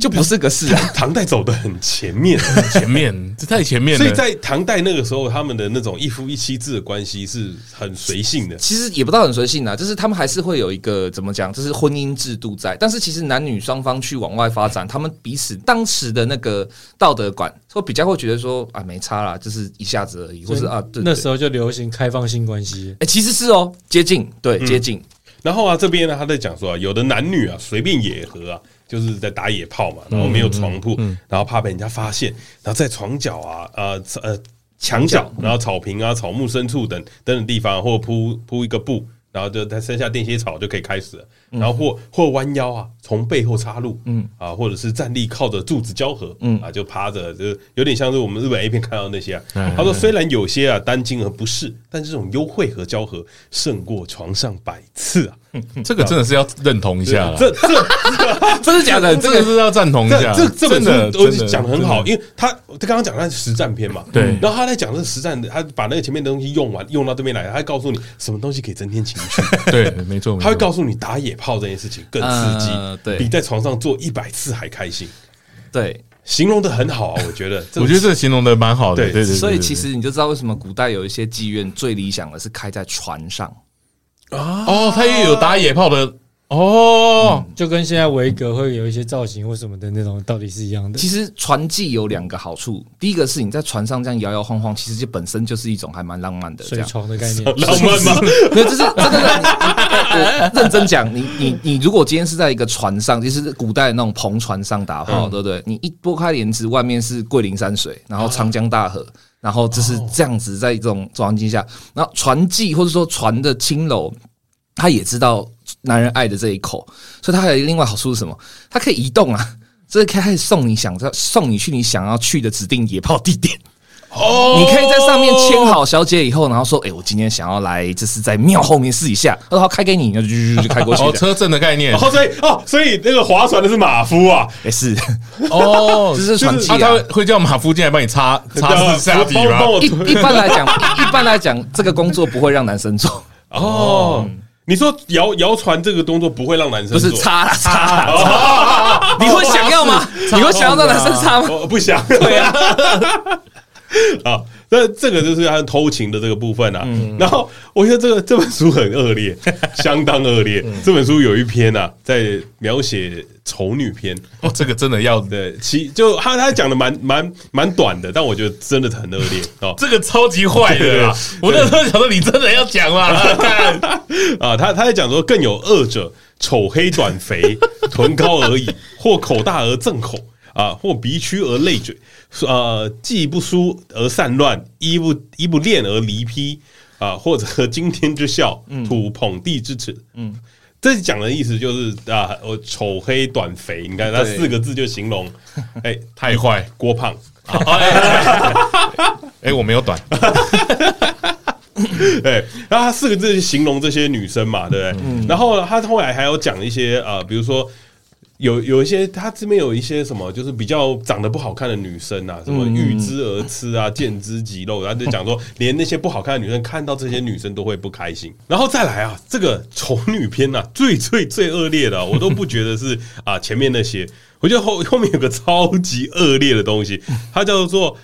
Speaker 3: 就不是个事啊。
Speaker 2: 唐代走的很 前面，
Speaker 1: 前面这太前面了，
Speaker 2: 所以在唐代那个时候，他们的那种一夫一妻制的关系是很随性的。
Speaker 3: 其实也不到很随性啊，就是他们还是会有一个怎么讲，就是婚姻制度在。但是其实男女双方去往外发展，他们彼此当时的那个道德观，会比较会觉得说啊，没差啦，就是一下子而已，或者啊，对
Speaker 4: 那
Speaker 3: 对
Speaker 4: 时候就流行开放性关系，
Speaker 3: 哎、其实是哦，接近，
Speaker 2: 嗯
Speaker 3: 对，接近，
Speaker 2: 然后啊，这边呢，他在讲说啊，有的男女啊，随便野合啊，就是在打野炮嘛，然后没有床铺，然后怕被人家发现，然后在床角啊，呃呃墙角，然后草坪啊、草木深处等等等地方，或铺铺一个布，然后就在剩下垫些草就可以开始了，然后或或弯腰啊，从背后插入，嗯啊，或者是站立靠着柱子交合，嗯啊，就趴着，就是有点像是我们日本 A 片看到那些啊。他说，虽然有些啊担惊而不适，但这种幽会和交合胜过床上百次 啊。
Speaker 1: 这个真的是要认同一下了，
Speaker 2: 这这
Speaker 3: 真的假的？这
Speaker 1: 这个
Speaker 3: 个
Speaker 1: 是要赞同一下，
Speaker 2: 这这这
Speaker 1: 真
Speaker 2: 本
Speaker 1: 的
Speaker 2: 书我
Speaker 1: 真的
Speaker 2: 讲的很好，
Speaker 1: 真的
Speaker 2: 因为他他刚刚讲那是实战篇嘛，嗯
Speaker 1: 对
Speaker 2: 然后他在讲这实战的，他把那个前面的东西用完，用到这边来，他会告诉你什么东西可以增添情
Speaker 1: 嗯
Speaker 2: 趣，
Speaker 1: 对，没错，没错
Speaker 2: 他会告诉你打野炮这件事情更刺激
Speaker 3: 呃， 对
Speaker 2: 比在床上做一百次还开心，
Speaker 3: 对，
Speaker 2: 形容的很好啊，我觉得，
Speaker 1: 我觉得这个形容的蛮好的，
Speaker 2: 对
Speaker 1: 对对对，
Speaker 3: 所以
Speaker 1: 对
Speaker 3: 其实你就知道为什么古代有一些妓院最理想的是开在船上，
Speaker 1: 哦，他也有打野炮的哦，
Speaker 4: 就跟现在维格会有一些造型或什么的那种，道理是一样的。
Speaker 3: 其实船技有两个好处，第一个是你在船上这样摇摇晃晃，其实就本身就是一种还蛮浪漫的这
Speaker 4: 水
Speaker 3: 样。
Speaker 4: 床的概念，
Speaker 2: 浪漫吗？
Speaker 3: 没有，就是真的你我我认真讲，你你你，如果今天是在一个船上，就是古代那种篷船上打炮，对不对？你一拨开帘子，外面是桂林山水，然后长江大河，然后就是这样子，在这种环境下，然后船技或者说船的轻柔，他也知道男人爱的这一口，所以他还有另外好处是什么？它可以移动啊。这可以开始送你想要送你去你想要去的指定野炮地点，
Speaker 2: 哦
Speaker 3: 你可以在上面签好小姐以后，然后说：“哎、我今天想要来，就是在庙后面试一下。”然后开给你，然后就就就就开过 去
Speaker 1: 哦，
Speaker 3: 这样。
Speaker 1: 车震的概念
Speaker 2: 然后所以哦，所以那个划船的是马夫啊，
Speaker 3: 哎、是，
Speaker 1: 哦，
Speaker 3: 这是传奇
Speaker 1: 啊
Speaker 3: 啊。
Speaker 1: 他会叫马夫进来帮你擦擦拭下体
Speaker 2: 啊帮
Speaker 1: 吗
Speaker 2: 帮？我
Speaker 3: 一一般来讲， 一般来讲，这个工作不会让男生做，
Speaker 2: 哦。
Speaker 1: 嗯
Speaker 2: 你说摇摇船这个动作不会让男生
Speaker 3: 不是
Speaker 2: 做
Speaker 3: 擦啦擦啦擦。你会想要吗？你会想要让男生擦吗？
Speaker 2: 我不想。对 啊，啊，那这个就是他偷情的这个部分啊。然后我觉得这个这本书很恶劣， 相当恶劣。这本书有一篇啊，在描写丑女篇，
Speaker 1: 哦，这个真的要的，
Speaker 2: 对，其就他他讲的蛮蛮蛮短的，但我觉得真的很恶劣哦。
Speaker 1: 这个超级坏的啦！我那时候想说，你真的要讲 吗？看
Speaker 2: 啊，他他在讲说更有恶者，丑黑短肥，臀高而已，或口大而正口啊，或鼻曲而累嘴，呃，技不输而散乱，衣不衣不练而离披啊，或者 惊天之笑，吐捧地之耻，嗯。这讲的意思就是啊，我丑黑短肥，你看他
Speaker 3: 对
Speaker 2: 四个字就形容，哎、
Speaker 1: 太坏！
Speaker 2: 郭胖，
Speaker 1: 哎，我没有短，
Speaker 2: 对，然后他四个字去形容这些女生嘛，对不对？然后他后来还有讲一些呃，比如说有有一些他这边有一些什么，就是比较长得不好看的女生啊，什么欲之而吃啊，见之即肉，然后就讲说，连那些不好看的女生看到这些女生都会不开心。然后再来啊，这个丑女篇呐、啊，最最最恶劣的啊、我都不觉得是啊前面那些，我觉得后后面有个超级恶劣的东西，它叫做。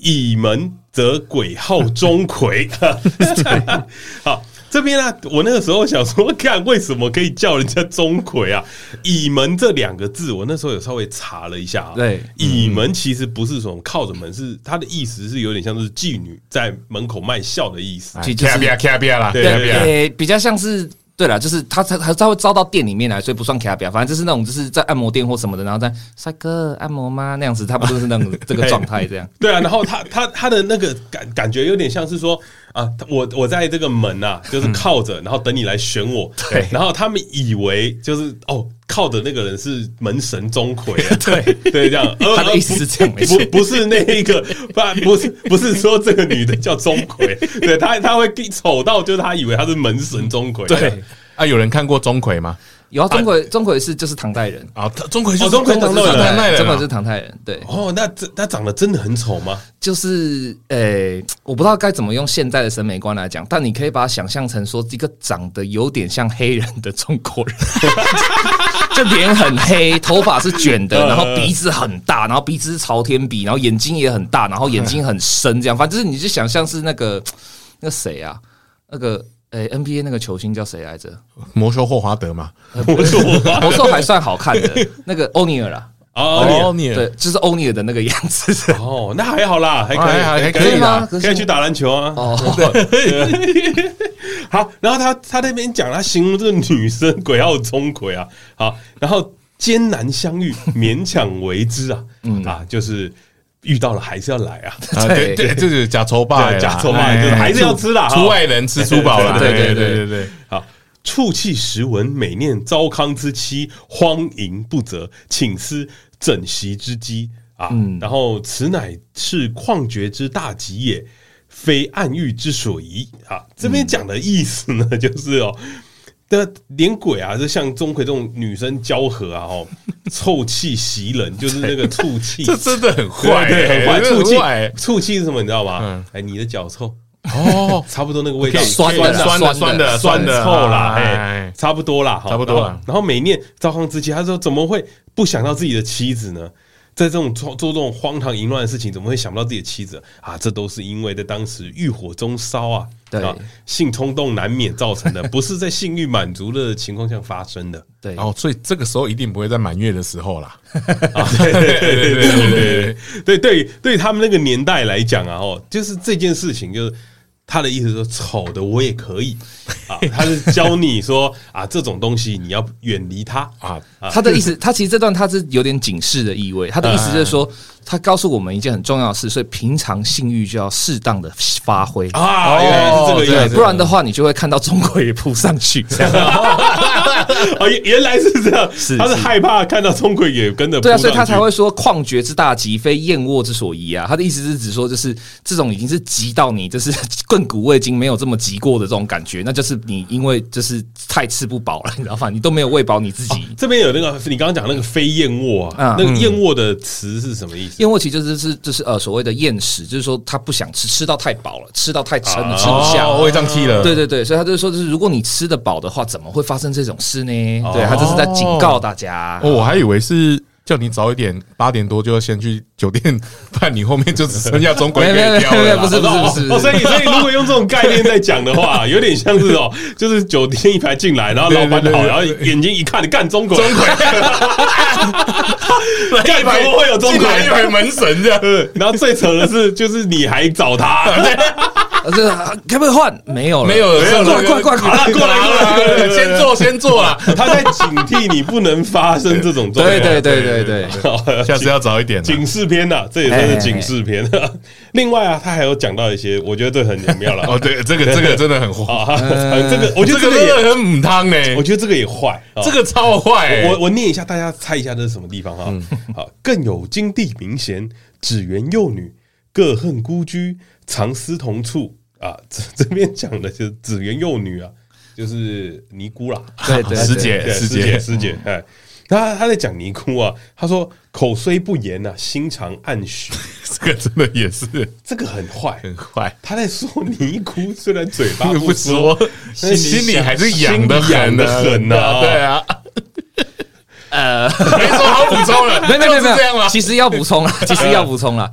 Speaker 2: 以门则鬼好钟馗。 好，这边呢、我那个时候想说，看为什么可以叫人家钟馗啊？以门这两个字，我那时候有稍微查了一下啊。
Speaker 3: 对
Speaker 2: 以门其实不是什么靠着门，是它的意思是有点像是妓女在门口卖笑的意思。
Speaker 3: 其实就是
Speaker 1: 啪啪啪啪啦，
Speaker 2: 对
Speaker 1: 啪
Speaker 2: 对
Speaker 1: 啪
Speaker 3: 诶、比较像是。对了，就是他他他他会招到店里面来，所以不算卡啊表，反正就是那种就是在按摩店或什么的，然后在帅哥按摩吗那样子，他不就是那种这个状态这样。
Speaker 2: 对啊，然后他他他的那个感感觉有点像是说啊，我我在这个门啊，就是靠着，然后等你来选我。
Speaker 3: 嗯对
Speaker 2: 然后他们以为就是哦，靠着那个人是门神钟馗 啊，对对，这样。呃
Speaker 3: 他的意思是这样没错
Speaker 2: 不不是那一个，不不是不是说这个女的叫钟馗，对他他会丑到就是他以为他是门神钟馗，
Speaker 1: 对。啊，有人看过钟馗吗？
Speaker 3: 有啊，钟馗钟馗是就是唐代人，
Speaker 1: 啊，他钟馗就
Speaker 2: 哦钟馗唐代人
Speaker 1: 唐代人
Speaker 3: 钟馗是
Speaker 1: 啊，
Speaker 3: 唐代人，对，
Speaker 2: 哦，那这他长得真的很丑吗？
Speaker 3: 就是诶、我不知道该怎么用现在的审美观来讲，但你可以把它想象成说一个长得有点像黑人的中国人， 就脸很黑，头发是卷的，然后
Speaker 1: 呃
Speaker 3: 鼻子很大，然后鼻子是朝天鼻，然后眼睛也很大，然后眼睛很深，这样，反正就是你就想象是那个那个谁啊，那个。诶 n b a 那个球星叫谁来着？
Speaker 1: 魔兽霍华德嘛，
Speaker 2: 我说我
Speaker 3: 魔兽还算好看的，那个欧尼尔 啦，
Speaker 2: 哦，
Speaker 1: 你
Speaker 3: 对，就是欧尼尔的那个样子。
Speaker 2: 哦，那还好啦，还可以，
Speaker 1: 哎还
Speaker 2: 可
Speaker 1: 可以
Speaker 3: 吗
Speaker 2: 啦，
Speaker 3: 可是
Speaker 2: 可以去打篮球啊。
Speaker 3: 哦，
Speaker 2: 好，然后他他在那边讲，他形容这个女生鬼奥钟馗啊，好，然后艰难相遇，勉强为之啊，啊，就是遇到了还是要来啊，
Speaker 1: 啊，
Speaker 3: 对
Speaker 1: 对对，就是假仇霸啦，
Speaker 2: 对假仇霸
Speaker 1: 哎
Speaker 2: 就是还是要
Speaker 1: 出
Speaker 2: 吃啦
Speaker 1: 出
Speaker 2: 哈
Speaker 1: 外人吃粗饱啦，
Speaker 3: 对
Speaker 1: 对对
Speaker 3: 对对
Speaker 1: 对对，
Speaker 2: 好。触气时闻，每念糟糠之妻，荒淫不择，请思枕席之机啊！
Speaker 1: 嗯
Speaker 2: 然后此乃是旷觉之大吉也，非暗喻之所宜啊！这边讲的意思呢，
Speaker 1: 嗯
Speaker 2: 就是哦，那连鬼啊，就像钟馗这种女生交合啊， 哦，臭气袭人，就是那个醋气，
Speaker 1: 这真的很坏欸，
Speaker 2: 对对，很坏，
Speaker 1: 这
Speaker 2: 醋
Speaker 1: 很
Speaker 2: 气
Speaker 1: 坏欸，
Speaker 2: 醋气是什么？你知道吗
Speaker 1: 嗯？
Speaker 2: 哎，你的脚臭，
Speaker 1: 哦，
Speaker 2: 差不多那个味道，
Speaker 3: 酸的啦
Speaker 1: 酸
Speaker 3: 酸的
Speaker 1: 的酸的
Speaker 2: 酸
Speaker 1: 酸
Speaker 2: 的
Speaker 1: 的
Speaker 2: 臭啦，
Speaker 1: 哎
Speaker 2: 哎，差不多啦，哈
Speaker 1: 差不多啦
Speaker 2: 然后然后每念糟糠之妻，他说怎么会不想到自己的妻子呢？在这种做做这种荒唐淫乱的事情，怎么会想不到自己的妻子啊？这都是因为在当时欲火中烧啊，
Speaker 3: 对
Speaker 2: 啊，性冲动难免造成的，不是在性欲满足的情况下发生的。
Speaker 3: 对，
Speaker 1: 哦，所以这个时候一定不会在满月的时候啦，
Speaker 2: 啊，对对对对对对对对对，他们那个年代来讲啊，哦，就是这件事情，就是他的意思说，丑的我也可以啊，他是教你说啊，这种东西你要远离它
Speaker 1: 啊，
Speaker 3: 他的意思，他其实这段他是有点警示的意味。他的意思就是说，他告诉我们一件很重要的事，所以平常性欲就要适当的发挥。
Speaker 2: 啊，原来是这个
Speaker 3: 哦对，
Speaker 2: 意思
Speaker 3: 不然的话你就会看到中国也扑上去。这样
Speaker 2: 哦，原原来是这样，
Speaker 3: 是
Speaker 2: 他是
Speaker 3: 是
Speaker 2: 害怕看到钟馗也跟着
Speaker 3: 对啊，
Speaker 2: 扑
Speaker 3: 所以他
Speaker 2: 上
Speaker 3: 才
Speaker 2: 去
Speaker 3: 会说“旷觉之大吉，非燕卧之所宜”啊。他的意思是指说，就是这种已经是急到你，就是 亘古未经没有这么急过的这种感觉，那就是你因为就是太吃不饱了，你知道吗？你都没有喂饱你自己。
Speaker 2: 这边有那个你刚刚讲那个非燕卧啊那
Speaker 3: 嗯，
Speaker 2: 个燕卧的词是什么意思？
Speaker 3: 燕窝其实就是就是就是呃所谓的厌食，就是说他不想吃，吃到太饱了，吃到太撑
Speaker 2: 啊
Speaker 3: 了，吃不下。
Speaker 1: 哦胃胀气了，
Speaker 3: 对对对，所以他就说，就是如果你吃得饱的话，怎么会发生这种事呢？
Speaker 2: 哦
Speaker 3: 对他这是在警告大家。
Speaker 1: 哦，我还以为是叫你早一点，八点多就要先去酒店，不然你后面就只剩下中国可以
Speaker 3: 没有没有
Speaker 1: 挑了
Speaker 3: 没有
Speaker 1: 啦。
Speaker 3: 不是
Speaker 2: 哦
Speaker 3: 不是
Speaker 2: 哦，所以所以如果用这种概念在讲的话，有点像是哦，就是酒店一排进来，然后老板
Speaker 1: 对对
Speaker 2: 好，
Speaker 1: 对
Speaker 2: 然后眼睛一看，干中国，中国，
Speaker 3: 哦
Speaker 2: 干怎么会有中
Speaker 1: 进
Speaker 2: 国？
Speaker 1: 来一哦排门神这样，
Speaker 2: 然后最扯的是，就是你还找他，
Speaker 3: 呃这个可不可以换？没有了
Speaker 1: 哦没有了，啊
Speaker 3: 过来过来过来过
Speaker 2: 过来
Speaker 3: 来。
Speaker 2: 过来过来过来
Speaker 1: 哎先坐先坐啦，
Speaker 2: 他在警惕你不能发生这种状况。
Speaker 3: 对对对对对，
Speaker 2: 对
Speaker 1: 下次要早一点啦。啊
Speaker 2: 警示片呐、这也算是警示片。 另外啊，他还有讲到一些，我觉得这很巧妙了。
Speaker 1: 哦，对，这个这个真的很坏，
Speaker 2: 啊，这个我觉得
Speaker 1: 哦呃这
Speaker 2: 这
Speaker 1: 个
Speaker 2: 个也，
Speaker 1: 真的很母汤呢，
Speaker 2: 我觉得这个也坏。啊
Speaker 1: 这个超坏
Speaker 3: 哎
Speaker 1: 欸。
Speaker 2: 我我念一下，大家猜一下这是什么地方哈、
Speaker 3: 嗯
Speaker 2: 好，更有金地名贤，只缘幼女，各恨孤居，常思同处啊。这这边讲的就是只缘幼女啊，就是尼姑啦，
Speaker 3: 对对
Speaker 1: 师
Speaker 3: 对
Speaker 1: 姐
Speaker 2: 对，
Speaker 1: 师
Speaker 2: 师姐，
Speaker 1: 姐，
Speaker 2: 师姐，
Speaker 3: 嗯
Speaker 2: 哎。他他在讲尼姑啊，他说口虽不言呐、心常暗许，
Speaker 1: 这个真的也是
Speaker 2: 这个很坏。
Speaker 3: 嗯
Speaker 1: 很坏。
Speaker 2: 他在说尼姑，虽然嘴巴
Speaker 1: 啊不
Speaker 2: 不
Speaker 3: 啊
Speaker 2: 说，
Speaker 1: 说，
Speaker 2: 心里
Speaker 1: 心里
Speaker 2: 想
Speaker 1: 还是痒的
Speaker 2: 心里痒
Speaker 1: 很
Speaker 2: 得
Speaker 1: 的
Speaker 2: 很啊
Speaker 1: 对啊，
Speaker 3: 呃，
Speaker 1: 没 什么好补充了，
Speaker 3: 没有没有
Speaker 1: 就是
Speaker 3: 没有
Speaker 1: 这样啊嗯了。
Speaker 3: 其实要补充 了，其实要补充了。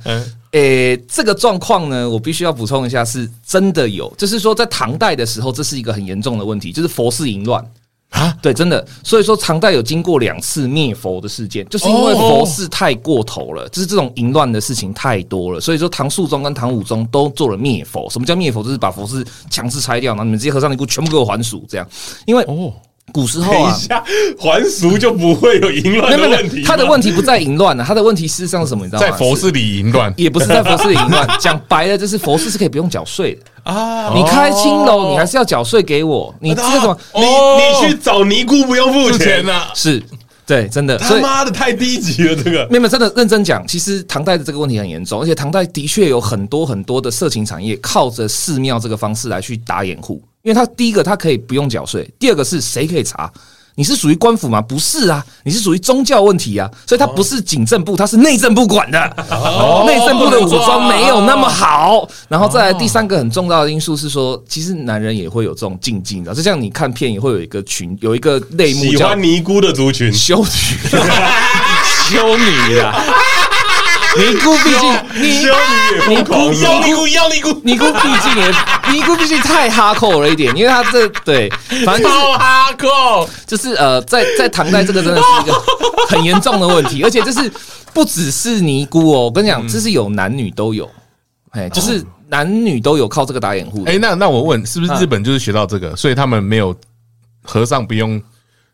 Speaker 3: 诶，这个状况呢，我必须要补充一下，是真的有，就是说在唐代的时候，这是一个很严重的问题，就是佛寺淫乱。啊，对，真的，所以说唐代有经过两次灭佛的事件，就是因为佛寺太过头
Speaker 1: 哦
Speaker 3: 了，就是这种淫乱的事情太多了，所以说唐肃宗跟唐武宗都做了灭佛。什么叫灭佛？就是把佛寺强制拆掉，然后你们这些和尚尼姑全部给我还俗，这样。因为
Speaker 1: 哦
Speaker 3: 古时候
Speaker 2: 等一
Speaker 3: 啊，
Speaker 2: 下还俗就不会有淫乱
Speaker 3: 没
Speaker 2: 的
Speaker 3: 有没
Speaker 2: 问题
Speaker 3: 有，
Speaker 2: 吗。
Speaker 3: 他的问题不在淫乱啊，他的问题事实上是什么？你知道吗？
Speaker 1: 在佛寺里淫乱，
Speaker 3: 也不是在佛寺里 淫乱，讲白了就是佛寺是可以不用缴税的。
Speaker 2: 啊，
Speaker 3: 你开青楼，你还是要缴税给我，啊你这种
Speaker 2: 你
Speaker 1: 哦
Speaker 2: 你去找尼姑不用付
Speaker 1: 付钱啊
Speaker 2: 钱呐、
Speaker 1: 了。
Speaker 3: 是对，真的，
Speaker 2: 他
Speaker 3: 啊所以。
Speaker 2: 妈的太低级了，这个
Speaker 3: 没有，没有真的认真讲，其实唐代的这个问题很严重，而且唐代的确有很多很多的色情产业靠着寺庙这个方式来去打掩护，因为它第一个它可以不用缴税，第二个是谁可以查？你是属于官府吗？不是啊，你是属于宗教问题啊，所以它不是警政部，它是内政部管的。
Speaker 2: 哦
Speaker 3: 内政部的武装没有那么好。然后再来第三个很重要的因素是说，其实男人也会有这种禁忌，你知道，就像你看片也会有一个群，有一个类目
Speaker 2: 喜
Speaker 3: 叫
Speaker 2: 欢尼姑的族群，
Speaker 3: 修女， 修女啊，尼姑毕竟你
Speaker 2: 修女也疯狂是吧
Speaker 3: 尼姑
Speaker 2: 妖尼姑，
Speaker 3: 尼姑毕竟也，尼姑毕竟太哈扣了一点，因为他这对，反正就是
Speaker 2: 哈扣，
Speaker 3: 就是呃，在在唐代这个真的是一个很严重的问题，而且就是不只是尼姑哦，我跟你讲，这是有男女都有，哎，就是男女都有靠这个打掩护的。
Speaker 1: 哎，那那我问，是不是日本就是学到这个，所以他们没有和尚不用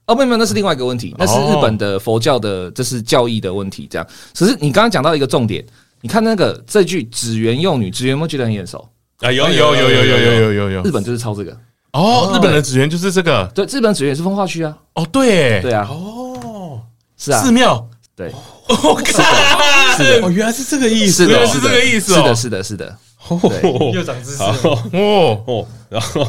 Speaker 3: 哦，没有没有，那是另外一个问题，那是日本的佛教的，这是教义的问题。这样，只是你刚刚讲到一个重点，你看那个这句“只缘幼女”，只缘有没有觉得很眼熟？
Speaker 2: 啊有
Speaker 1: 有有有有有有有有
Speaker 3: 日本就是抄这个，
Speaker 1: 哦，日本的职员就是这个
Speaker 3: 对，日本只缘也是风化区啊，
Speaker 1: 哦，对
Speaker 3: 对
Speaker 1: 耶，
Speaker 3: 啊，
Speaker 2: 哦，
Speaker 3: 是啊
Speaker 1: 寺，庙
Speaker 3: 对，
Speaker 2: 我靠，
Speaker 3: 是的
Speaker 2: 哦，原来是这个意思
Speaker 1: 原
Speaker 2: 哦，
Speaker 3: 哎是的，
Speaker 1: 来是这个意思哦
Speaker 3: 是的，是的，是的，对
Speaker 2: 哦
Speaker 4: 又长知识了。
Speaker 2: 好
Speaker 1: 哦，
Speaker 2: 哦，然后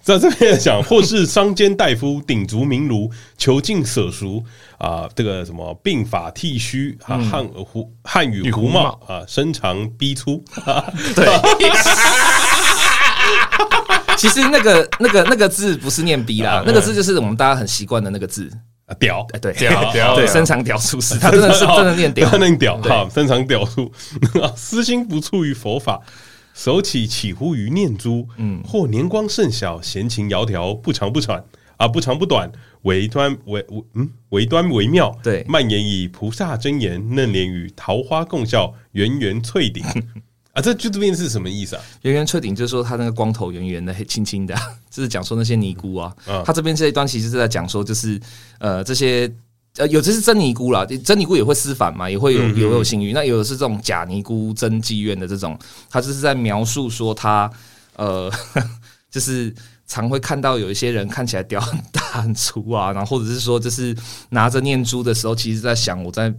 Speaker 2: 在这边讲，或是商间大夫鼎足名儒，囚禁舍俗啊、这个什么鬓发剃须啊，
Speaker 3: 嗯
Speaker 2: 汉胡汉语胡帽啊，身长逼粗，
Speaker 3: 其实那个那个那个字不是念 B
Speaker 1: 嗯
Speaker 3: 啦，那个字就是我们大家很习惯的那个字，
Speaker 2: 啊屌
Speaker 3: 哎，对，
Speaker 1: 屌屌
Speaker 3: 对，
Speaker 1: 屌
Speaker 3: 身长屌出师，啊他 真的是真的念屌
Speaker 2: 真，的屌哈，身长屌 粗，私心不处于佛法。手起起乎于念珠，嗯，或年光甚小，闲情窈窕，不长不短啊，不长不短，为端为为嗯，为端为妙，
Speaker 3: 对
Speaker 2: 蔓延以菩萨真言，嫩连于桃花共笑，圆圆翠 顶啊，这就这边是什么意思啊？
Speaker 3: 圆圆翠顶就是说他那个光头圆圆的、黑青青的，啊 就是讲说那些尼姑啊
Speaker 2: 嗯。
Speaker 3: 他这边这一段其实是在讲说，就是呃这些呃有这是真尼姑啦，真尼姑也会施法嘛，也会有也会有性欲。那有的是这种假尼姑真妓院的这种，他就是在描述说他呃 就是。常会看到有一些人看起来屌很大很粗啊，然后或者是说，就是拿着念珠的时候，其实在想我在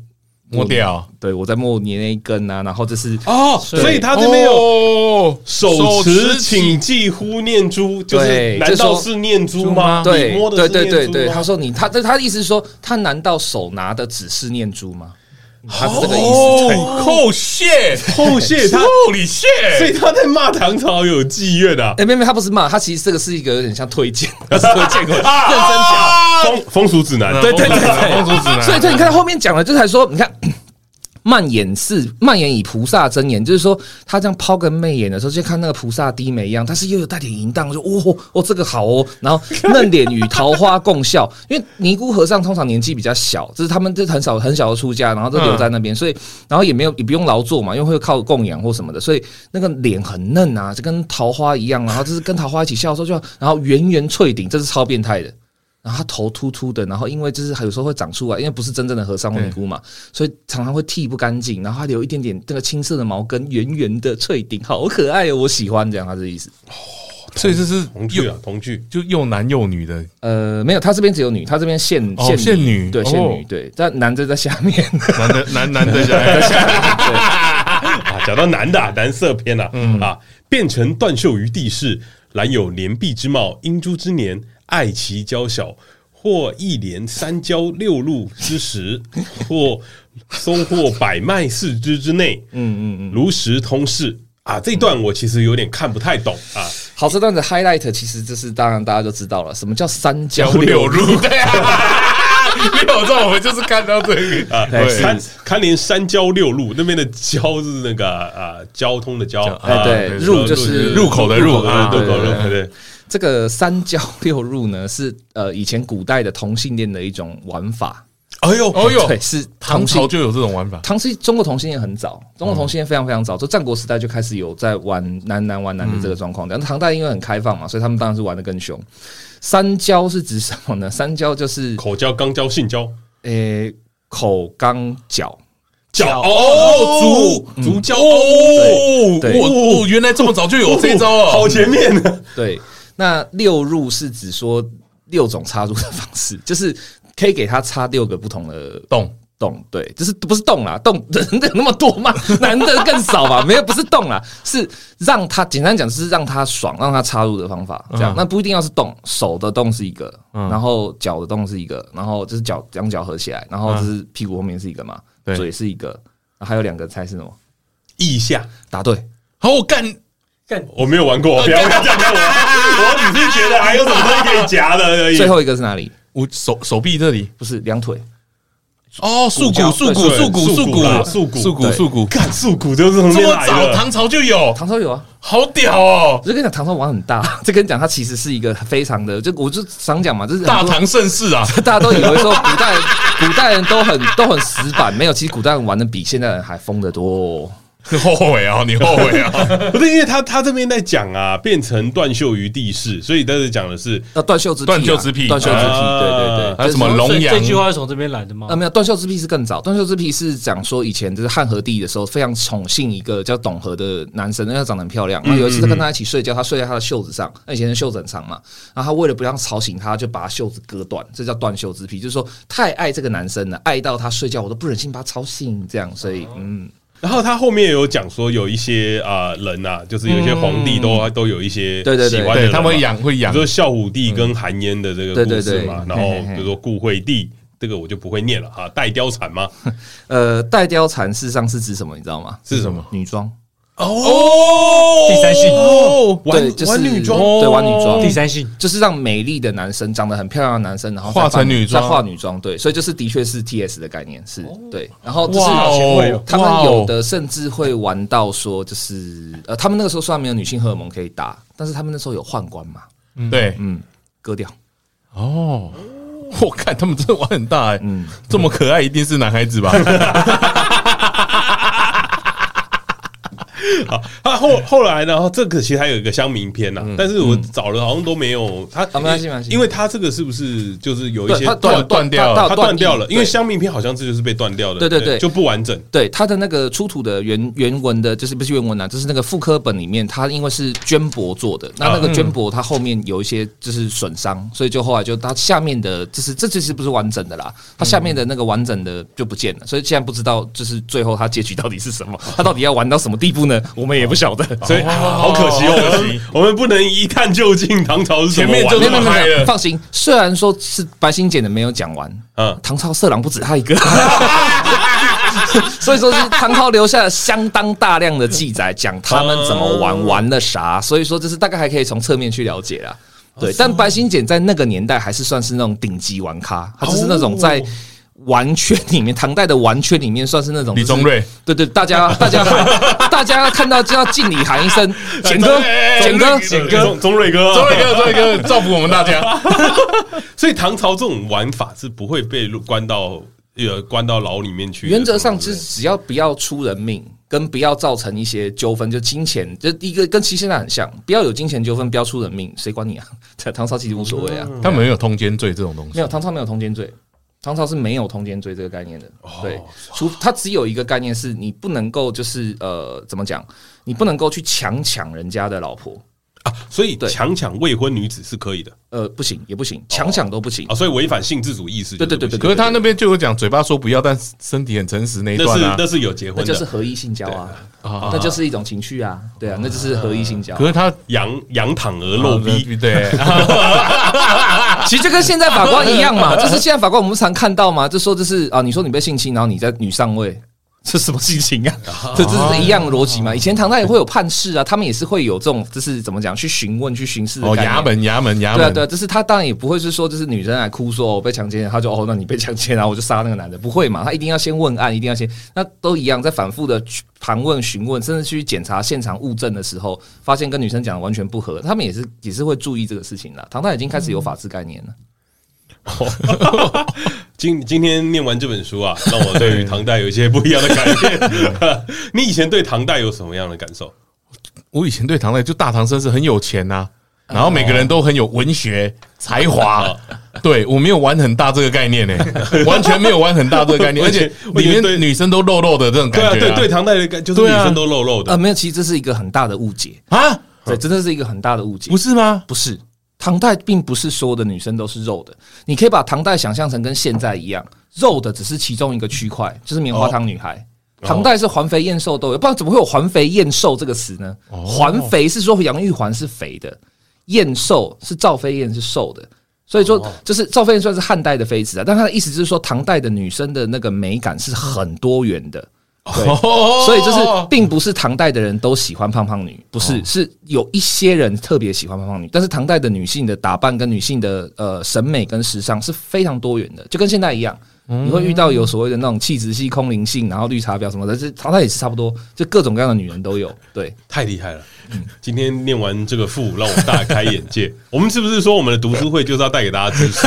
Speaker 1: 摸掉
Speaker 3: 对我在摸你那一根啊，然后就是
Speaker 2: 哦，
Speaker 4: 对
Speaker 2: 所以他这边
Speaker 3: 哦
Speaker 2: 有
Speaker 1: 有
Speaker 2: 手持请记呼念珠，就是
Speaker 3: 对
Speaker 2: 难道是念珠吗？
Speaker 3: 对
Speaker 2: 啊你摸的
Speaker 3: 对
Speaker 2: 是
Speaker 3: 对对
Speaker 2: 念珠
Speaker 3: 对，
Speaker 2: 吗
Speaker 3: 他说你他他的意思是说，他难道手拿的只是念珠吗？
Speaker 2: 哦
Speaker 3: 他是这个意思。
Speaker 1: 哦，后谢
Speaker 2: 后哦谢他，
Speaker 1: 后里谢，
Speaker 2: 所以他在骂唐朝有妓院啊。
Speaker 3: 哎，没有没有，他不是骂，他其实这个是一个有点像推荐，他是推 荐过 来。
Speaker 2: 啊
Speaker 3: 认真讲
Speaker 2: 风风俗指南，
Speaker 3: 对对对
Speaker 1: 公主指
Speaker 3: 对，
Speaker 1: 南，
Speaker 3: 所以所以你看后面讲了，就是还说你看。 蔓延是蔓延以菩萨真言，就是说他这样抛个媚眼的时候，就看那个菩萨低眉一样，但是又有带点淫荡，就哦哦这个好哦，然后嫩脸与桃花共笑。 因为尼姑和尚通常年纪比较小，就是他们就很少很小的出家，然后就留在那边，所以然后也没有也不用劳作嘛，因为会靠供养或什么的，所以那个脸很嫩啊，就跟桃花一样，然后就是跟桃花一起笑的时候就，然后圆圆翠顶，这是超变态的。然后他头秃秃的，然后因为就是还有时候会长出来，因为不是真正的和尚或尼姑嘛，所以常常会剃不干净，然后还留一点点那个青色的毛根，圆圆的翠顶，好可爱哦，我喜欢这样，他的意思。
Speaker 1: 所以这是
Speaker 2: 同居
Speaker 1: 又
Speaker 2: 啊，同居。
Speaker 1: 就又男又女的
Speaker 3: 呃，没有，他这边只有女，他这边现
Speaker 1: 哦
Speaker 3: 现
Speaker 1: 现女
Speaker 3: 对现
Speaker 1: 哦
Speaker 3: 女对，但男的在下面，
Speaker 1: 男的男男的小孩，
Speaker 2: 啊，讲到男 的、啊、男色偏啊，啊，变成断袖于地势，然有连璧之貌，英珠之年，爱其娇小，或一连三交六路之 时，或松获百脉四肢之内，嗯嗯嗯，如实通视啊。这一段我其实有点看不太懂啊，
Speaker 3: 好，这段的 highlight 其实就是当然大家就知道了，什么叫三
Speaker 1: 交
Speaker 3: 教
Speaker 1: 流
Speaker 3: 六
Speaker 1: 入，对啊， 没有这我们就是看到这个
Speaker 2: 啊，
Speaker 3: 对
Speaker 2: 堪堪连三交六路那边的交是那个啊交通的交，
Speaker 1: 哎
Speaker 2: 啊
Speaker 3: 对入就是
Speaker 1: 入口的入
Speaker 2: 入口的
Speaker 1: 啊
Speaker 2: 入口
Speaker 3: 对
Speaker 2: 的入口的，
Speaker 3: 这个三教六入呢，是呃以前古代的同性恋的一种玩法，
Speaker 2: 哎呦
Speaker 1: 哦哟
Speaker 3: 对，，是
Speaker 1: 唐
Speaker 3: 同性
Speaker 1: 朝就有这种玩法，
Speaker 3: 唐是中国同性恋很早，中国同性恋非常非常早，就战国时代就开始有在玩男男玩男的这个状况。但唐代因为很开放嘛，所以他们当然是玩的更凶。三交是指什么呢？三交就是
Speaker 2: 口交、肛交、性交。
Speaker 3: 诶、口、肛、脚。
Speaker 2: 脚哦，足足交哦，
Speaker 3: 对
Speaker 1: 哦，原来这么早就有这招
Speaker 2: 好
Speaker 1: 哦，
Speaker 2: 前面啊呢，
Speaker 3: 对，那六入是指说六种插入的方式，就是可以给他插六个不同的
Speaker 1: 懂
Speaker 3: 动，对，就是不是动啦，动 人有那么多 吗？男的更少吧？没有，不是动啦，是让他简单讲，就是让他爽，让他插入的方法，这样。
Speaker 1: 嗯
Speaker 3: 那不一定要是动，手的动是一个，
Speaker 1: 嗯
Speaker 3: 然后脚的动是一个，然后就是脚两脚合起来，然后就是屁股后面是一个嘛，
Speaker 1: 嗯对
Speaker 3: 嘴是一个，还有两个猜是什么？
Speaker 2: 腋下，
Speaker 3: 答对，
Speaker 1: 好，我干，
Speaker 2: 我没有玩过， 不要这样看我，我只是觉得还有什么东西可以夹的而已。
Speaker 3: 最后一个是哪里？
Speaker 1: 我手手臂这里，
Speaker 3: 不是两腿，
Speaker 1: 哦，
Speaker 3: 骨
Speaker 1: 束
Speaker 3: 胶
Speaker 1: 骨，束骨，
Speaker 2: 对
Speaker 1: 束骨，束骨
Speaker 2: 啦，
Speaker 1: 束骨，
Speaker 2: 束骨
Speaker 1: 束骨，
Speaker 3: 对
Speaker 1: 束骨，
Speaker 2: 干素骨就是从
Speaker 1: 这
Speaker 2: 这
Speaker 1: 么
Speaker 2: 来
Speaker 1: 早，
Speaker 2: 的，
Speaker 1: 唐朝就有，
Speaker 3: 唐朝有啊。
Speaker 1: 好屌哦
Speaker 3: 我！就跟你讲，唐朝玩很大。 这跟你讲，它其实是一个非常的，就我就常讲嘛，就是很多
Speaker 1: 大唐盛世啊，
Speaker 3: 大家都以为说古代 古代人都很都很死板，没有，其实古代人玩的比现代人还疯得多、
Speaker 1: 你后悔啊，你后悔啊！
Speaker 2: 不是因为他他这边在讲啊，变成断袖于地势，所以他是讲的是
Speaker 3: 要断袖之癖啊、
Speaker 1: 断袖之癖
Speaker 3: 断袖之癖，
Speaker 2: 啊
Speaker 3: 对对对。
Speaker 1: 还有什么
Speaker 3: 就是说
Speaker 1: 龙阳
Speaker 4: 这句话是从这边来的吗
Speaker 3: 啊，？没有，断袖之癖是更早。断袖之癖是讲说以前就是汉和帝的时候，非常宠幸一个叫董和的男生，因为他长得很
Speaker 1: 嗯
Speaker 3: 漂亮。那有一次他跟他一起睡觉，他睡在他的袖子上，那以前的袖子很长嘛，然后他为了不让吵醒他，就把他袖子割断，这叫断袖之癖，就是说太爱这个男生了，爱到他睡觉我都不忍心把他吵醒，这样，所以嗯。
Speaker 2: 然后他后面有讲说有一些啊、呃人啊，就是有一些皇帝都、都有一些
Speaker 3: 对对对
Speaker 2: 喜欢
Speaker 1: 对
Speaker 2: 的人啊
Speaker 1: 他
Speaker 2: 嘛
Speaker 1: 们会养会
Speaker 2: 比
Speaker 1: 养
Speaker 2: 如，说孝武帝跟韩嫣的这个
Speaker 3: 对
Speaker 2: 故
Speaker 3: 对
Speaker 2: 事
Speaker 3: 对
Speaker 2: 嘛，
Speaker 3: 嘿
Speaker 2: 然后
Speaker 3: 嘿嘿
Speaker 2: 比如说顾惠帝。这个我就不会念了啊，带貂蝉吗？
Speaker 3: 呃，带貂蝉事实上是指什么？你知道吗？
Speaker 2: 是什么？
Speaker 3: 女装，
Speaker 2: 哦，
Speaker 4: 第三性
Speaker 2: 哦玩
Speaker 3: 对，就是哦
Speaker 2: 玩女装，哦
Speaker 3: 对，玩女装。
Speaker 4: 第三性
Speaker 3: 就是让美丽的男生长得很漂亮的男生，然后再
Speaker 1: 化成
Speaker 3: 扮
Speaker 1: 女装
Speaker 3: 再化女装，对，所以就是的确是 T S 的概念是，
Speaker 2: 哦
Speaker 3: 对，然后就是
Speaker 1: 哇哦
Speaker 3: 他
Speaker 1: 哇
Speaker 3: 们
Speaker 1: 哦
Speaker 3: 有的甚至会玩到说，就是呃，他们那个时候虽然没有女性荷尔蒙可以打，但是他们那时候有宦官嘛，
Speaker 1: 对，
Speaker 3: 嗯，割掉，
Speaker 1: 哦。 我看他们真的玩很大哎、
Speaker 3: 嗯
Speaker 1: 这么可爱一定是男孩子吧？
Speaker 2: 好，他后后来呢，这个其实还有一个乡民篇呐，但是我找了好像都没有他，
Speaker 3: 没关系没关系
Speaker 2: 因为他这个是不是就是有一些
Speaker 3: 对他
Speaker 1: 断断掉了
Speaker 2: 他断掉了，因为
Speaker 3: 对
Speaker 2: 乡民篇好像这就是被断掉的，
Speaker 3: 对对对
Speaker 2: 就不完整。
Speaker 3: 对他的那个出土的原原文的，就是不是原文啊，就是那个复刻本里面，它因为是绢帛做的，那那个绢帛它后面有一些就是损伤，所以就后来就它下面的，就是这其实不是完整的啦，它下面的那个完整的就不见了，所以现在不知道就是最后它结局到底是什么，它到底要玩到什么地步呢？我们也不晓得。
Speaker 2: 所以好可惜，我们我们不能一探究竟唐朝是怎
Speaker 1: 前
Speaker 2: 么
Speaker 1: 面
Speaker 2: 玩
Speaker 1: 就
Speaker 3: 没
Speaker 2: 的
Speaker 1: 是
Speaker 3: 有没有
Speaker 1: 嗨
Speaker 3: 没
Speaker 1: 了
Speaker 3: 有，放心，虽然说是白心简的没有讲完，
Speaker 2: 嗯，
Speaker 3: 唐朝色狼不止他 一个， 所以说是唐朝留下了相当大量的记载，讲他们怎么玩，玩了
Speaker 1: 哦
Speaker 3: 啥，所以说就是大概还可以从侧面去了解啦。对，但白心简在那个年代还是算是那种顶级玩咖，他就是那种在
Speaker 2: 哦
Speaker 3: 玩圈里面，唐代的玩圈里面算是那 种
Speaker 1: 李宗 瑞，
Speaker 3: 对对，大家大 家喊，大家看到就要敬礼喊一声，简哥
Speaker 1: 哎，
Speaker 3: 简哥，
Speaker 1: 简
Speaker 2: 哥钟钟瑞哥，
Speaker 1: 周瑞哥，周瑞哥，造福我们大家。
Speaker 2: 所以唐朝这种玩法是不会被关到呃关到牢里面去的。
Speaker 3: 原则上
Speaker 2: 对
Speaker 3: 就
Speaker 2: 不
Speaker 3: 是
Speaker 2: 对
Speaker 3: 只要不要出人命，跟不要造成一些纠纷，就金钱，就一个跟其实现在很像，不要有金钱纠纷，不要出人命，谁管你啊？ 唐唐朝其实无所谓啊，
Speaker 1: 他们有通奸罪这种东
Speaker 3: 没
Speaker 1: 西，
Speaker 3: 有唐朝没有通奸罪。唐朝是没有通奸罪这个概念的，对，除它只有一个概念是你不能够就是呃怎么讲，你不能够去强抢人家的老婆，
Speaker 2: 啊，所以
Speaker 3: 对
Speaker 2: 强抢未婚女子是可以的
Speaker 3: 呃不行也不行，强抢都不行
Speaker 2: 啊，，所以违反性自主意识就是不
Speaker 3: 对
Speaker 2: 行。
Speaker 3: 对对对
Speaker 1: 可是他那边就有讲嘴巴说不要，但身体很诚实那一
Speaker 2: 那
Speaker 1: 段
Speaker 2: 是
Speaker 1: 啊。
Speaker 2: 那是有结
Speaker 3: 那
Speaker 2: 婚
Speaker 3: 就
Speaker 2: 哦
Speaker 3: 是
Speaker 2: 的，
Speaker 3: 合一性交啊，
Speaker 1: 啊
Speaker 3: 那就是一种情趣啊，对啊，那就是合一性交啊
Speaker 1: 可。是他
Speaker 2: 羊羊躺而
Speaker 1: 啊
Speaker 2: 露逼，
Speaker 1: 对，
Speaker 3: 其实就跟现在法官一样 嘛，就是现在法官我们常看到嘛，就说就是啊，你说你被性侵，然后你在女上位。这什么性侵啊？ 这这是一样的逻辑嘛？以前唐代也会有判事啊，他们也是会有这种，就是怎么讲，去询问、去巡视的
Speaker 1: 哦，
Speaker 3: 概念
Speaker 1: 衙。门，衙门，衙
Speaker 3: 对啊，
Speaker 1: 门，
Speaker 3: 对啊，就是他当然也不会是说，就是女生来哭说我被强奸了，他就哦，那你被强奸了，然后我就杀那个男的，不会嘛？他一定要先问案，一定要先，那都一样，在反复的盘问、询问，甚至去检查现场物证的时候，发现跟女生讲的完全不合，他们也是也是会注意这个事情的。唐代已经开始有法治概念了。
Speaker 2: 今今天念完这本书啊，让我对于唐代有一些不一样的改变。 你以前对唐代有什么样的感受？
Speaker 1: 我以前对唐代就大唐绅士很有钱呐、然后每个人都很有文学才华。对我没有玩很大这个概念呢、完全没有玩很大这个概念，而且
Speaker 2: 我以
Speaker 1: 里
Speaker 2: 为
Speaker 1: 面
Speaker 2: 对
Speaker 1: 女生都肉肉的这种
Speaker 2: 对
Speaker 1: 感
Speaker 2: 啊，
Speaker 1: 觉、
Speaker 2: 对对，唐代的感就是女
Speaker 1: 对啊
Speaker 2: 生都露露
Speaker 3: 呃，
Speaker 2: 的，
Speaker 3: 没有，其实这是一个很大的误解，
Speaker 1: 啊，
Speaker 3: 对，真的是一个很大的误解
Speaker 1: 不。是吗？
Speaker 3: 不是，唐代并不是所有的女生都是肉的，你可以把唐代想象成跟现在一样，肉的只是其中一个区块，就是棉花糖女孩。唐代是环肥燕瘦都有，不然怎么会有环肥燕瘦这个词呢？环肥是说杨玉环是肥的，燕瘦是赵飞燕是瘦的，所以说就是赵飞燕算是汉代的妃子啊，但她的意思就是说唐代的女生的那个美感是很多元的。对，所以就是并不是唐代的人都喜欢胖胖女，不是，是有一些人特别喜欢胖胖女，但是唐代的女性的打扮跟女性的呃审美跟时尚是非常多元的，就跟现在一样，你会遇到有所谓的那种气质系、空灵性，然后绿茶婊什么的，这唐代也是差不多，就各种各样的女人都有。对，
Speaker 2: 太厉害了！今天念完这个赋，让我大开眼界。我们是不是说我们的读书会就是要带给大家知识，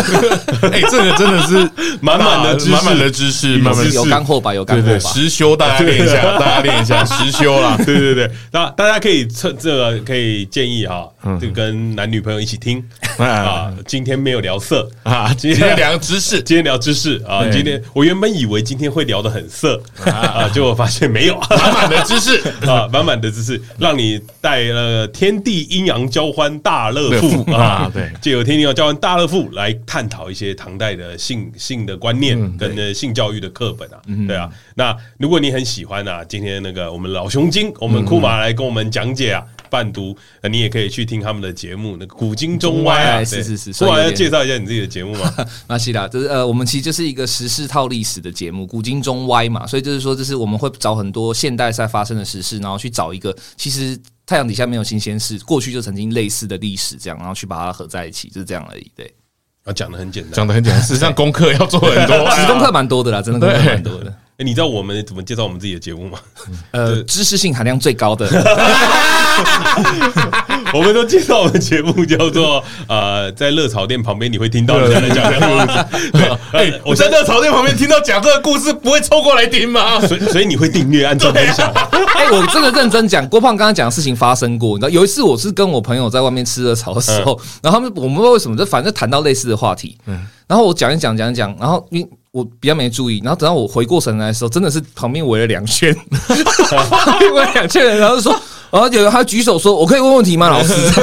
Speaker 1: 哎，这个真的是
Speaker 2: 满满的知识
Speaker 1: 满满的知识，满满的知
Speaker 2: 知识
Speaker 1: 识。
Speaker 3: 有干货吧，有干
Speaker 1: 对
Speaker 3: 货
Speaker 1: 对，
Speaker 3: 吧。
Speaker 1: 实修大家练一下，大家练一下实修啦。
Speaker 2: 啊对对对，那大家可以趁这个可以建议哈，
Speaker 1: 嗯
Speaker 2: 就跟男女朋友一起 听 啊。今天没有聊色
Speaker 1: 啊，今天两个知识，
Speaker 2: 今天聊知识啊，
Speaker 1: 对
Speaker 2: 今天我原本以为今天会聊得很色啊，结果发现没有
Speaker 1: 满满的知识。
Speaker 2: 啊，满满的知识，让你带了天地阴阳交欢大乐
Speaker 1: 乐
Speaker 2: 赋
Speaker 1: 赋
Speaker 2: 啊
Speaker 1: 啊，对
Speaker 2: 借由天地阴阳交欢大乐赋来探讨一些唐代的性性的观念
Speaker 3: 嗯
Speaker 2: 跟呃性教育的课本啊，对啊。那如果你很喜欢啊，今天那个我们老熊精，我们库马来跟我们讲解啊。伴读，呃你也可以去听他们的节目，那个古今中外啊，
Speaker 3: 哎
Speaker 2: 对
Speaker 3: 是是是
Speaker 2: 库马
Speaker 3: 所以
Speaker 2: 来
Speaker 3: 有
Speaker 2: 要
Speaker 3: 点
Speaker 2: 介绍一下你自己的节目嘛？
Speaker 3: 那是啦，就是呃，我们其实就是一个时事套历史的节目，古今中外嘛，所以就是说，就是我们会找很多现代赛发生的时事，然后去找一个其实太阳底下没有新鲜事，过去就曾经类似的历史这样，然后去把它合在一起，就是这样而已。对，
Speaker 2: 啊，讲的很简单，
Speaker 1: 讲的很简单，事实上功课要做很多 啊
Speaker 3: 其实功课蛮多的啦，真的功课蛮多的，
Speaker 2: 欸、你知道我们怎么介绍我们自己的节目吗？
Speaker 3: 呃，知识性含量最高的，呃
Speaker 2: 我们都介绍我们节目叫做呃，在热炒店旁边你会听到人家在讲这个故事。 对，哎、我
Speaker 1: 我
Speaker 2: 真
Speaker 1: 在
Speaker 2: 的，
Speaker 1: 热炒店旁边听到讲这个故事，不会凑过来听吗？
Speaker 2: 所以所以你会订阅、按赞、分享。
Speaker 3: 哎、我真的认真讲，郭胖刚刚讲的事情发生过。你知道有一次，我是跟我朋友在外面吃热炒的时候，然后他们我们不知道为什么，就反正谈到类似的话题，然后我讲一讲讲一讲，然后因为我比较没注意，然后等到我回过神来的时候，真的是旁边围了两圈， 旁边围了两圈人，然后就说，然后有人还举手说，我可以问问题吗，老师？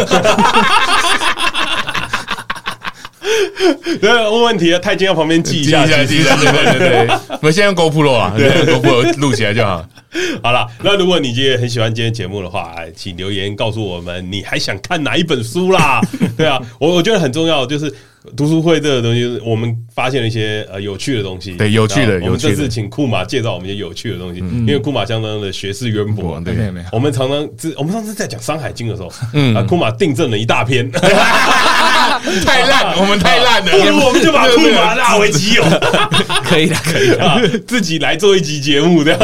Speaker 2: 对，问问题啊，太监要旁边记一下。
Speaker 1: 记一下，对对对对。我们先用 GoPro 啊，对 GoPro 录起来就好。
Speaker 2: 好了，那如果你今天很喜欢今天节目的话，哎请留言告诉我们你还想看哪一本书 啦。对啊，我我觉得很重要，就是读书会这个东西，我们发现了一些呃有趣的东西。
Speaker 1: 对有趣的
Speaker 2: 然后我
Speaker 1: 有
Speaker 2: 们
Speaker 1: 趣的嗯
Speaker 2: 这次请库马介绍我们一些有趣的东西，因为库马相当的学识渊博。
Speaker 1: 哦对，
Speaker 3: 没有
Speaker 2: 我们常常自我们上次在讲《山海经》的时候，嗯，啊，库马订正了一大 篇，
Speaker 1: 太烂，我们太烂 了。
Speaker 2: 不如 啊我们就把库马纳为己有，
Speaker 3: 可以的，可以 的。
Speaker 2: 啊自己来做一集节目这样。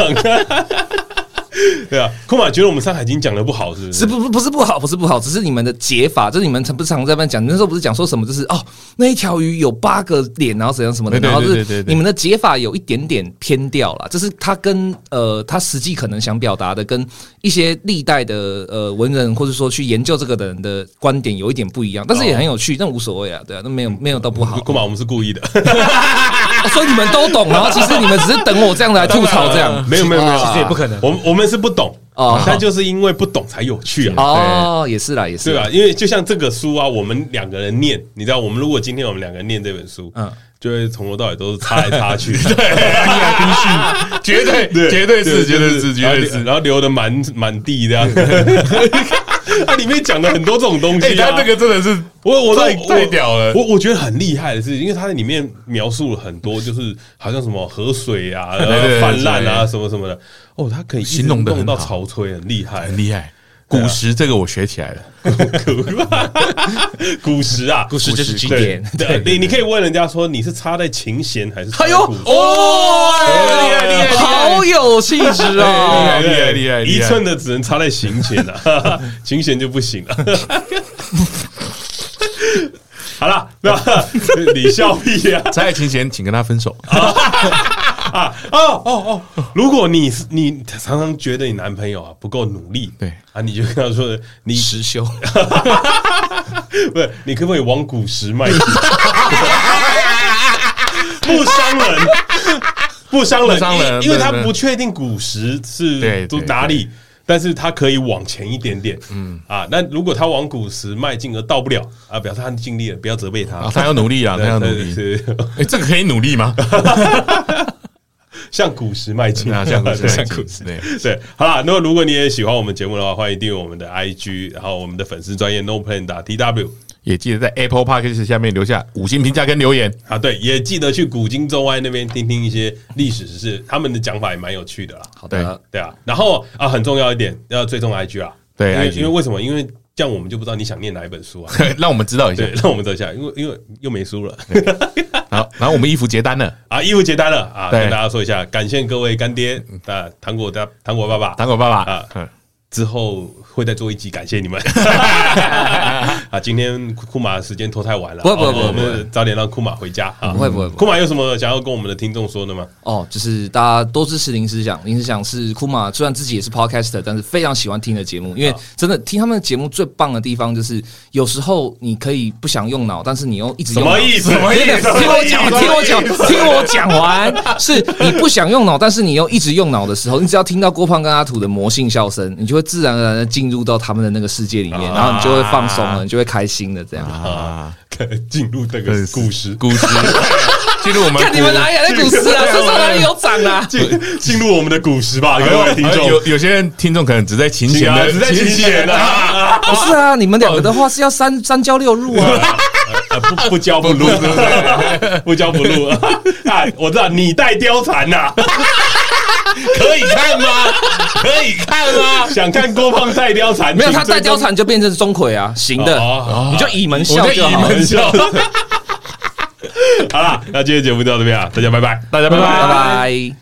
Speaker 2: 对啊，库马觉得我们《山海经》讲的不好，是不
Speaker 3: 是
Speaker 2: 是？
Speaker 3: 不不不是不好，不是不好，只是你们的解法，就是你们常不是常在那边讲，那时候不是讲说什么，就是哦，那一条鱼有八个脸，然后怎样什么的，
Speaker 1: 对对
Speaker 3: 然后就
Speaker 1: 对对
Speaker 3: 是
Speaker 1: 对对
Speaker 3: 你们的解法有一点点偏掉了，这是他跟呃他实际可能想表达的，跟一些历代的呃文人或者说去研究这个的人的观点有一点不一样，但
Speaker 1: 哦
Speaker 3: 是也很有趣，但无所谓啊，对啊，那没有没有都不好，
Speaker 2: 库马，我们是故意的，，
Speaker 3: 哦所以你们都懂，然后其实你们只是等我这样来吐槽这样
Speaker 2: 没有没有没有，
Speaker 4: 其实也不可能。
Speaker 2: 我们我们是不懂
Speaker 3: 哦，
Speaker 2: 但就是因为不懂才有趣啊。
Speaker 3: 哦，也是啦，也是
Speaker 2: 对
Speaker 3: 啦
Speaker 2: 吧？因为就像这个书啊，我们两个人念，你知道，我们如果今天我们两个人念这本书，嗯
Speaker 3: 嗯，
Speaker 2: 就会从头到尾都是擦来擦去，
Speaker 1: 绝对绝对是绝对是绝对是。
Speaker 2: 然后流的满满地这样。 它里面讲了很多这种东
Speaker 1: 哎，
Speaker 2: 西、啊，
Speaker 1: 他这个真的是
Speaker 2: 我我
Speaker 1: 太
Speaker 2: 我
Speaker 1: 太屌了
Speaker 2: 我我觉得很厉害的是，因为它在里面描述了很多，就是好像什么河水啊、 然
Speaker 1: 对
Speaker 2: 后
Speaker 1: 对
Speaker 2: 泛滥啊
Speaker 1: 对
Speaker 2: 什么什么的。哦，它可以一直
Speaker 1: 形容得
Speaker 2: 弄
Speaker 1: 很
Speaker 2: 到
Speaker 1: 好哎
Speaker 2: 潮吹，很厉害，
Speaker 1: 很厉害。古时这个我学起来了，
Speaker 2: 古时啊，
Speaker 3: 故事就是经
Speaker 2: 对
Speaker 3: 典，
Speaker 2: 对，你你可以问人家说你是插在琴弦还是？
Speaker 3: 哎呦，哦，
Speaker 1: 厉害厉害厉害
Speaker 3: 好有气质
Speaker 1: 厉
Speaker 3: 哦！
Speaker 1: 害厉害厉害
Speaker 2: 啊一
Speaker 1: 厉害
Speaker 2: 寸的只能插在琴弦了， 琴弦就不行了。 好了，那你笑屁啊呀、
Speaker 1: 蔡琴弦，请跟他分手。
Speaker 2: 啊！哦哦哦！如果你是你常常觉得你男朋友啊不够努力，
Speaker 1: 对
Speaker 2: 啊，你就跟他说你
Speaker 3: 实修，
Speaker 2: 不是，你可不可以往古时迈进？ 不伤人，不伤人，
Speaker 1: 不伤人
Speaker 2: 因因为
Speaker 1: 对
Speaker 2: 他
Speaker 1: 对
Speaker 2: 不确定古时
Speaker 1: 对
Speaker 2: 是
Speaker 1: 对
Speaker 2: 都哪里，但是他可以往前一点点，嗯啊，那如果他往古时迈进而到不了啊，表示他尽力了，不要责备他
Speaker 1: 啊，。他要努力啊，他要努力。
Speaker 2: 对对对
Speaker 1: 哎，这个可以努力 吗？
Speaker 2: 向古时迈进
Speaker 1: 啊，这样子，
Speaker 2: 对
Speaker 1: 这样
Speaker 2: 向古
Speaker 1: 子，对，
Speaker 2: 对，好啦，那如果你也喜欢我们节目的话，欢迎订阅我们的 IG，然后我们的粉丝专业 No Plan 打 TW
Speaker 1: 也记得在 Apple Podcast 下面留下五星评价跟留言。
Speaker 2: 啊，对，也记得去古今中外那边听听一些历史事，事，他们的讲法也蛮有趣的啦。
Speaker 3: 好的，
Speaker 2: 对啊，然后啊，很重要一点，要追踪 IG 啊，
Speaker 1: 对
Speaker 2: 因为
Speaker 1: IG
Speaker 2: 因为为什么？因为这样我们就不知道你想念哪一本书 啊。
Speaker 1: 让我们知道一下
Speaker 2: 对，。让我们等一下，因为因为又没书了
Speaker 1: 好，然后我们衣服结单了，
Speaker 2: 啊，衣服结单了啊，
Speaker 1: 对嗯
Speaker 2: 跟大家说一下，感谢各位干爹啊，糖果的糖果爸爸，
Speaker 1: 糖果爸爸
Speaker 2: 啊，
Speaker 1: 嗯
Speaker 2: 之后会再做一集，感谢 你们。啊，今天库马时间拖太晚了，
Speaker 3: 不会不会
Speaker 2: 哦
Speaker 3: 不会
Speaker 2: 我们早点让库马回家啊。
Speaker 3: 不会不会不会
Speaker 2: 库马有什么想要跟我们的听众说的吗？
Speaker 3: 哦，就是大家多支持林思想，林思想是库玛，虽然自己也是 podcaster，但是非常喜欢听的节目，因为真的听他们的节目最棒的地方就是，有时候你可以不想用脑，但是你又一直
Speaker 2: 什
Speaker 3: 用
Speaker 2: 么
Speaker 3: 脑
Speaker 2: 意思？
Speaker 3: 真的听我讲，听我讲，听我讲完。是你不想用脑，但是你又一直用脑的时候，你只要听到郭胖跟阿土的魔性笑声，你就会自然而然的进入到他们的那个世界里面，然后你就会放松了，你就会开心的这样。
Speaker 1: 啊，
Speaker 2: 进入那个故事，
Speaker 1: 故事 进入我们
Speaker 3: 看你们哪里来的股市啊？身上哪里有涨啊？
Speaker 2: 进进入我们的股市吧，各位
Speaker 1: 有
Speaker 2: 哎听众。
Speaker 1: 哎有有些人听众可能只在勤
Speaker 2: 请
Speaker 1: 俭
Speaker 2: 啊
Speaker 1: 的，
Speaker 2: 只在勤俭啊，
Speaker 3: 不是啊，你们两个的话是要三三教六入啊。
Speaker 2: 啊不不教不录，不教不录啊！我知道你带貂蝉啊呐，
Speaker 1: 可以看吗？可以看吗？
Speaker 2: 想看郭胖带貂蝉，
Speaker 3: 没有，他
Speaker 2: 请
Speaker 3: 戴
Speaker 2: 追踪
Speaker 3: 貂蝉就变成钟馗啊，行的
Speaker 2: 哦，
Speaker 3: 你就倚门
Speaker 1: 我
Speaker 3: 笑
Speaker 1: 在
Speaker 3: 就
Speaker 1: 倚
Speaker 3: 好了。
Speaker 1: 门笑，
Speaker 2: 好啦，那今天节目就到这边啊，大家拜拜。
Speaker 1: 大家拜
Speaker 3: 拜
Speaker 1: 拜。
Speaker 3: 拜。